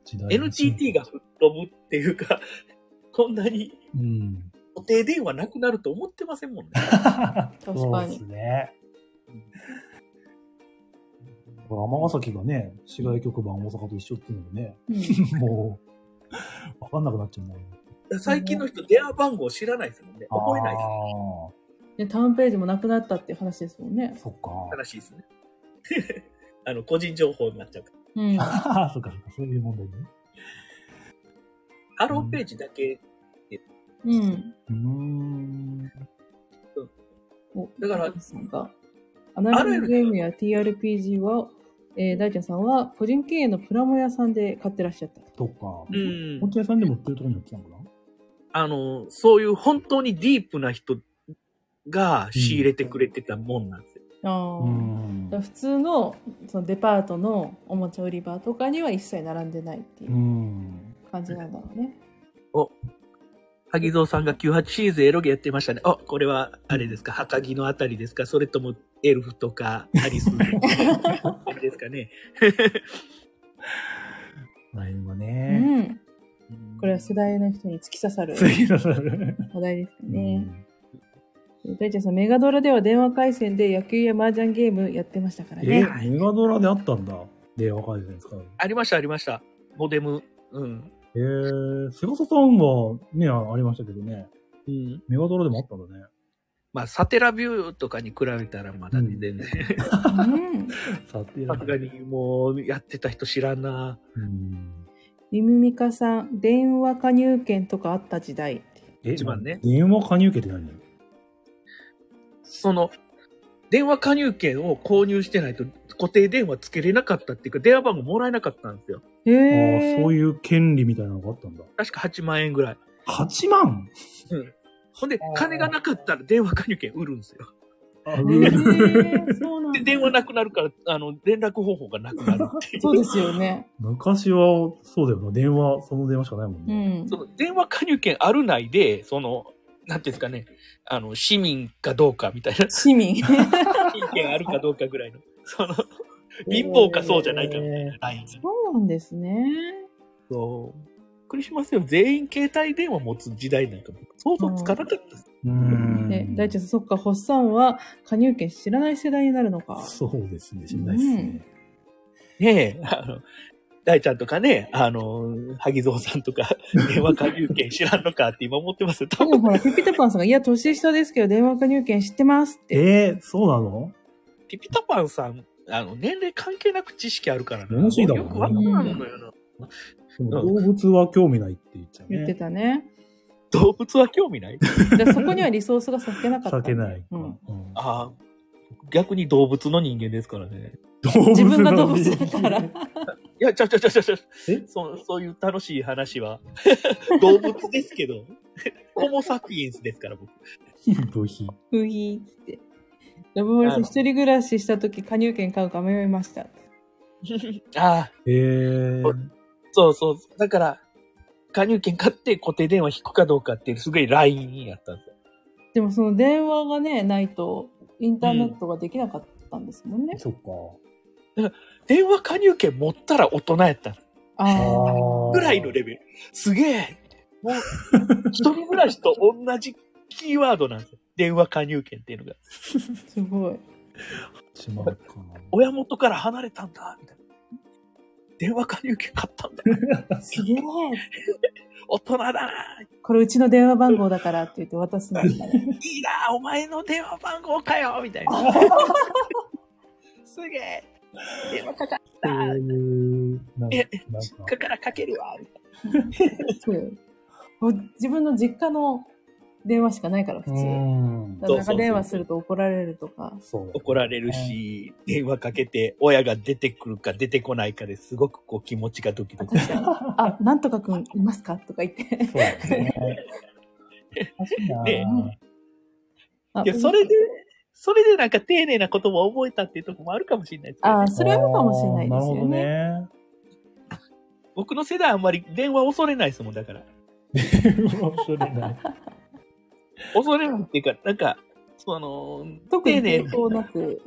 時代の進歩 NTT が吹っ飛ぶっていうか、 *laughs* こんなにうん。固定電話なくなると思ってませんもん *laughs* ね。かにそうですね。これ尼崎がね、市外局番大阪と一緒っていうのもね、うんもう、わかんなくなっちゃうんだよね。最近の人、電話番号知らないですもんね。覚えないです。あね、タウンページもなくなったっていう話ですもんねあ、。そっか。 *laughs* 悲しい *laughs* ですね。あの、個人情報になっちゃうから。うん。ああ、そっか、そっか、そういう問題ね。ハローページだけ、うん。うーん。おだから高橋さんがアナログゲームや TRPG は、えー、大ちゃんさんは個人経営のプラモ屋さんで買ってらっしゃった。そっか。うん本気屋さんでも売ってるとこに売ってたのかなあの、そういう本当にディープな人が仕入れてくれてたもんなんですよ。あうーんあ。普通のそのデパートのおもちゃ売り場とかには一切並んでないっていううーん。感じなんだろうね。萩蔵さんが98シリーズンエロゲやってましたね。あ、これは、あれですか、はかぎのあたりですか、それともエルフとか、アリス *laughs* のあれですかね。ライブはうね。ん。これは世代の人に突き刺さる次だ、それ。話題ですかうね。ん大ちゃんさん、メガドラでは電話回線で野球や麻雀ゲームやってましたからえ、ね。メガドラであったんだ。で、若いじゃないですか。ありました、ありました。モデム。うん。えー、セガサさんはね、あありましたけどね。うん。メガドラでもあったんだね。まあ、サテラビューとかに比べたらまだ全然ね。うん。さ *laughs* て、さすがにもう、やってた人知らんな。うん。ミミミカさん、電話加入券とかあった時代。え一番ね電話加入券って何その、電話加入券を購入してないと固定電話つけれなかったっていうか、電話番号もらえなかったんですよ。へああ、そうう。いう権利みたいなのがあったんだ。確か8万円ぐらい。 8万ほんで、金がなかったら電話加入券売るんですよ。あうえん *laughs* ーそうなんだで、電話なくなるから、あの、連絡方法がなく *laughs* なるっていう。そうですよね。昔は、そうだよな。電話、その電話しかないもんうね。んそ。の電話加入権あるないで、その、なんていうんですかね、あの、市民かどうかみたい *laughs* な、市民。市民権あるかどうかぐらいの、その、貧乏かそうじゃないかみたいなライン。そうなんですね。そう。びっくりしますよ。全員携帯電話持つ時代なんかも、想像つかなかったです。うえ、ん。大ちゃん、そっか、ホッサンは加入権知らない世代になるのか。そうですね。しないですね。ねえ、あの、大ちゃんとかね、あの、萩蔵さん *laughs* とか、電話加入権知らんのかって今思ってますよ。多でも分ほら、ピピタパンさんが、いや、年下ですけど、電話加入権知ってますって。えー、そうなのピピタパンさん、あの、年齢関係なく知識あるからな。楽しいだもんよねくわからんのよな。でも動物は興味ないって言っちゃう言ってね。たね。動物は興味ないじゃあそこにはリソースが避けなかった。避けないか。ううんんああ、逆に動物の人間ですからね。動自分がな動の物にだから。いや、ちゃうちゃうちゃうちゃうちゃう。えそそういう楽しい話は、 *laughs* 動物です *laughs* けど、ホモサピエンスですから、僕。部品。ふぎーっつって。ラブホリさん、一人暮らしした時加入権買うか迷いました。 *laughs* ああ、えー。そうそう。だから、加入券買って固定電話引くかどうかっていう、すごいラインやったんですよ。でもその電話がね、ないと、インターネットができなかったんですもんね。そっか。電話加入券持ったら大人やったんですああ。ーぐらいのレベル。すげえもう、一人暮らしと同じキーワードなんですよ。電話加入券っていうのが。すごい。しまうか。親元から離れたんだ、みたいな。電話加入券買ったんだ。すげえ。大人だなこれうちの電話番号だからって言って渡すんだから。いいなお前の電話番号かよみたいな。すげえ電話かかっえー、なんかえ、なんたか、からかけるわみたいそうもう自分の実家の電話しかないから、普う通。んだ。かそうら長電話すると怒られるとか。そうだ。な怒られるし、電話かけて、親が出てくるか出てこないかですごくこう気持ちがドキドキ。確かに。あ、なんとかくんいますかとか言って。そうだね。おかしいなねあいや、それで、それでなんか丁寧な言葉を覚えたっていうところもあるかもしれないですけどね、あそれはあるかもしれないですよね。な僕の世代はあんまり電話恐れないですもん、だから。るほどね。面白いな。恐れないっていうか、なんか、その、特に丁寧抵な抗なく。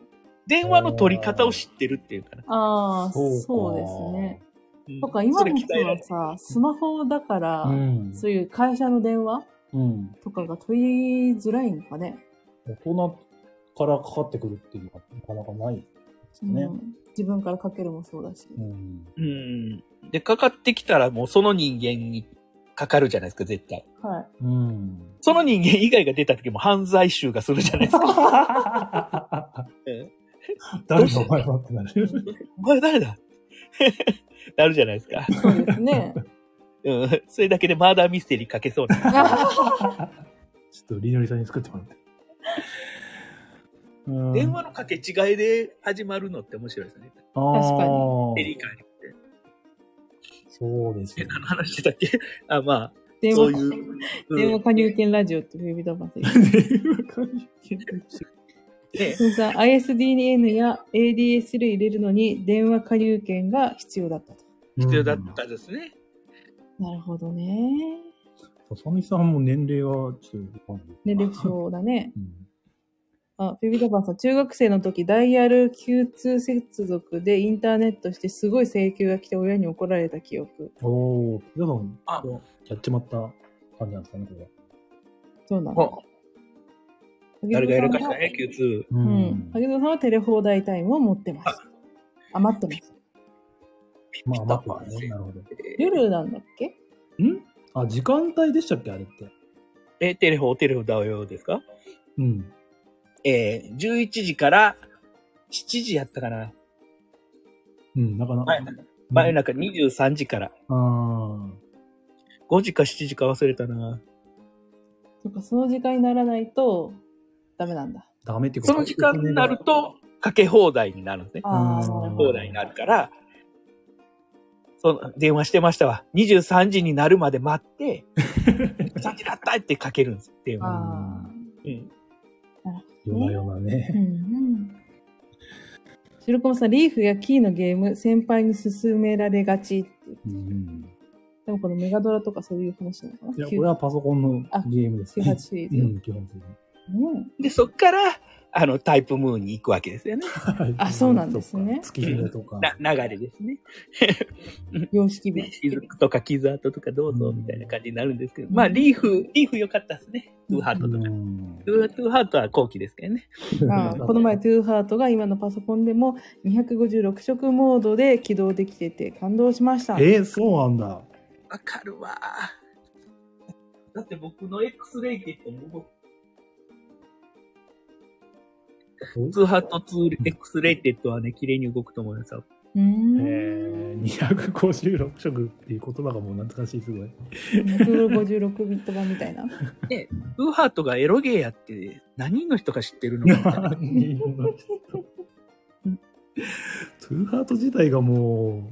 電話の取り方を知ってるっていうかな。ああ、そうかそうですね。うんとか、今それの鍛人えらはれさ、スマホだから、うん。そういう会社の電話うん。とかが取りづらいのかね。大人からかかってくるっていうのはなかなかないですうね。ん自分からかけるもそうだし。うん。うん。で、かかってきたらもうその人間にかかるじゃないですか、絶対。はい。うん。その人間以外が出た時も犯罪集がするじゃないですか。 *laughs* 誰がお前はってなる。 *laughs* お前誰だ *laughs* なるじゃないですか。そうです *laughs* ね。うん。それだけでマーダーミステリーかけそうな。ちょっとりのりさんに作ってもらって。うん電話のかけ違いで始まるのって面白いですね。確かにあーエリカにって。そうですえね。何の話してたっけあ、まあ、電そう話いか、う。電う話ん加入券ラジオってビビタパンさ *laughs* ん言ってねそれさん ISDN や ADS 類入れるのに電話加入券が必要だったと。必要だったですね。なるほどね。うん。ささみさんも年齢はちょっとわかんない。ね、歴書だね。うんあ、ビビタパンさん、中学生の時、ダイヤル Q2 接続でインターネットしてすごい請求が来て親に怒られた記憶。おー、ピザさん、あやっちまった感じなんですかね、これは。そうなの。もう誰がやるかしらね、Q2。ううん。萩野さんはテレフォー代タイムを持ってま *laughs* した。あ、待ってました。まあ、待ってたね。なるほど。夜なんだっけんあ、時間帯でしたっけあれって。え、テレフォー、テレフォーだよですかうん。えー、11時から7時やったかな。うん、なかなか。はい真夜中23時から。あー5時か7時か忘れたな。そっか、その時間にならないとダメなんだ。ダメってことその時間になる。と、かけ放題になるんですね。ああ、うん放題になるから、その、電話してましたわ。23時になるまで待って、23時だったってかけるんです、電あ話。ああ。うん。夜な夜なうんね。うん。白駒さん、リーフやキーのゲーム、先輩に勧められがちっていう。うん。でもこのメガドラとかそういう話なのかないや、こきゅれうはパソコンのゲームです98シリーズ。うん、基本的に。うんで、そっから、あの、タイプムーンに行くわけですよね。はいあそうなんですね *laughs* 月日とか。な流れですね。様式美ね、。雫とか傷跡とかどうぞみたいな感じになるんですけど、うんまあ、リーフ、リーフ良かったですね。トゥーハートとか。トゥートゥーハートは後期ですけどね。ああこの前、トゥーハートが今のパソコンでも256色モードで起動できてて感動しました。えー、そうなんだ。わかるわ。だって僕の X レイケットも、ツーハートツー X レイテッドはね、綺麗に動くと思いますよ。うーん。えー、256色っていう言葉がもう懐かしい、すごい。 256ビット版みたいな。ウーハートがエロゲーやって何人の人が知って *laughs* るのかみたいなトゥーハート自体がも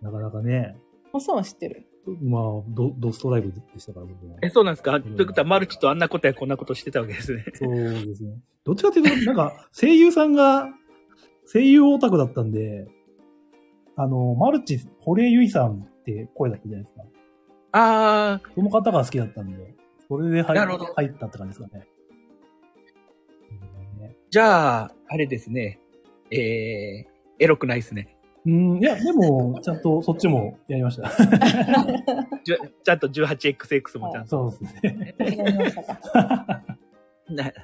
う、なかなかね、おさんは知ってる。まあ、ドドストライブでしたから、僕も。え、そうなんですか、ということはマルチとあんなことやこんなことしてたわけですね。そうですね。どっちかっていうと、なんか、声優さんが、声優オタクだったんで、あの、マルチ、堀江由衣さんって声だったじゃないですか。あー、その方が好きだったんで、それで入なるほど入ったって感じですかね。じゃあ、あれですね。えー、エロくないですね。うん、いや、でも、ちゃんとそっちもやりました。 *laughs* じゅちゃんと 18XX もちゃんと。そうですね。やりましたか。なはい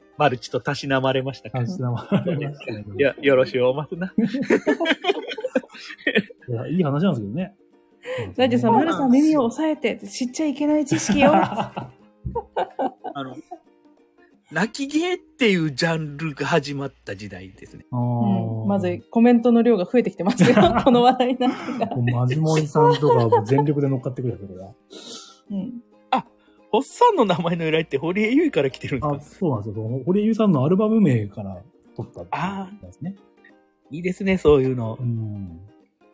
*laughs* マルチとたしなまれました感から。じてましたね。よよろしゅうおますな。いや、いい話なんですけどね。ザイジュさん、そマうなんでルすさん耳を押さえて、知っちゃいけない知 *laughs* 識よ。あの、泣き芸っていうジャンルが始まった時代ですね。あうーん、まずコメントの量が増えてきてます *laughs* よ。この話題になってから。もうマジモリさんとかはもう全力で乗っかってくるやつだ *laughs* かうん、おっさんの名前の由来って堀江由衣から来てるんら。であ、すかそうなんですよ。堀江優さんのアルバム名から撮ったってことですね。いいですね、そういうのう。ん。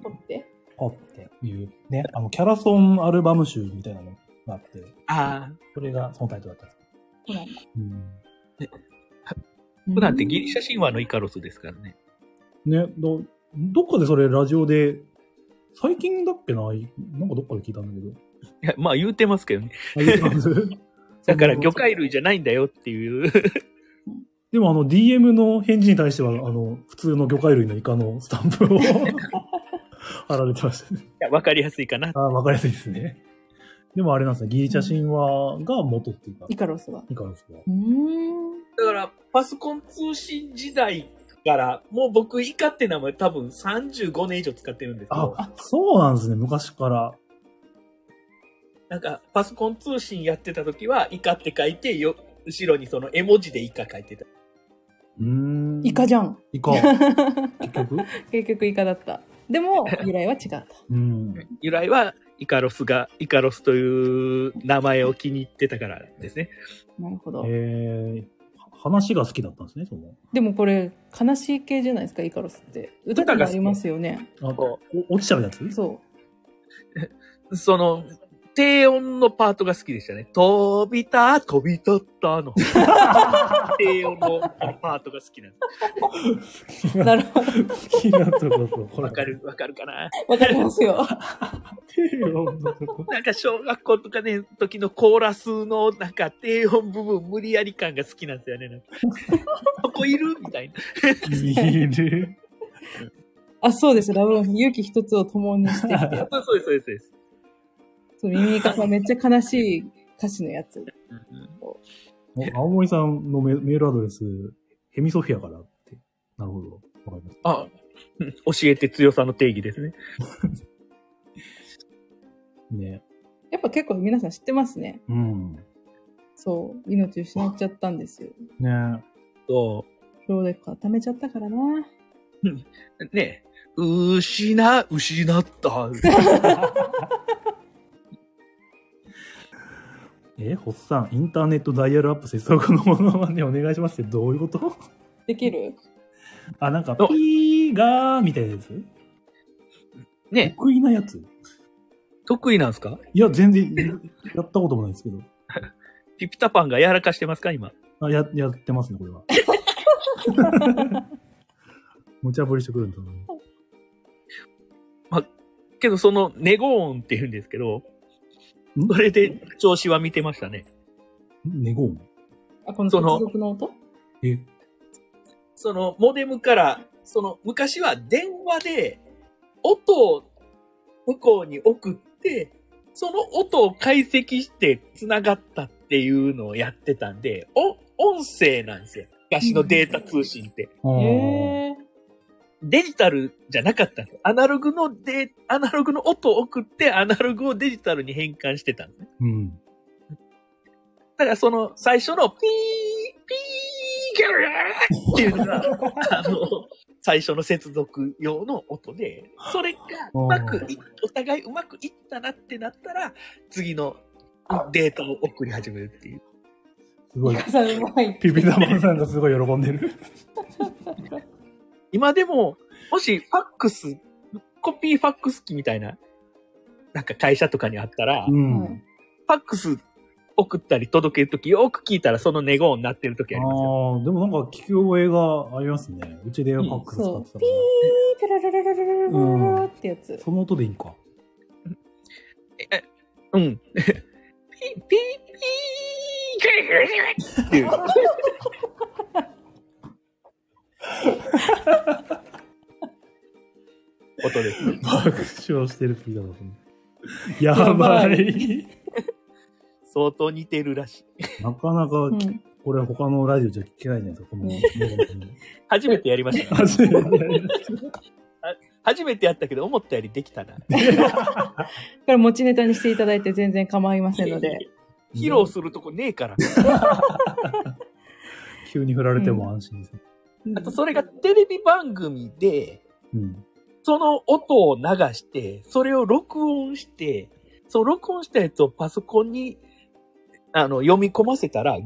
取って。ポっていうね、あの、キャラソンアルバム集みたいなのがあって、ああ、それがそのタイトルだったんです。ほら。うん。普段ってギリシャ神話のイカロスですからね。ね、ど、どっかでそれラジオで、最近だっけななんかどっかで聞いたんだけど。いや、 *laughs* まあ言うてますけどね。あ言ってます *laughs* *laughs* だから魚介類じゃないんだよっていう。 *laughs* でもあの DM の返事に対しては、あの、普通の魚介類のイカのスタンプ *laughs* を貼られてましたね。 *laughs* いやわかりやすいかな。ああ、わかりやすいですね。でもあれなんですね、ギリシャ神話が元っていうか、イカロスは。イカですね。うーん。だから、パソコン通信時代から、もう僕イカって名前多分35年以上使ってるんですけど、あ、そうなんですね、昔から。なんかパソコン通信やってた時はイカって書いて、よ、後ろにその絵文字でイカ書いてた。うーん。イカじゃん。イカ。結局結局イカだった。でも、由来は違った。 *laughs* うん。由来はイカロスが、イカロスという名前を気に入ってたからですね。なるほど。えー、話が好きだったんですね、その。でもこれ、悲しい系じゃないですか、イカロスって。歌とかありますよね。あそお落ちちゃうやつそその、低音のパートが好きでしたね。飛びた、飛び立ったの。低音のあのパートが好きなんです。う。なるほど。好 *laughs* きなところ。わか *laughs* る、わかるかな。わかりますよ。低音のとこ。なんか小学校とかね、時のコーラスのなんか低音部分無理やり感が好きなんですよね。なんかここいるみたいな。い *laughs* る。あ、そうです。ラブロンさん、勇気一つを共にしてきて。そうそうです、そうですそうです。そう、ミミイカさんめっちゃ悲しい歌詞のやつ。うんうんお青森さんのメメールアドレス、ヘミソフィアからって。なるほど。わかりました。あ、うん教えて強さの定義ですね。ね。やっぱ結構皆さん知ってますね。うん。ねそう、命失っちゃったんですよ。そう。兄弟固めちゃったからな。ね、失、失った。え、ホッさん、インターネットダイヤルアップ接続のものまでお願いしますってどういうこと *laughs* できるあ、なんか、ピーおガーみたいなやつね、得意なやつ得意なんですかいや、全然、やったこともないですけど。ピピタパンがやらかしてますか今。あ、や、やってますね、これは。無茶ぶりしてくるんだろうね。けど、その、ネゴーンって言うんですけど、んそれで調子は見てましたね。ネゴーンあ、この接その続の音え、その、モデムから、その、昔は電話で、音を向こうに送って、その音を解析して繋がったっていうのをやってたんで、お、音声なんですよ。昔のデータ通信って。あーへえ。デジタルじゃなかったんですよ。アナログのデ、アナログの音を送って、アナログをデジタルに変換してたんですね。うん。だからその、最初の、ピー、ピー、ギャルーっていうのが、あの、最初の接続用の音で、それがうまくい、お互いうまくいったなってなったら、次のデータを送り始めるっていう。すごいミ。カさん、うまい。 *laughs* ピピタマンさんがすごい喜んでる。今でも、もしファックス、コピーファックス機みたいな、なんか会社とかにあったら、うフん。はいァックス送ったり届けるとき、よく聞いたらそのネゴーになってるときありますよ。ああ、でもなんか聞き覚えがありますね。うちでファックス使ってたから。ピー、ルルルルルルルルルってやつ。その音でいいんか。うん。ピー、ピー、ピー、っていう。ことです。爆笑してるピザだと思う。やばい。相当似てるらしい。なかなか、うん。これ他のラジオじゃ聞けないじゃないですか、 *laughs* この。ね初めてやりましたね。初めて初めてやったけど、思ったよりできたな。これ持ちネタにしていただいて全然構いませんので。披露するとこねえから。急に振られても安心です。あと、それがテレビ番組で、うん。その音を流して、それを録音して、その録音したやつをパソコンに、あの、読み込ませたら、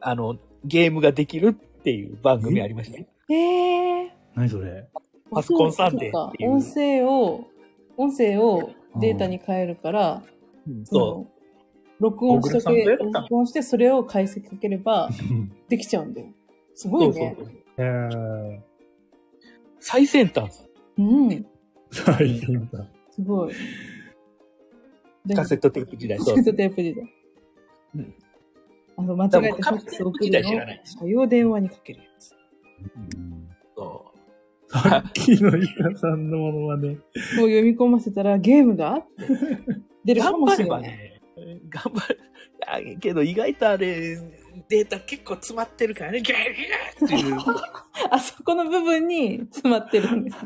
あの、ゲームができるっていう番組ありましたね。へえ。何それパソコンサンデーっていう音声を、音声をデータに変えるから、その録音しとけ、 Google さんとやった録音してそれを解析かければうんできちゃうんだよ。すう。ごいそうねそ。うそうえ *laughs* ー、最先端。うん。最先端。すごい。カセットテープ時代。カそセうッ。トテープ時代。うんあの、間違えてファックス送るのだからもうカセット時代知らない社用電話にかけるやつ。うんそうさっきのイカさんのものはね、を読み込ませたらゲーム *laughs* が出るか頑も張しれれなばい。ね。頑張る。あけど意外とあれ、データ結構詰まってるからね。ギャーギャーっていう。 *laughs* あそこの部分に詰まってるんです。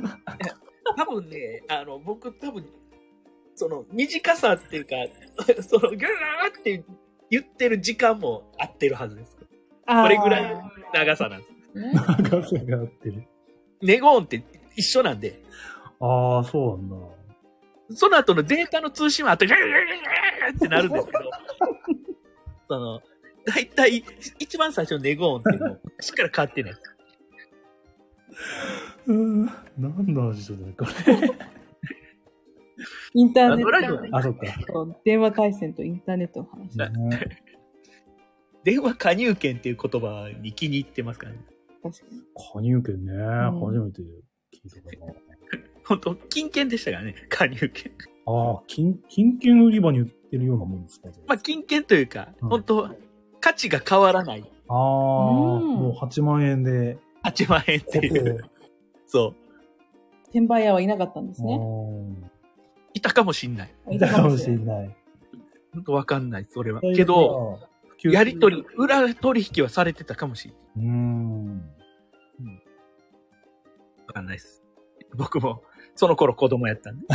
多分ね、あの、僕多分、その短さっていうか、 *laughs* その、ギューって言ってる時間も合ってるはずです。あ *laughs* こーれぐらいの長さなんです。ね博士が合ってる。ネゴーンって一緒なんで、ああ、そうなんだ。その後のデータの通信はあと、ギューってなるんで *laughs* すけど、その、大体、一番最初のネゴーンっていうのも、しっから変わってない。うん。何の話してたのこれ。インターあネのラジオッねあ、そっか。トと電話回線とインターネットの話。ね電話加入券っていう言葉に気に入ってますからね。確かに。加入券ね、ん初めて聞いたかな。本当金券でしたからね、加入券。ああ、金、金券売り場に売ってるようなもんですか、 *laughs* まあ、金券というか、うん本当価値が変わらないああ、もう8万円で、 8万円ってい固定う。そう。転売屋はいなかったんです *laughs* ね。ういたかもしんない。ん。いたかもしれない。本当わかんない、それは。けど、、やりと取り、裏取引はされてたかもしれない。うーん。わかんないです。僕も、その頃子供や *laughs* ったんで。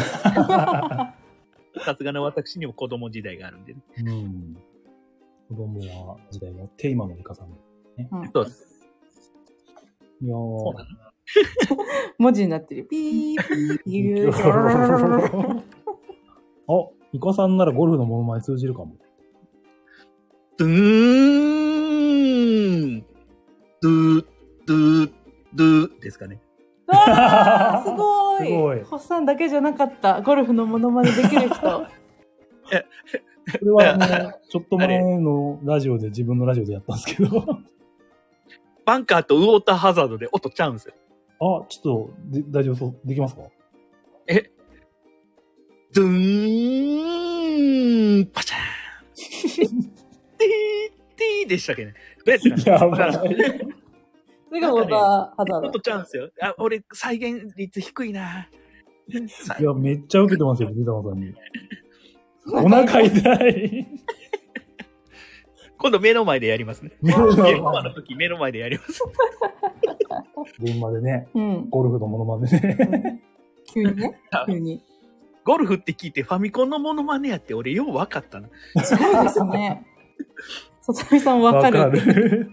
さすがの私にも子供時代があるんで、ね。うん。子供は時代があって、今のイカさんも。うんそうです。いやそーうな。の文字になってる。ピ *laughs* *laughs* ー、ピー、あ、イカさんならゴルフのものまね通じるかも。ドゥーンドゥー、ドゥー、ドゥーですかね。わーすごいすごいホッサンだけじゃなかった。ゴルフのモノマネでき *laughs* る人。 *laughs* これは、あの、ちょっと前のラジオで、自分のラジオでやったんですけど、 *laughs* バンカーとウォーターハザードで音ちゃうんですよ。あ、ちょっと、で大丈夫そう、できますかドゥーン、パチャーン。ティー、ティーでしたっけね。どうやってかなやばい。それがウォーターハザード音。ちゃうんですよ。あ、俺、再現率低いな。いや、めっちゃ受けてますよ、藤沢さんに。 *laughs* お腹痛い。今度目の前でやりますね。目の前ゲームマンの時目の前でやります。 *laughs* 現場でね、うん。ゴルフのものまでね。急にね。急に。ゴルフって聞いてファミコンのモノマネやって俺よう分かったな。すごいです *laughs* ね。さつみさんわかる。る。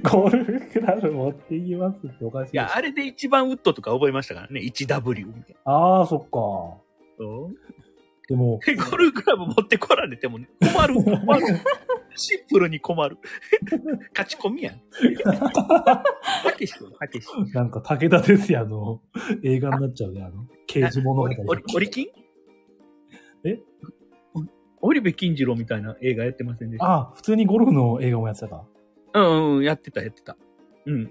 *laughs* ゴルフクラブ持っていきますっておかしいいでしょ。や、あれで一番ウッドとか覚えましたからね。1W みたいな。ああ、そっか。で *laughs* も、えゴルフクラブ持ってこられてもね困る、困る。シンプルに困 *laughs* る。勝ち込みやん。たけし君、たけし。なんか武田鉄矢の *laughs* 映画になっちゃうね、あの、刑事物語オリ。オリオリキンえ織部金次郎みたいな映画やってませんでした。あ、普通にゴルフの映画もやってたか。うんうん、やってた、やってた。うん。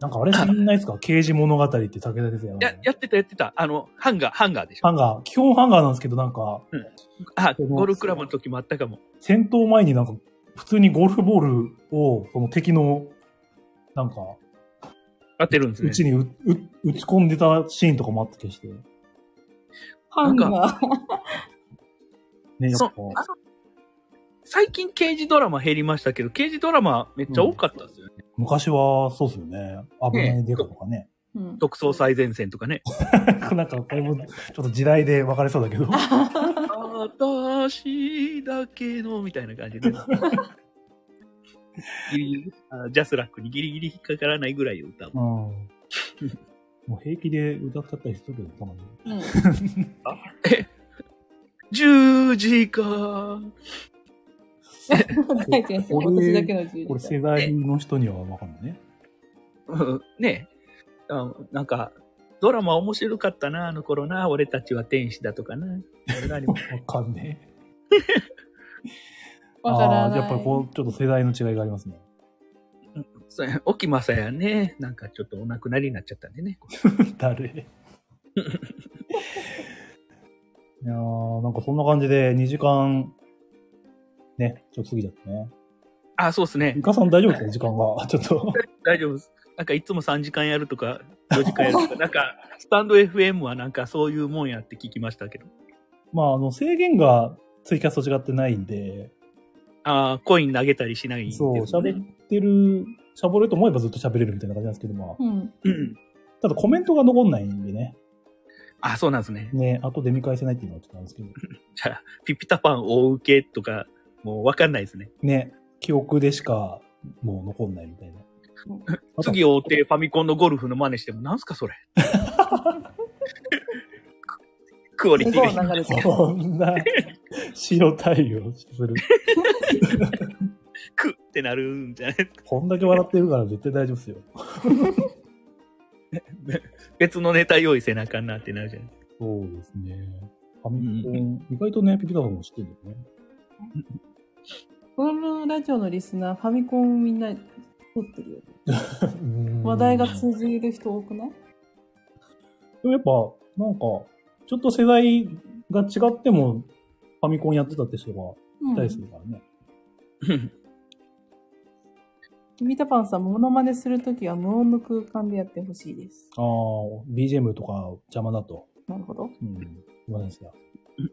なんかあれ知んないですか刑事物語って武田鉄矢の。や、やってた、やってた。あの、ハンガー、ハンガーでしょ。ハンガー、基本ハンガーなんですけど、なんか、あ、ゴルフクラブの時もあったかも。戦闘前になんか、普通にゴルフボールを、その敵の、なんか、当てるんですうね。ちにう、う、打ち込んでたシーンとかもあったりして。ハンガー。ね、やっそぱう、あの最近刑事ドラマ減りましたけど、刑事ドラマめっちゃ多かったですよね。昔はそうですよね。危ないデカとかね。うん独創最前線とかね。 *laughs* なんか、これも、ちょっと時代で分かれそうだけ *laughs* ど。私だけの、みたいな感じ *laughs* で。ギリギリあジャスラックにギリギリ引っかからないぐらい歌ううん。。もう平気で歌っちゃったりするけど、たまに。うん10時間。大先生、これ私だけの自由これ時間世代の人には分かんないね。うん *laughs* ねえあなんか、ドラマ面白かったな、あの頃な。俺たちは天使だとかな。俺らにも分かんねえ。わからあなーい。やっぱりこう、ちょっと世代の違いがありますね。 *laughs* そうや沖正也ね、なんかちょっとお亡くなりになっちゃったんでね。誰いやー、なんかそんな感じで2時間、ね、ちょっと過ぎちゃったね。あ、そうですねゆ。かさん大丈夫ですか時間が。 *laughs* ちょっと。大丈夫です。なんかいつも3時間やるとか、4時間やるとか、なんか、スタンド FM はなんかそういうもんやって聞きましたけど。まあ、あの、制限がツイキャスと違ってないんで、ああ、コイン投げたりしないんですそう、ね。喋ってる、喋れると思えばずっと喋れるみたいな感じなんですけど、まあ、うん。うん。ただコメントが残んないんでね、あ、そうなんですね。ね、後で見返せないっていうのはちょっとなんですけど、じゃあ、ピピタパン大受けとか、もうわかんないですね。ね、記憶でしかもう残んないみたいな。あと次大手ファミコンのゴルフの真似しても、なんす *laughs* かそれ。クオリすティごがい流れてる。そんな、塩対応する。低くってなるんじゃないこんだけ笑ってるから絶対大丈夫ですよ。別のネタ用意せなあかんなってなるじゃないそうですね。ファミコうんン、意外とね、ピピタパンも知ってるんだよね。このラジオのリスナー、ファミコンみんな撮ってるよね。うん話題が通じる人多くないでもやっぱ、なんか、ちょっと世代が違っても、ファミコンやってたって人がういたりするからね。君たパンさん、モノマネするときは無音の空間でやってほしいです。ああ、BGM とか邪魔だと。なるほど。うん。すいませんでし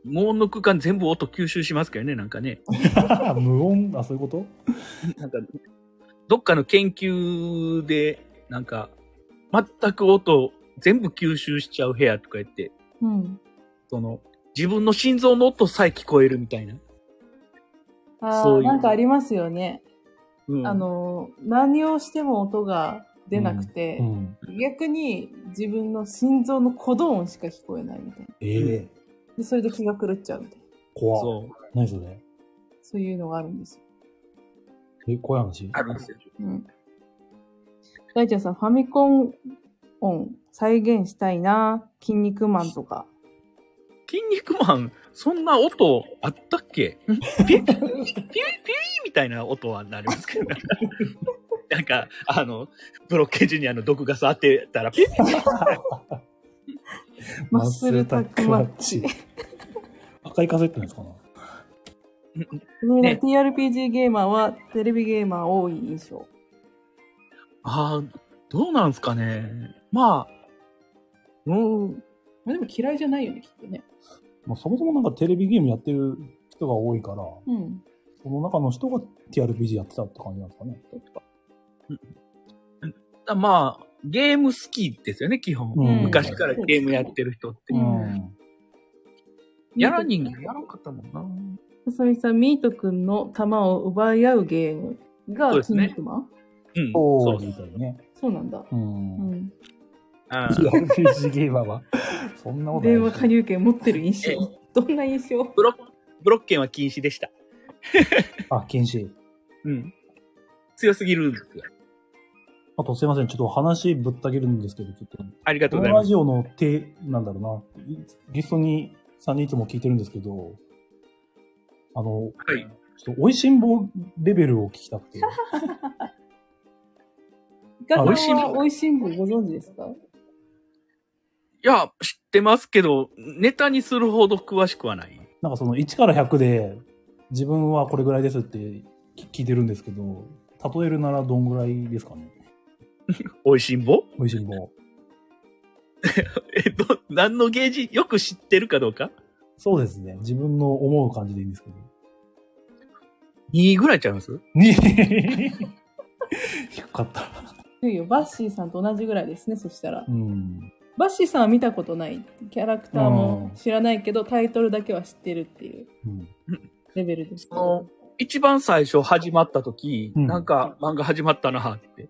無音の空間全部音吸収しますけどね、なんかね。た。 *laughs* 無音あ、そういうことなんか、どっかの研究で、なんか、全く音全部吸収しちゃう部屋とか言って、うん。その、自分の心臓の音さえ聞こえるみたいな。あそあ、ういうなんかありますよね。うんあの、何をしても音が出なくて、うん。逆に自分の心臓の鼓動音しか聞こえないみたいな。ええで、それで気が狂っちゃうみたいな。怖っ。そう、何それそういうのがあるんですよ。え、怖い話あるんですよ。うん。大ちゃんさん、ファミコン音再現したいな。筋肉マンとか。筋肉マン、そんな音あった *laughs* っけピュッピュッピュッピュッみたいな音はなりますけどね。なんか、あの、ブロッケージにあの毒ガス当てたら、ピッ *laughs* マッスルタックマッチ。 *laughs* 赤いカセットのやつかなね TRPG ゲーマーはテレビゲーマー多い印象。ああ、どうなんすかね。まあ、うん、まあでも嫌いじゃないよね、きっとね。まあ、そもそもなんかテレビゲームやってる人が多いから、うん。その中の人が TRPG やってたって感じなんですかね。だまあ、ゲーム好きですよね、基本。うん昔からゲームやってる人って。うんやらにんがやらんかったもんな。さみさん、ミートくんの玉を奪い合うゲームそうがですねキングマンうん、そそううみたいね。そうなんだ。う。うんん。あ TRPG ゲーマーは、そんなこと電話ない加で入権持ってる印象。どんな印象ブロブロッケンは禁止でした。しょ。あ、禁止。うん。強すぎるんですよ。あとすいません、ちょっと話ぶった切るんですけど、ちょっと。ありがとこうござのいまラす。ジオの手、なんだろうな、ゲストに3人いつも聞いてるんですけど、あの、はい。ちょっと、美味しんぼレベルを聞きたくて。 *laughs* イカさん美は味しいもん美味しいもんご存知ですかいや、知ってますけど、ネタにするほど詳しくはない。なんかその1から100で、自分はこれぐらいですってき聞いてるんですけど、例えるならどんぐらいですかねおいしんぼ美味しんぼ。えっと、何のゲージ、よく知ってるかどうかそうですね。自分の思う感じでいいんですけど。 *laughs* ?2 ぐらいちゃいますに低かった。いやいやバッシーさんと同じぐらいですね、そしたらう。ん。バッシーさんは見たことない。キャラクターもうん知らないけど、タイトルだけは知ってるっていううん。レベルです。その、一番最初始まった時、うんなんか漫画始まったなって。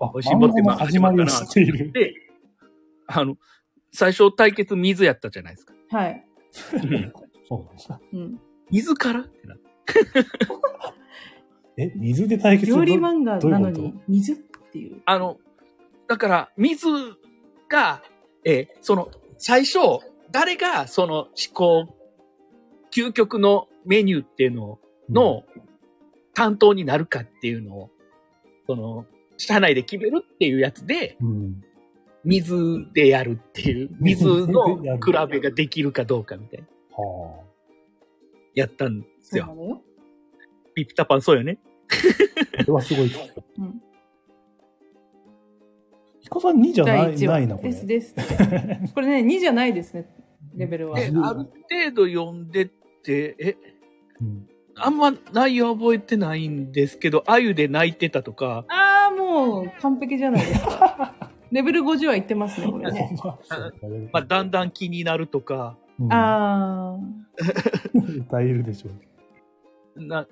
あ美味しんぼって漫画の始まりを始ま知ったなっている。で、あの、最初対決水やったじゃないですか。はい。そうなんですか。うん。水からってなってえ、水で対決す料る理漫画なのどういうに、水っていう。あの、だから水が、えーその、最初、誰がその思考、究極のメニューっていうのを、の、の担当になるかっていうのを、その、社内で決めるっていうやつで、うん。水でやるっていう、水の比水でやるべができるかどうかみたいな、はやったんですそうよな。のよ。ピピタパンそうよね。あ。これはすごい。ヒうん。カさん2じゃな第い1ない話な、これ。ですです。 *laughs* これね、2じゃないですね、レベルは。で、うんある程度読んでって、え、うんあんま内容覚えてないんですけど、あゆで泣いてたとか、ああ、もう完璧じゃないですか。 *laughs* レベル50はいってますね、これね。まあ、だんだん気になるとか、うんああ、歌えるでしょう。な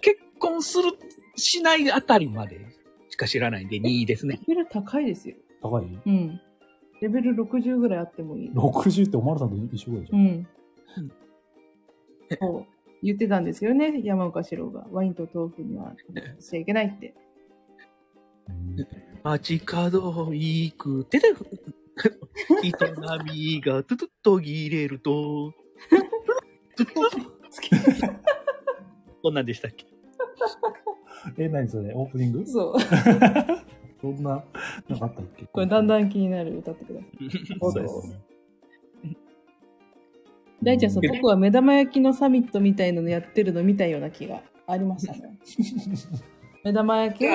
結婚する、しないあたりまでしか知らないんで、2位ですね。レベル高いですよ。高いうん。レベル60ぐらいあってもいい。 ?60 っておまるさんと一緒ぐらいじうゃん。ん。そう。言ってたんですけどね、山岡四郎が。ワインと豆腐にはしちゃいけないって。うん街角行く手で、人波がトゥトゥッと切れると、 *laughs* トゥトゥットゥこんなんでしたっけえ、何それオープニングそう。そんな、なかったっけこれだんだん、ん気になる歌ってください。そうですね。大ちゃん、そううん僕は目玉焼きのサミットみたいなのやってるの見たような気がありました *laughs* ね。目玉焼きを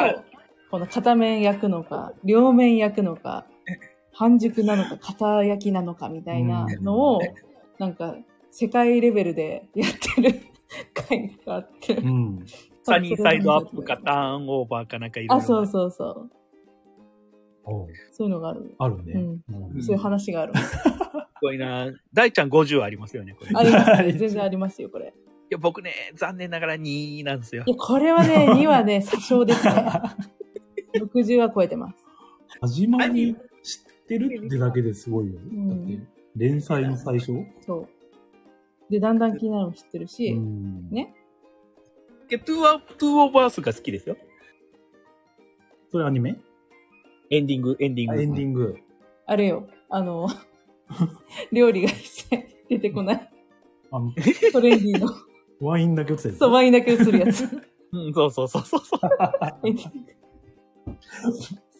この片面焼くのか、両面焼くのか、半熟なのか、片焼きなのかみたいなのうをん、なんか世界レベルでやってる回があって。うん。サニーサイドアップかターンオーバーかなんかいろいろ。あ、そうそうそう。おうそういうのがある。あるね。うんうんそういう話がある。すごいな。大ちゃん50ありますよね、これ。いありますね。全然ありますよ、これ。や、僕ね、残念ながら2なんですよい。や、これはね、2はね、詐称ですね。60は超えてます。始まり知ってるってだけですごいよ。んだって、連載の最初そう。で、だんだん気になるのも知ってるし、うんねでトゥーアトゥーオーバースが好きですよ。それアニメエンディング、エンディンあグ。エンディング。あれよ、あの、 *laughs* 料理が一切出てこない。あの、トレンディーの、ワインだけ映ってる。そう、ワインだけ映るやつ。うん、そうそうそうそうそう。エンディング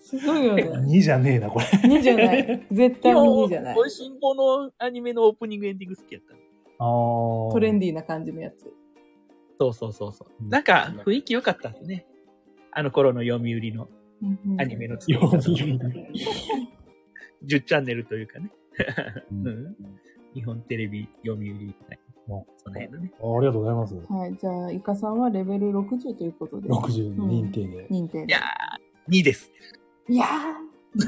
すごいよね。 2じゃねえな、これ。 2じゃない。絶対に2じゃない。美味しんぼのアニメのオープニングエンディング好きやった。あートレンディーな感じのやつ。そうそうそうそうう。んなんか雰囲気良かったですね。あの頃の読売のアニメの作り方読売10チャンネルというかね。うんうん日本テレビ読売はいおその辺のね。あありがとうございます。はい、じゃあ、イカさんはレベル60ということで。 60認定で。認定いでや。ー、2です。いやー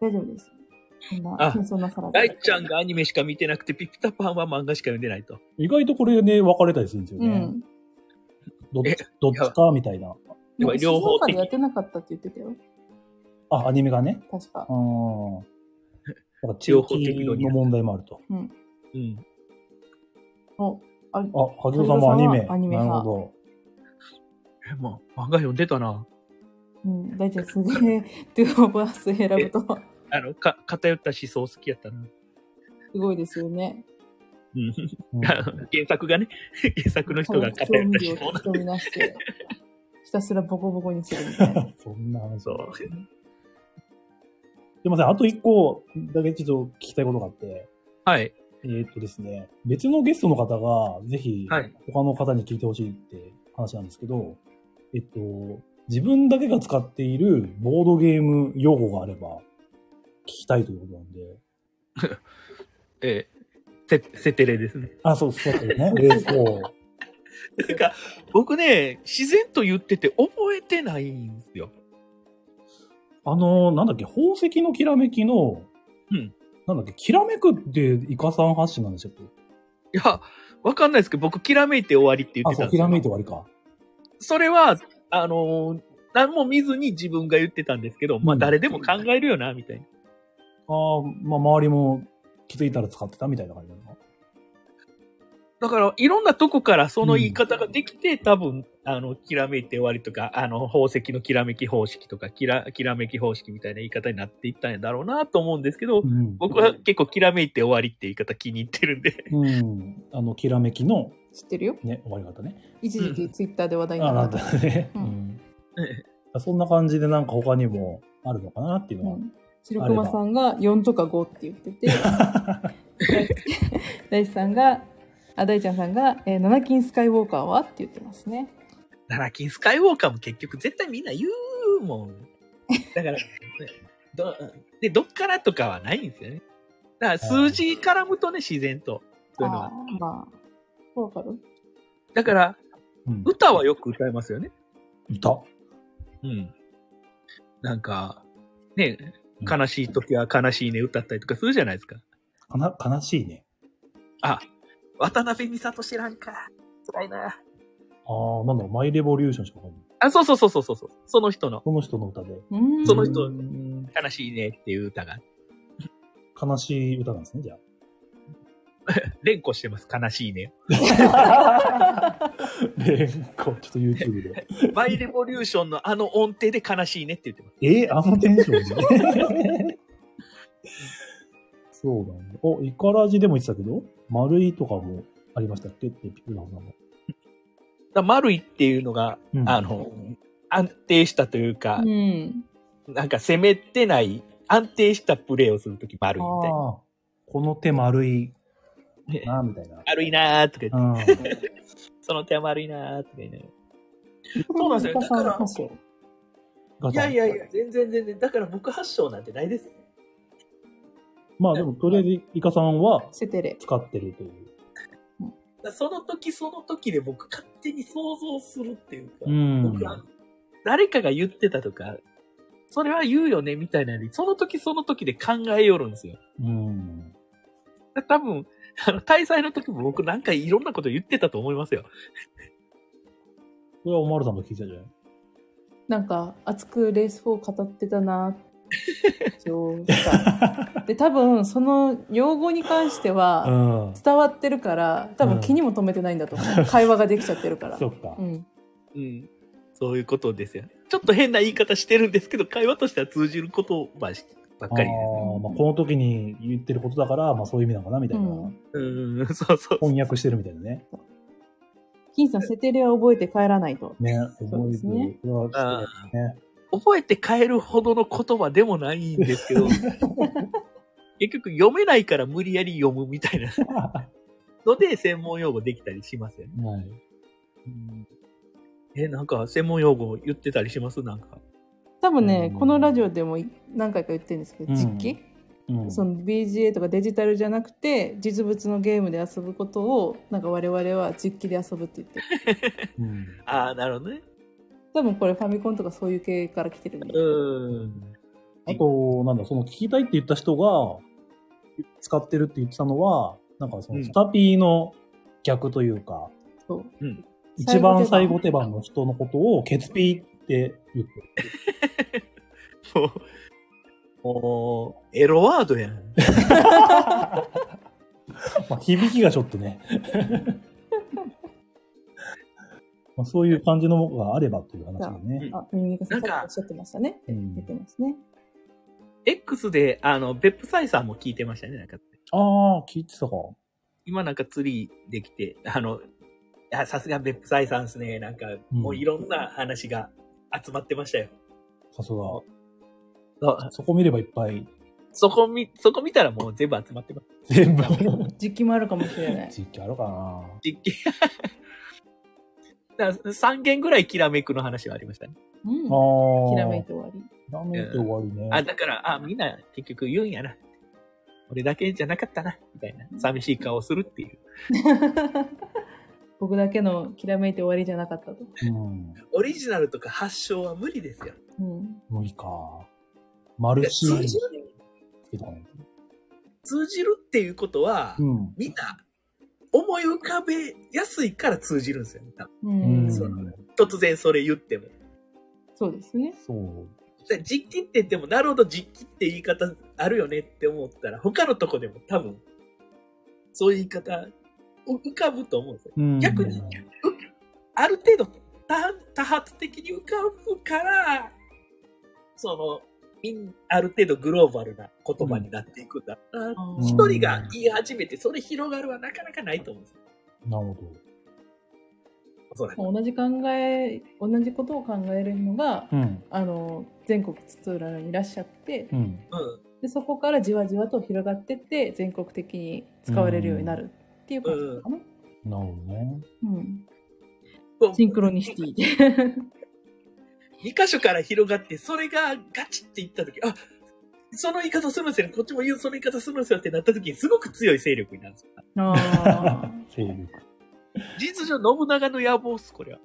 *laughs* 大丈夫です。そんな、あ謙遜なさらず。大ちゃんがアニメしか見てなくて、ピピタパンは漫画しか読んでないと。意外とこれね、分かれたりするんですようね。ん。どっえちどっちかみたいな。でも両方静岡でやってなかったって言ってたよ。あ、アニメがね。確かう。ん。だから地域の問題もあると。うん。お、あれ、あ、萩尾さんもアニメ。萩尾さんはアニメなる派ほど。え、もう、漫画読んでたな。うん、大ちゃんすげえ、トゥーオブアス選ぶとは、あの、か、偏った思想好きやったな。すごいですよね。うん。うん *laughs* 原作がね、 *laughs* 原作の人が化学偏調った味料思を突想なき飛び出 *laughs* して、ひたすらボコボコにするみたいな。そんな話。すそ。いうません、あと一個だけちょっと聞きたいことがあって、はい。えーっとですね、別のゲストの方が、ぜひはい、他の方に聞いてほしいって話なんですけど、えっと、自分だけが使っているボードゲーム用語があれば、聞きたいということなんで、えー、せ、せてれですね。あ、そう、そうだったよね。 *laughs* えーそう。なんか、僕ね、自然と言ってて覚えてないんですよ。あのーなんだっけ、宝石のきらめきの、うん。なんだっけ、きらめくってイカさん発信なんでしたっけいや、わかんないですけど、僕、きらめいて終わりって言っあ、てたそんう、ですきよらめいて終わりか。それは、あのー何も見ずに自分が言ってたんですけど、まうあん誰でも考えるよな、みたいな。ああ、まあ、周りも気づいたら使ってたみたいな感じなのかだから、いろんなとこからその言い方ができて、多分、あの、きらめいて終わりとか、あの、宝石のきらめき方式とか、きら、きらめき方式みたいな言い方になっていったんだろうなと思うんですけど、うん。僕は結構きらめいて終わりって言い方気に入ってるんで。 *laughs* うん。あの、きらめきの、知ってるよね、終わり方ね。一時期ツイッターで話題にあ、ななっんた。だね。ううんん。えそんな感じでなんか他にもあるのかなっていうのは。うん白熊さんが4とか5って言ってて、大地さんが、あ、大ちゃんさんが、えー、七金スカイウォーカーはって言ってますね。ナラキンスカイウォーカーも結局絶対みんな言うもん。だから、ね *laughs* ど、で、どっからとかはないんですよね。だから数字絡むとね、自然と。そういうあのは。ーまあ、わかるだから、うん。歌はよく歌いますよね。いた。うん。なんか、ね、悲しい時は悲しいね歌ったりとかするじゃないですか。かな、悲しいね。あ、渡辺美里知らんか。辛いな。ああ、なんだろう、マイレボリューションしかわかんない。あ、そうそうそうそうそうそう。その人のその人の歌で。うーんその人うん悲しいねっていう歌が、悲しい歌なんですね、じゃ *laughs* あ。連呼してます、悲しいね。連呼、ちょっと YouTube で。バイレボリューションのあの音程で悲しいねって言ってます。 *laughs* えあのテンションで *laughs* そうなんだ。お、イカラジでも言ってたけど、丸いとかもありましたっけって、ピクラさんも。だから丸いっていうのが、うんあの、安定したというかう、ん。なんか攻めてない、安定したプレーをするとき丸いみたいな。ああ、この手丸いねな、みたいな。丸いなーとか言って、うん。その手は丸いなーとか言いながら。そうなんですよイカさんだから歌手ガいチャやいやいや、全然全然。だから僕発祥なんてないです。まあでも、とりあえず、イカさんはセテレ。使ってるという。だからその時その時で僕勝手に想像するっていうか、うん。僕は誰かが言ってたとか、それは言うよねみたいなより、その時その時で考えよるんですよ。うん。だから多分、あの、滞在の時も僕なんかいろんなこと言ってたと思いますよ。これはおまるさんと聞いてたじゃないなんか、熱くレース4を語ってたな。そうかで、多分、その用語に関してうは、ん。伝わってるから、多分気にも留めてないんだと思う。会話ができちゃってるか *laughs* ら。そっかう。ん。うん。そういうことですよ。ちょっと変な言い方してるんですけど、会話としては通じることばっかりあーまあ、この時に言ってることだから、まあそういう意味なのかな、みたいな。うんうん、そうそう。翻訳してるみたいなね。金さん、セテレは覚えて帰らないと。ね、そうですね覚えてるこれはちょっとね覚えて帰るほどの言葉でもないんですけ *laughs* ど、結局読めないから無理やり読むみたいなはので専門用語できたりしますよね。い。うんえ、なんか専門用語言ってたりしますなんか。多分ね、うんこのラジオでもい何回か言ってるんですけど、うん実機、うんその BGA とかデジタルじゃなくて実物のゲームで遊ぶことをなんか我々は実機で遊ぶって言って *laughs* るうんああ、なるほどね。多分これファミコンとかそういう系から来てるんでうーん。あと、なんだ、その聞きたいって言った人が使ってるって言ってたのは、なんかそうのんスタピーの逆というか、そううん。一番最後手手番の人のことをケツピーって言って *laughs* る。もう、もうエロワードやん。まあ響きがちょっと *laughs* ね。まあそういう感じのものがあればっていう話だね。あミミミカさんなんさっきかおっしゃってましたねうん出てますね X で、あの、ベップサイさんも聞いてましたね。なんかああ、聞いてたか。今なんかツリーできて、あの、いやさすがベップサイさんですね。なんか、うんもういろんな話が集まってましたよ。さすが。そうそこ見ればいっぱい。そこ見、そこ見たらもう全部集まってます。全部。 *laughs* 実機もあるかもしれない実機あるかな実験。 *laughs* だから3件ぐらいきらめくの話はありましたね。うんああ。きらめいて終わりラーメンって終わりね。あ、だから、あ、みんな結局言うんやな。俺だけじゃなかったな、みたいな。寂しい顔をするっていう。僕だけのきらめいて終わりじゃなかったと、うん。オリジナルとか発祥は無理ですよ。うん、無理か。マルシー通リじっる、てとかね。通じるっていうことは、うん。みんな思い浮かべやすいから通じるんですよ、ね。多分うん、そそうう突然それ言っても。そうですねそう。だから実機って言っても、なるほど実機って言い方あるよねって思ったら、他のとこでも多分、そういう言い方浮かぶと思うんですよ。うん逆にある程度多多発的に浮かぶから、その、みんある程度グローバルな言葉になっていくんだな。あうんー一、人が言い始めて、それ広がるはなかなかないと思うんですよ。なるほおそらく。同じ考え同じことを考えるのがど。うん。あの全国津々浦々にいらっしゃってうん。うん。でそこからじわじわと広がってって全国的に使われるようになるっていうことかな、なるほどね。うんこうシンクロニシティで二箇所から広がって、それがガチって言った時、あその言い方するんですよね。こっちも言う、その言い方するんですよってなった時に、すごく強い勢力になるんですよ。あ勢力。実情信長の野望っす、これは。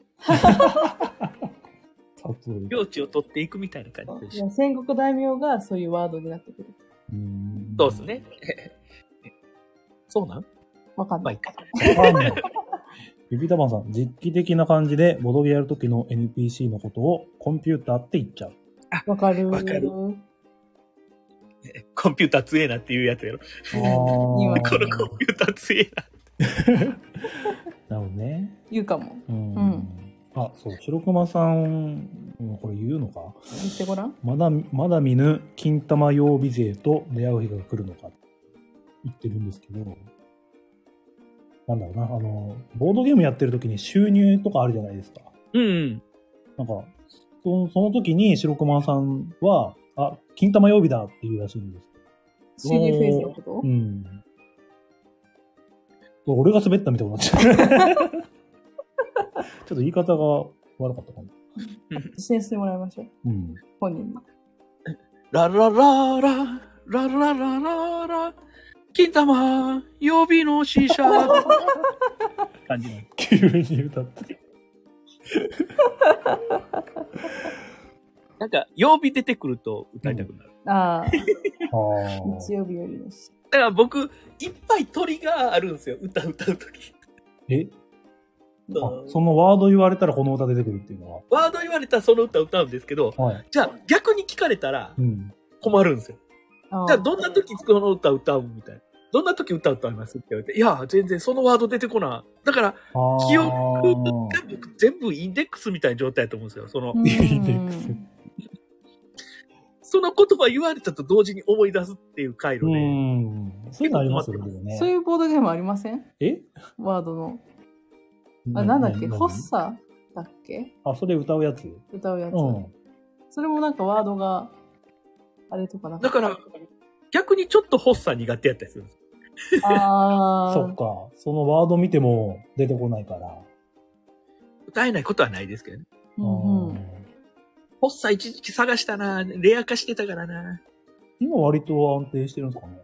例えば。領地を取っていくみたいな感じで *laughs* ーいすや。戦国大名がそういうワードになってくるうんそうです。ね。 *laughs* そうなんわかんまなあ、いいい、か。わかんないビビタマンさん、実機的な感じで、ボドゲやるときの NPC のことをコンピューターって言っちゃう。わかるわかるコンピューター強えなっていうやつやろ。 *laughs* こ今あのコンピューター強えな。なるほどね。 *laughs* 言うかもうん。うんあ、そう、白熊さん、うんこれ言うのか言ってごらんまだ、まだ見ぬ金玉曜日勢と出会う日が来るのかって言ってるんですけど、なんだろうな、あの、ボードゲームやってる時に収入とかあるじゃないですか。うん。なんか、そその時に白熊さんは、あ、金玉曜日だっていうらしいんです。 CD フェイズのことうん。俺が滑ったみたいになっちゃう。ち *laughs* ょっと言い方が悪かったかな。実践してもらいましょううん。 *laughs* 本人にララララ、ラララララ、金玉、予備の死 *laughs* 者。感じなんです急に歌った。なんか、曜日出てくると歌いたくなる。あああ日曜日よりのしだから僕、いっぱい鳥があるんですよ。歌歌うとき。えあう、んそのワード言われたらこの歌出てくるっていうのワード言われたらその歌歌うんですけど、は。はい。じゃあ逆に聞かれたらうん。困るんですよ。あーじゃあどんな時この歌歌うみたいな。どんな時歌歌いますって言われて、いや、全然そのワード出てこない。だから、あー記憶が僕全部インデックスみたいな状態だと思うんですよ。その、うんいいねくすその言葉言われたと同時に思い出すっていう回う路で。ん。そういうのありますよね。そういうボードゲームありませんえワードのあ、なんだっけ、なホッサだっけあ、それ歌うやつ歌うやつ。うん。それもなんかワードが、あれとかなんだから、逆にちょっとホッサ苦手やったりするんですよ *laughs* あそっー、か。そのワード見ても出てこないから。歌えないことはないですけどね。うんううんん、ホッサ一時期探したなレア化してたからな今割と安定してるんですかね。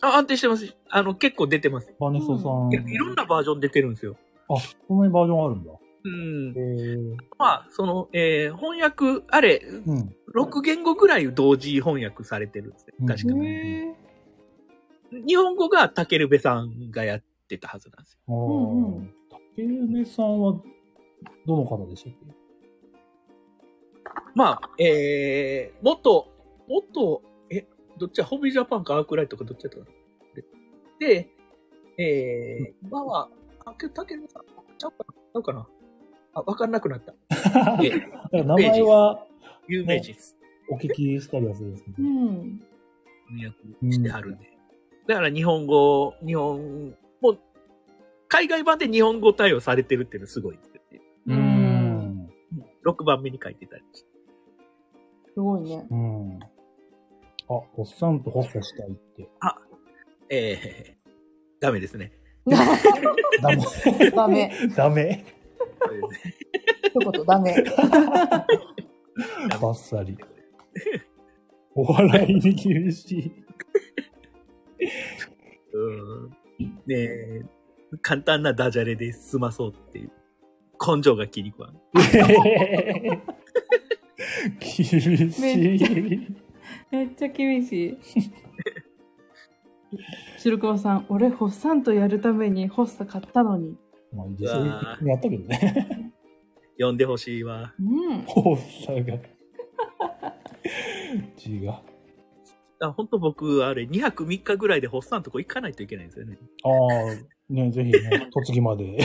あ、安定してます。あの、結構出てます。バネソさん。いやいろんなバージョン出てるんですよ。あ、こんなにバージョンあるんだ。うんえ。ー、まあ、その、えー翻訳、あれ、うん。 6言語ぐらい同時翻訳されてるんですね。確かうんへー日本語がたけるべさんがやってたはずなんですよ。あうんうーん。竹梅さんは、どの方でしたっけまあ、えー、元、元、え、どっちや、ホビージャパンかアークライトかどっちやったかなで、えー、今は、あ、けたけるべさん、ちゃうかなちゃうかなあ、わかんなくなった。 *laughs* えーだから名前は有名人です。お聞きしたりはするんですけどう。ん。翻訳してはるんで。だから日本語、日本、もう、海外版で日本語対応されてるっていうのすごいですよね。ううんん。 6番目に書いてたりして。すごい *laughs* ね。うん。あ、おっさんとホッサしたいって。えー、ダメですね。ダ *laughs* メ。ダメ。ダ *laughs* メ。一言ダメ。バッサリ。お笑いに厳し *laughs* い。うんねえ、簡単なダジャレで済まそうっていう。根性が気に食わん。厳しい。めっちゃ厳しい。白川さん、俺、ホッサンとやるためにホッサ買ったのに。まあ、実際やったけどね。呼んでほしいわ。うん。ホッサ *laughs* が。字が。あ本当僕、あれ、2泊3日ぐらいでホッサンとこ行かないといけないんですよね。ああ、ね、ぜひね、栃木まで。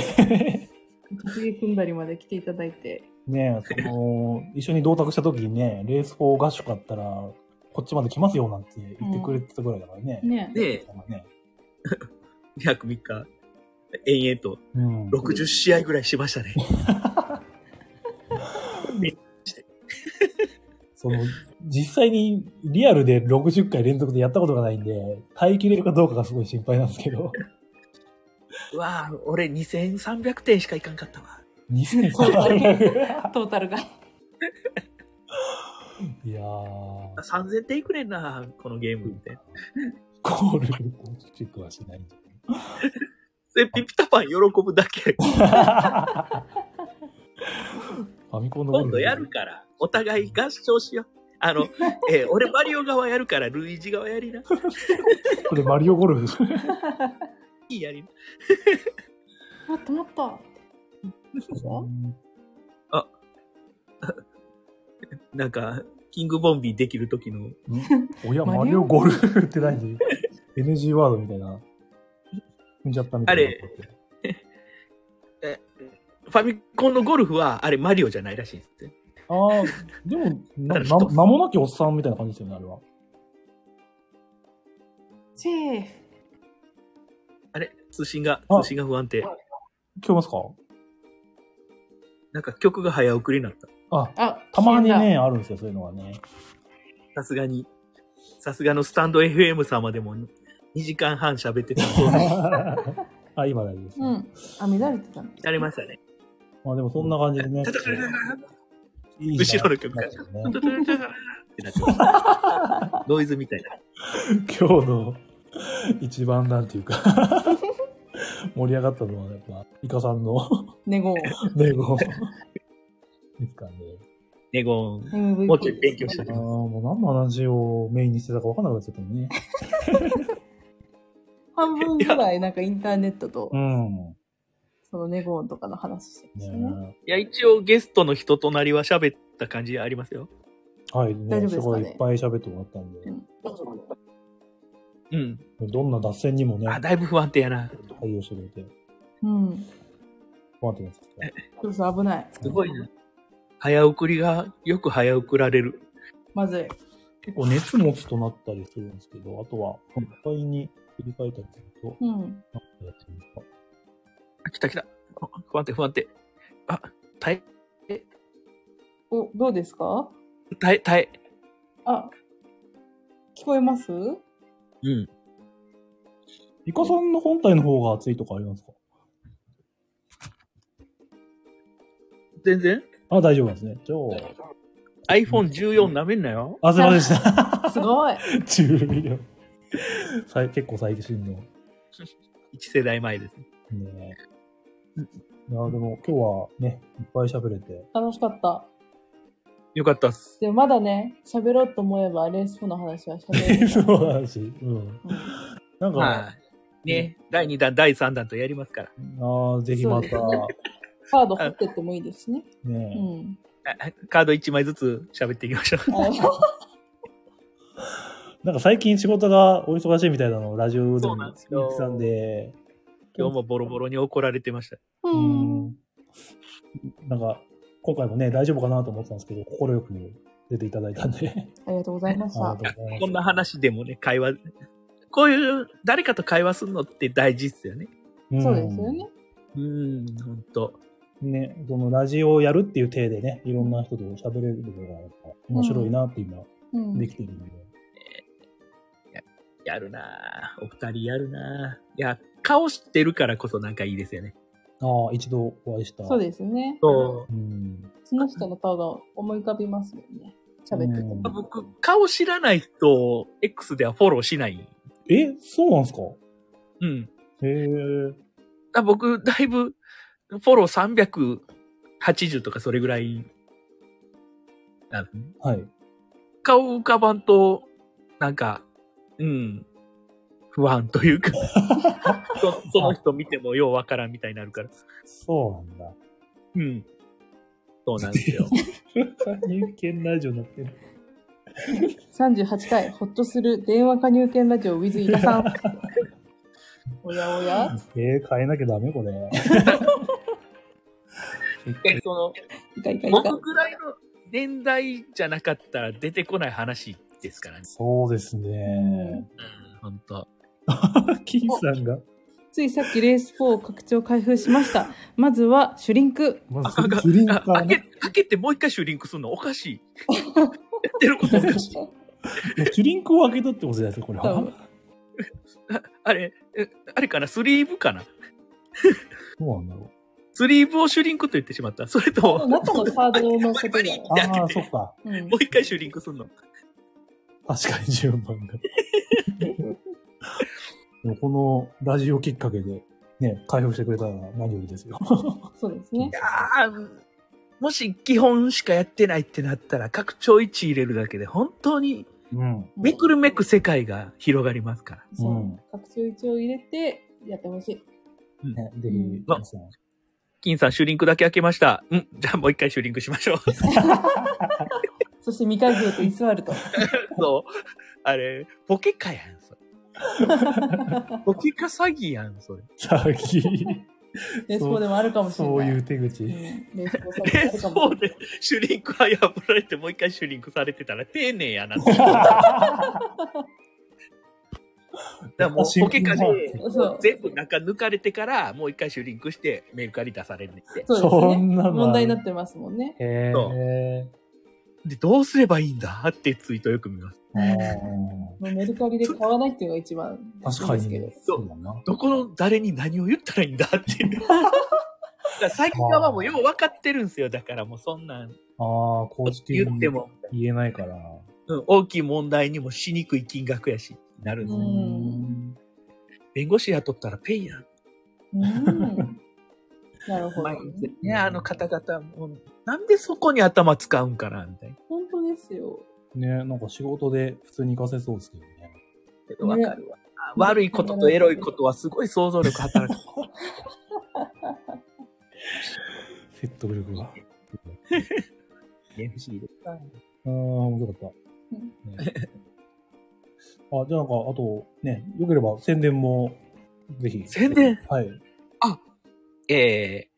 栃木組んだりまで来ていただいて。ね、その、 *laughs* 一緒に同卓した時にね、レース4合宿あったら、こっちまで来ますよなんて言ってくれてたぐらいだからね。ね。で、なんかね。 2泊3日、延々とうん。 60試合ぐらいしましたね。その、実際にリアルで60回連続でやったことがないんで、耐えきれるかどうかがすごい心配なんですけ *laughs* ど、うわあ、俺2300点しか行かんかったわ。 2300。トータルが。いやー、 3000点いくねんな、このゲームって。コールチェックはしないん *laughs* じで、ピピタパン喜ぶだけ。ゃないファミコンのゴル今フ度やるから、お互い合唱しよう。あの、えー俺マリオ側やるから、ルイージ側やりな。これマリオゴルフ。いいやりな。もっともっと。 *laughs* なんか、キングボンビーできる時の、おや、ママリリオオゴルフって何 ?NG ワードみたいな。踏んじゃったみたいな。あれファミコンのゴルフは、あれマリオじゃないらしいんですって。ああ、でも、な、な名もなきおっさんみたいな感じですよね、あれは。セーフ。あれ通信が、あ通信が不安定。聞こえますかなんか曲が早送りになった。あ、あ、たまに消えね、あるんですよ、そういうのはね。 *laughs* さすがに、さすがのスタンド FM 様でも2時間半喋ってた。あ、今大丈夫です、た。ねうん。あ、乱れてたの。やりましたね。まあでもそんな感じでね。叩かれたいい後ろの曲がね。ってなってましたノイズみたいな。今日の一番なんていうか、 *laughs* 盛り上がったのはやっぱ、イカさんの *laughs* ネゴネゴですかね。ネゴン。 MVP。もうちょい勉強しといああ、てもう何の話をメインにしてたか分かんなくなっちゃったね。半分ぐらい、なんかインターネットとう、ん。そのネゴとかの話してましたね。ねいや、一応ゲストの人となりは喋った感じありますよ。はい、大丈夫ね、ですすかねごいいっぱい喋ってもらったんでう、んうん。どんな脱線にもね、あ、だいぶ不安定やな。対応してくれて、うん。困ってますけそうそう、危ない。すごいな。早送りが、よく早送られる。まずい。結構熱持つとなったりするんですけど、あとは、いっぱいに切り替えたりすると、うん。なんかやってみますか。あ、来た来た。あ不安定不安定。あ、大お、どうですかたい、たい。あ、聞こえますうん。イカさんの本体の方が熱いとかありますか全然あ、大丈夫なんですね。じゃ ?iPhone14 舐めんなよ。あ、あ、すいませんでした。すごい。 *laughs* 10秒。最結構最新の。一世代前です。ねいや、でも今日はね、いっぱい喋れて。楽しかった。よかったっす。でもまだね、喋ろうと思えば、レース4の話は喋 *laughs* れる。そうだし、うん。うんなんか、はあい。ね、第2弾、第3弾とやりますから。ーぜひまた、そうカード掘ってってもいいですしね。うね、ん。あカード1枚ずつ喋っていきましょう。あなんか最近仕事がお忙しいみたいなのをラジオでそもうなんですよ言ってたんで、今日もボロボロに怒られてました。ううん。ん。なんか、今回もね、大丈夫かなと思ってたんですけど、快く出ていただいたんで。 *laughs* ありがとうございました。ありがとうございますこんな。話でもね、会話、こういう誰かと会話するのって大事っすよね。んそうですよね。。うん、ほんと。ね、そのラジオをやるっていう体でね、いろんな人と喋れるのがやっぱ面白いなって今、うん。できてるんで。やるなぁ。お二人やるなぁ。いや、顔知ってるからこそなんかいいですよね。ああ、一度お会いした。。そうですね。そううん。その人の顔が思い浮かびますもんね。喋っててうんも。僕、顔知らない人を X ではフォローしない。え、そうなんですかうん。へえ。あ僕、だいぶ、フォロー380とかそれぐらい、なんですね。はい。顔浮かばんと、なんか、うん、不安というか、そその人見てもようわからんみたいになるから。そうなんだ。うん。そうなんですよ。入見ラジオになってる。 38回、ほっとする電話加入券ラジオ with イカさん。おやおやえー、変えなきゃダメこれ。えその、イカイカイカ僕。ぐらいの年代じゃなかったら出てこない話ですからね。そうですね。うん、ほんと。金さんが、ついさっきレース4を拡張開封しました。まずは、シュリンク。まあ、ず、グリーンあからかけ、ね。かけてもう一回シュリンクするのおかしい。やってることおかしい。チュリンクを開けたってことじゃないですか、これ多は分。ああれ、えあれかなスリーブかなそうなんだろう。スリーブをシュリンクと言ってしまった。それとも、も中のカードのことだよ。開けてああ、そっか。うんう一回シュリンクするの確かに順番が。でもこのラジオきっかけで、ね、開封してくれたら何よりですよ。そうですね。あーもし基本しかやってないってなったら、拡張1入れるだけで、本当にうん。めくるめく世界が広がりますから。そううん拡張一応入れて、やってほしい。ね、ぜひ、うん皆さん。金さん、シュリンクだけ開けました。うん、じゃあもう一回シュリンクしまし *laughs* ょう。そして未開封と居座ると。そう。あれ、ポケカやん、そ *laughs* れ。ポケカ詐欺やん、それ。詐欺。レース4でもあるかもしれなそい。ういう手うん。口。レース4詐欺 *laughs* あえるかも *laughs* そうしれないで、シュリンクは破られて、もう一回シュリンクされてたら、丁寧やなって。だからもうポケカでそう全部中抜かれてから、もう一回シュリンクして、メルカリ出されるねって。そうですそね。んなの問題になってますもんね。へそうえ。で、どうすればいいんだってツイートよく見ます。あーもうメルカリで買わないっていうのが一番確かいいんにです。そうだな。どこの誰に何を言ったらいいんだっていう。だから最近はもうよう分かってるんですよ。だからもうそんなあんあ、公式言っても、言えないから。うん、大きい問題にもしにくい金額やし、なるんうです、うんん。弁護士雇ったらペイやん。けど。うん。なるほど毎。日ね、あの方々もう、なんでそこに頭使うんかな、みたいな。本当ですよ。ね、なんか仕事で普通に活かせそうですけどね。けどわかるわ。あ悪いこととエロいことはすごい想像力働く。説得力が。ね、不思議です。ああ、面白かった。ねあ、じゃあなんか、あと、ね、よければ宣伝も、ぜひ。宣伝はい。えー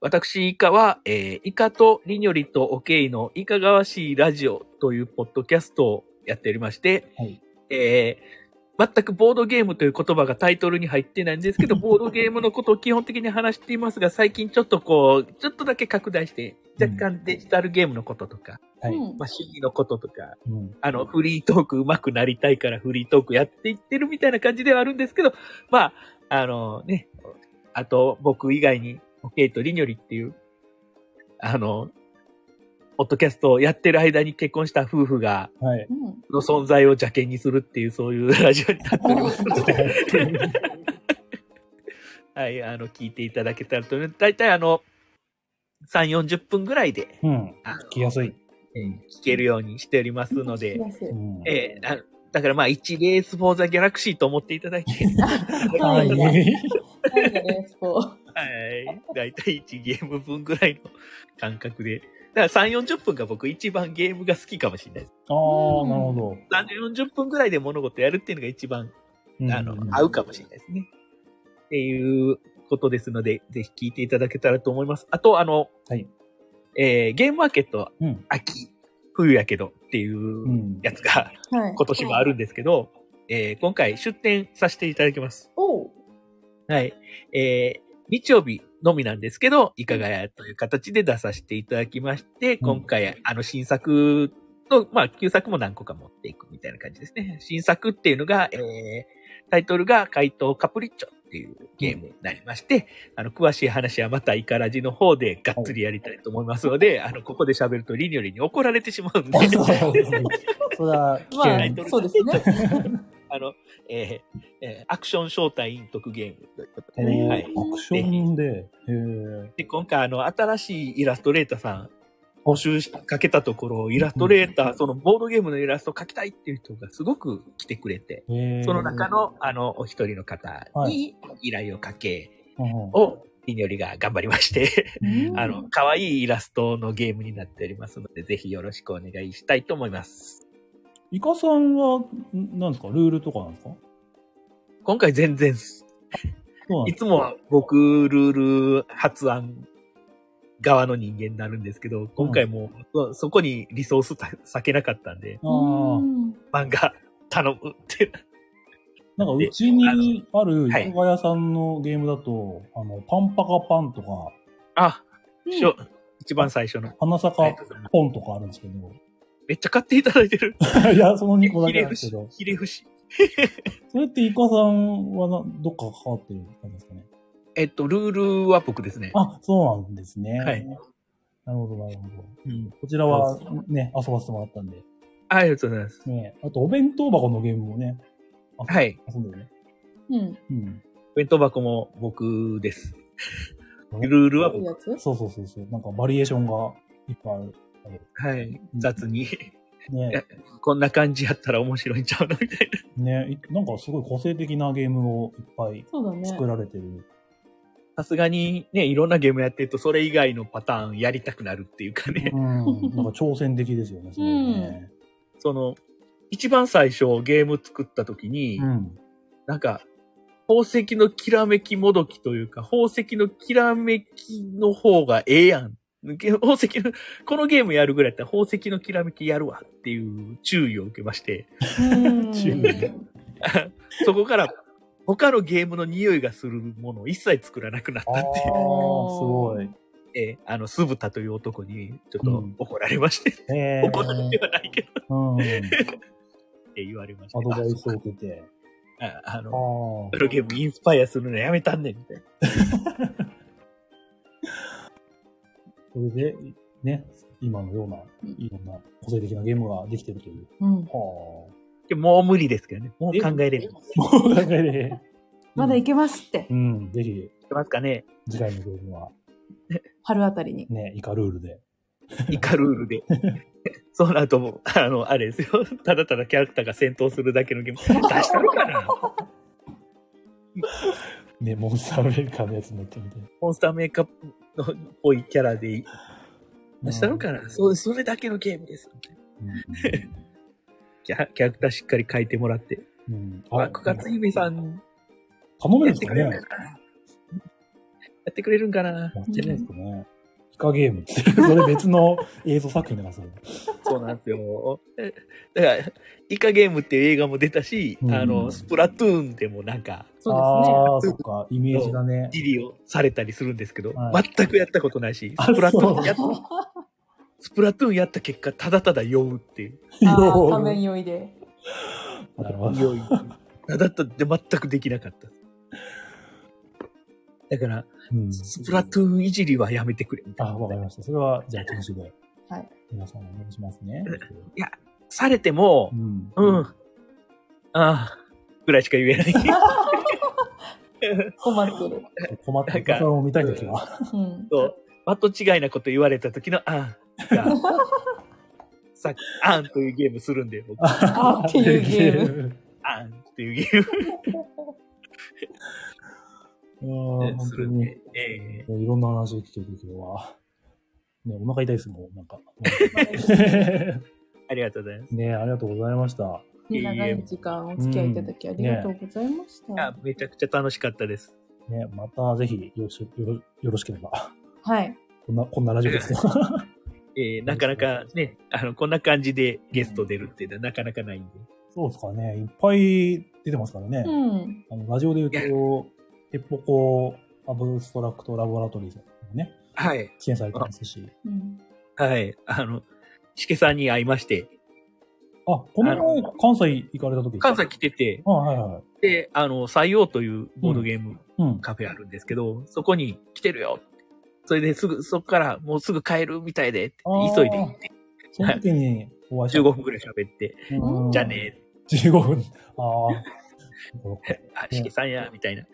私、イカは、えーイカとリニョリとオケイのいかがわしいラジオというポッドキャストをやっておりまして、はいえー全くボードゲームという言葉がタイトルに入ってないんです *laughs* けど、ボードゲームのことを基本的に話していますが、最近ちょっとこう、ちょっとだけ拡大して、若干デジタルゲームのこととか、はい。うんまあ、趣味のこととか、うん。あの、フリートーク上手くなりたいからフリートークやっていってるみたいな感じではあるんですけど、まあ、あのね、あと僕以外に、ケイとリニョリっていう、あの、ポッドキャストをやってる間に結婚した夫婦が、はい。うんの存在を邪険にするっていう、そういうラジオに *laughs* なっておりますので、はい、あの、聞いていただけたらと、だいたいあの、3、40分ぐらいで、うん。あの聞きやすい。えー聞けるようにしておりますの聞で、きやすいうん。えーあだからまあ、1レース・フォー・ザ・ギャラクシーと思っていただいて、 *laughs* ははいい。はいレースこうはい、だいたい1ゲーム分ぐらいの感覚で、だから3、40分が僕一番ゲームが好きかもしれないです。ああ、なるほど。 3、40分ぐらいで物事やるっていうのが一番、うんあの、合うかもしれないですね。っていうことですので、ぜひ聞いていただけたらと思います。あと、あの、はいえーゲームマーケット、うん。。秋、冬やけどっていうううんやつが、はい。今年もあるんですけど、えー今回出店させていただきます。おうはい。えー日曜日のみなんですけど、いかがやという形で出させていただきまして、今回、あの、新作と、まあ、旧作も何個か持っていくみたいな感じですね。新作っていうのが、えータイトルが怪盗カプリッチョっていうゲームになりまして、あの、詳しい話はまたイカラジの方でがっつりやりたいと思いますので、あの、ここで喋るとリニョリに怒られてしまうんで、 *laughs* *laughs* それは危険まあタイト。ル、そうですね。 *laughs* あの、えーえーアクション招待隠匿ゲームということおでね、ーはアい。クションで、へえ。で、今回、あの、新しいイラストレーターさん、募集しかけたところ、イラストレーター、そのボードゲームのイラスト描きたいっていう人がすごく来てくれて、へーその中、の、あの、お一人の方はに依頼をかけ、うんを、りによりが頑張りまして、うんあの、可愛いイラストのゲームになっておりますので、ぜひよろしくお願いしたいと思います。イカさんは、んなんですかルールとかなんですか今回全然す、そうなんいですつも僕、ルール発案側の人間になるんですけど、今回もうそそこにリソースた避けなかったんで、かああう。ん漫画 *laughs* 頼むって。なんか、うちにあるイカ屋さんのゲームだと、あの、パンパカパンとか、あ、うんしょ一番最初の。花あり坂がとうございますポンとかあるんですけど。 *laughs* めっちゃ買っていただいてる。いや、その2個だひけれなん伏ですしけど。。ひれ伏し。それってイカさんはなどっか関わってる感じですかね *laughs* えっと、ルールは僕ですね。あ、そうなんですね。はいなるほど、なるほど。うんこちらはね、遊ばせてもらったんで。ありがとうございます。ね、あと、お弁当箱のゲームもね、あはい。遊んでるね。うん。うん。弁当箱も僕です。ルールはどうい僕。うやつそうそうそうそう。なんかバリエーションがいっぱいある。はい。雑に。 *laughs* ね、こんな感じやったら面白いんちゃうのみたいね、いなんかすごい個性的なゲームをいっぱいそうだね。作られてる。な。さすがにね、いろんなゲームやってると、それ以外のパターンやりたくなるっていうかね。うん。なんか挑戦的ですよね、すごいね。その、一番最初ゲーム作った時に、うん。なんか、宝石のきらめきもどきというか、宝石のきらめきの方がええやん。げ宝石の、このゲームやるぐらいだったら宝石のきらめきやるわっていう注意を受けまして、 *laughs* うん。中そこから他のゲームの匂いがするものを一切作らなくなっああ、たすってごい。えーあの、酢豚という男にちうょっとん怒られまして、ええ。 *laughs* 怒られてはないけどうん。って言われまして、アドバイスをあ受けて。ああの、あプロゲームインスパイアするのやめたんねんみたいな。あ。それで、ね、今のような、いろんな個性的なゲームができてるという。うん。はでもう無理ですけどね、もう考えれる。あ。もう考えで。まだいけますって。うん、ぜひ、知ってますかね次回のゲームは、春あたりに。ね、イカルールで。イカルールで。そうなるともう、あの、あれですよ。ただただキャラクターが戦闘するだけのゲーム。出したのかなね、モンスターメーカーのやつになってみて。モンスターメーカーのっぽいキャラで出したのかな、そう、それだけのゲームです。うんキャキャラクターしっかり書いてもらって。うん。まあ、9月姫さん頼めるやんでっすてかくねやれるかなやってくれるんかなってないですかね。イカゲームって。それ別の映像作品だからそれ。そうなんですよ。えだから、イカゲームっていう映画も出たし、うんあの、スプラトゥーンでもなんか、そうああ、そっか、イメージがね。ディリをされたりするんですけど、はい全くやったことないし、あスプラトゥーンやでっすね。スプラトゥーンやった結果、ただただ酔うっていう。あーよ仮面酔いで。う *laughs* なるほど。酔い。ただただで全くできなかった。だから、うん。スプラトゥーンいじりはやめてくれ。みたいあ、なわかりました。それは、じゃあ、研修で。はい。皆さんお願いしますね。されてもう、ん。うん、ああ、ぐらいしか言えない。困ってる。困ってる。それを見たいときは。うん。そう、まと違いなこと言われた時のあんが、さっき、あんというゲームするんで、僕、ああーって *laughs* いうゲーム。ム。んっていうゲームああ、本す当るんに。で、ええいろんな話聞けてるけどは。ね、お腹痛いですもん、なんか。ありがとうございます。ねありがとうございました。いえいえ長い時間お付き合いいただきありがとうございました。あめちゃくちゃ楽しかったです。ね、またぜひよろしよろよろしければ。はい。こんな、こんなラジオですね。ええなかなかね、あの、こんな感じでゲスト出るっていうのはなかなかないんで。 *laughs* そうですかね。いっぱい出てますからね。うん。あのラジオで言うと、ヘッポコアブストラクトラボラトリーズもね、はい。支援されてますし。うん。はい。あの、しけさんに会いまして、あ、この前、関西行かれた時関西来てて、あ、はいはい。で、あの、採用というボードゲームうん。カフェあるんですけど、そこに来てるよ。それですぐ、そこからもうすぐ帰るみたいで、ってあー急いで行って、その時にお会いした。 15分くらい喋って、分じゃあ。ね15分。ああ。ー、あ、しけさんや、みたいな。よ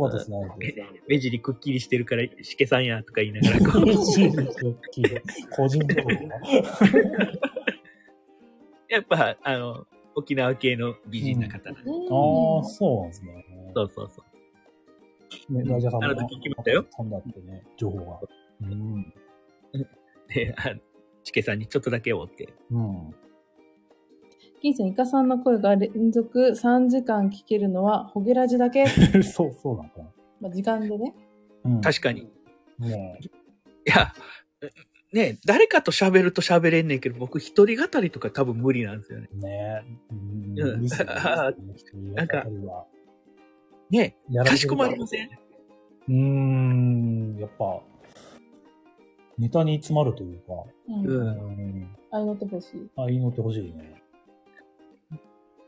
かった *laughs* ですね。目尻くっきりしてるから、しけさんや、とか言いながら、こうい個人情報やっぱ、あの、沖縄系の美人な方なんで、ああ、そうなんですね。そうそうそう。ね、大事さんも。あの時決まったよ。飛んだってね、情報が。うん。で、あのしけさんにちょっとだけおって、うん。 *laughs* 金さん、イカさんの声が連続3時間聞けるのは、ホゲラジだけ。そう、そうなんかな。まあ、時間でね。うん、確かに。いに。ねえや、ね誰かと喋ると喋れんねんけど、僕一人語りとか多分無理なんですよね。ねえ。うんうんいいっすねああ *laughs* なんか、ねやかしこまりません。うーん、やっぱ、ネタに詰まるというか、うん。う。うんん、あれ乗ってほしい。あ、いいのってほしいね。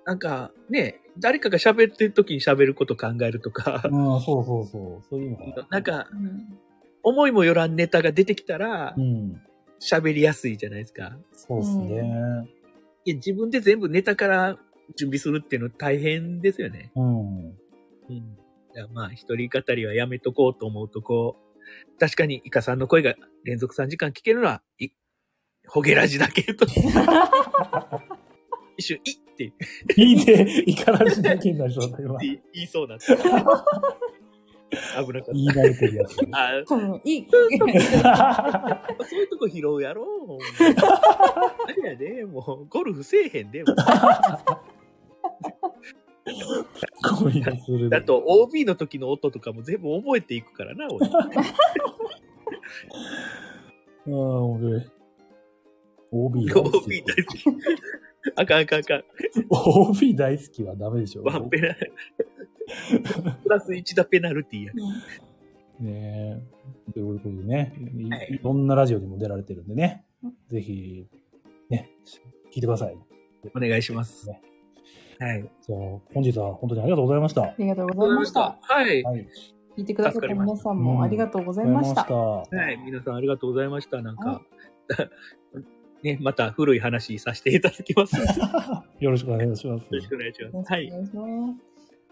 なんか、ね誰かが喋ってる時に喋ること考えるとか、うん、そうそうそう。そういうのが。なん、かう、ん。思いもよらんネタが出てきたらう、ん、喋りやすいじゃないですか。そうですね。いや、自分で全部ネタから準備するっていうの大変ですよね。うん。うん。だからまあ、一人語りはやめとこうと思うとこう、確かにイカさんの声が連続3時間聞けるのは、い、ホゲラジだけと。一瞬、いっていいね、いからしだけになりそうだ、 *laughs* 今。言いそうなった。危なかっ言い慣れてるや *laughs* つ。た。あ多分、いい。そういうとこ拾うやろほんまにあれやね、もう、ゴルフせえへんで、もうゴミがする。だと OB の時の音とかも全部覚えていくからな、俺。うん、俺。OB 大好 OB き。大好き。あかんあかんあかん。 OB 大好きはダメでしょ。ワンペナ、 *laughs* プラス1だペナルティや。ねえ。ということでね、いはいいろんなラジオにも出られてるんでねうん、ぜひ、ね、聞いてください。お願いします。ねはい。あじゃあ、本日は本当にありがとうございました。は *laughs* ありがとうございました。。はい。い。聞いてくださった皆さんもありがとうございました。あはい。皆さんありがとうございました。なんはか、 *laughs* ね、また古い話させていただ *laughs* きます。よりがとうございました。よろしくお願いします。ろしくお願いしよろましす。はくおい。願いします。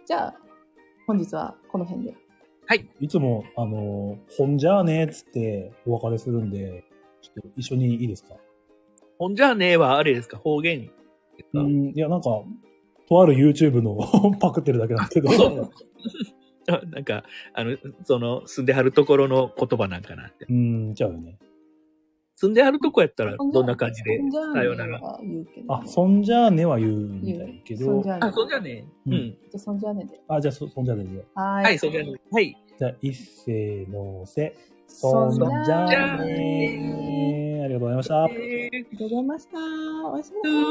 じゃあ、本日はこの辺で。いつも、あの、本じゃあねっつってお別れするんで、ちょっと一緒にいいですかほんじゃあねはあれですか、方言ですか。うん、いや、なんか、とある YouTube の *laughs* パクってるだけなんですけど、そうあなんか、あの、その、住んではるところの言葉なんかなって。うん、ちゃうよね。住んではるとこやったら、どんな感じで、さようなら。ら。言うけどあ、ねそんじゃあねは言う言みうたいけそんどじ、ゃねあ、そうじゃね。ううんん。じゃあそんじゃねで。あ、じゃあそ、そんじゃあねで。ははい、そうじゃね。はい。じゃあ、一せのせ。そそんんじじゃゃああねねありがとうございました。ありがとうございました。おやすみなさい。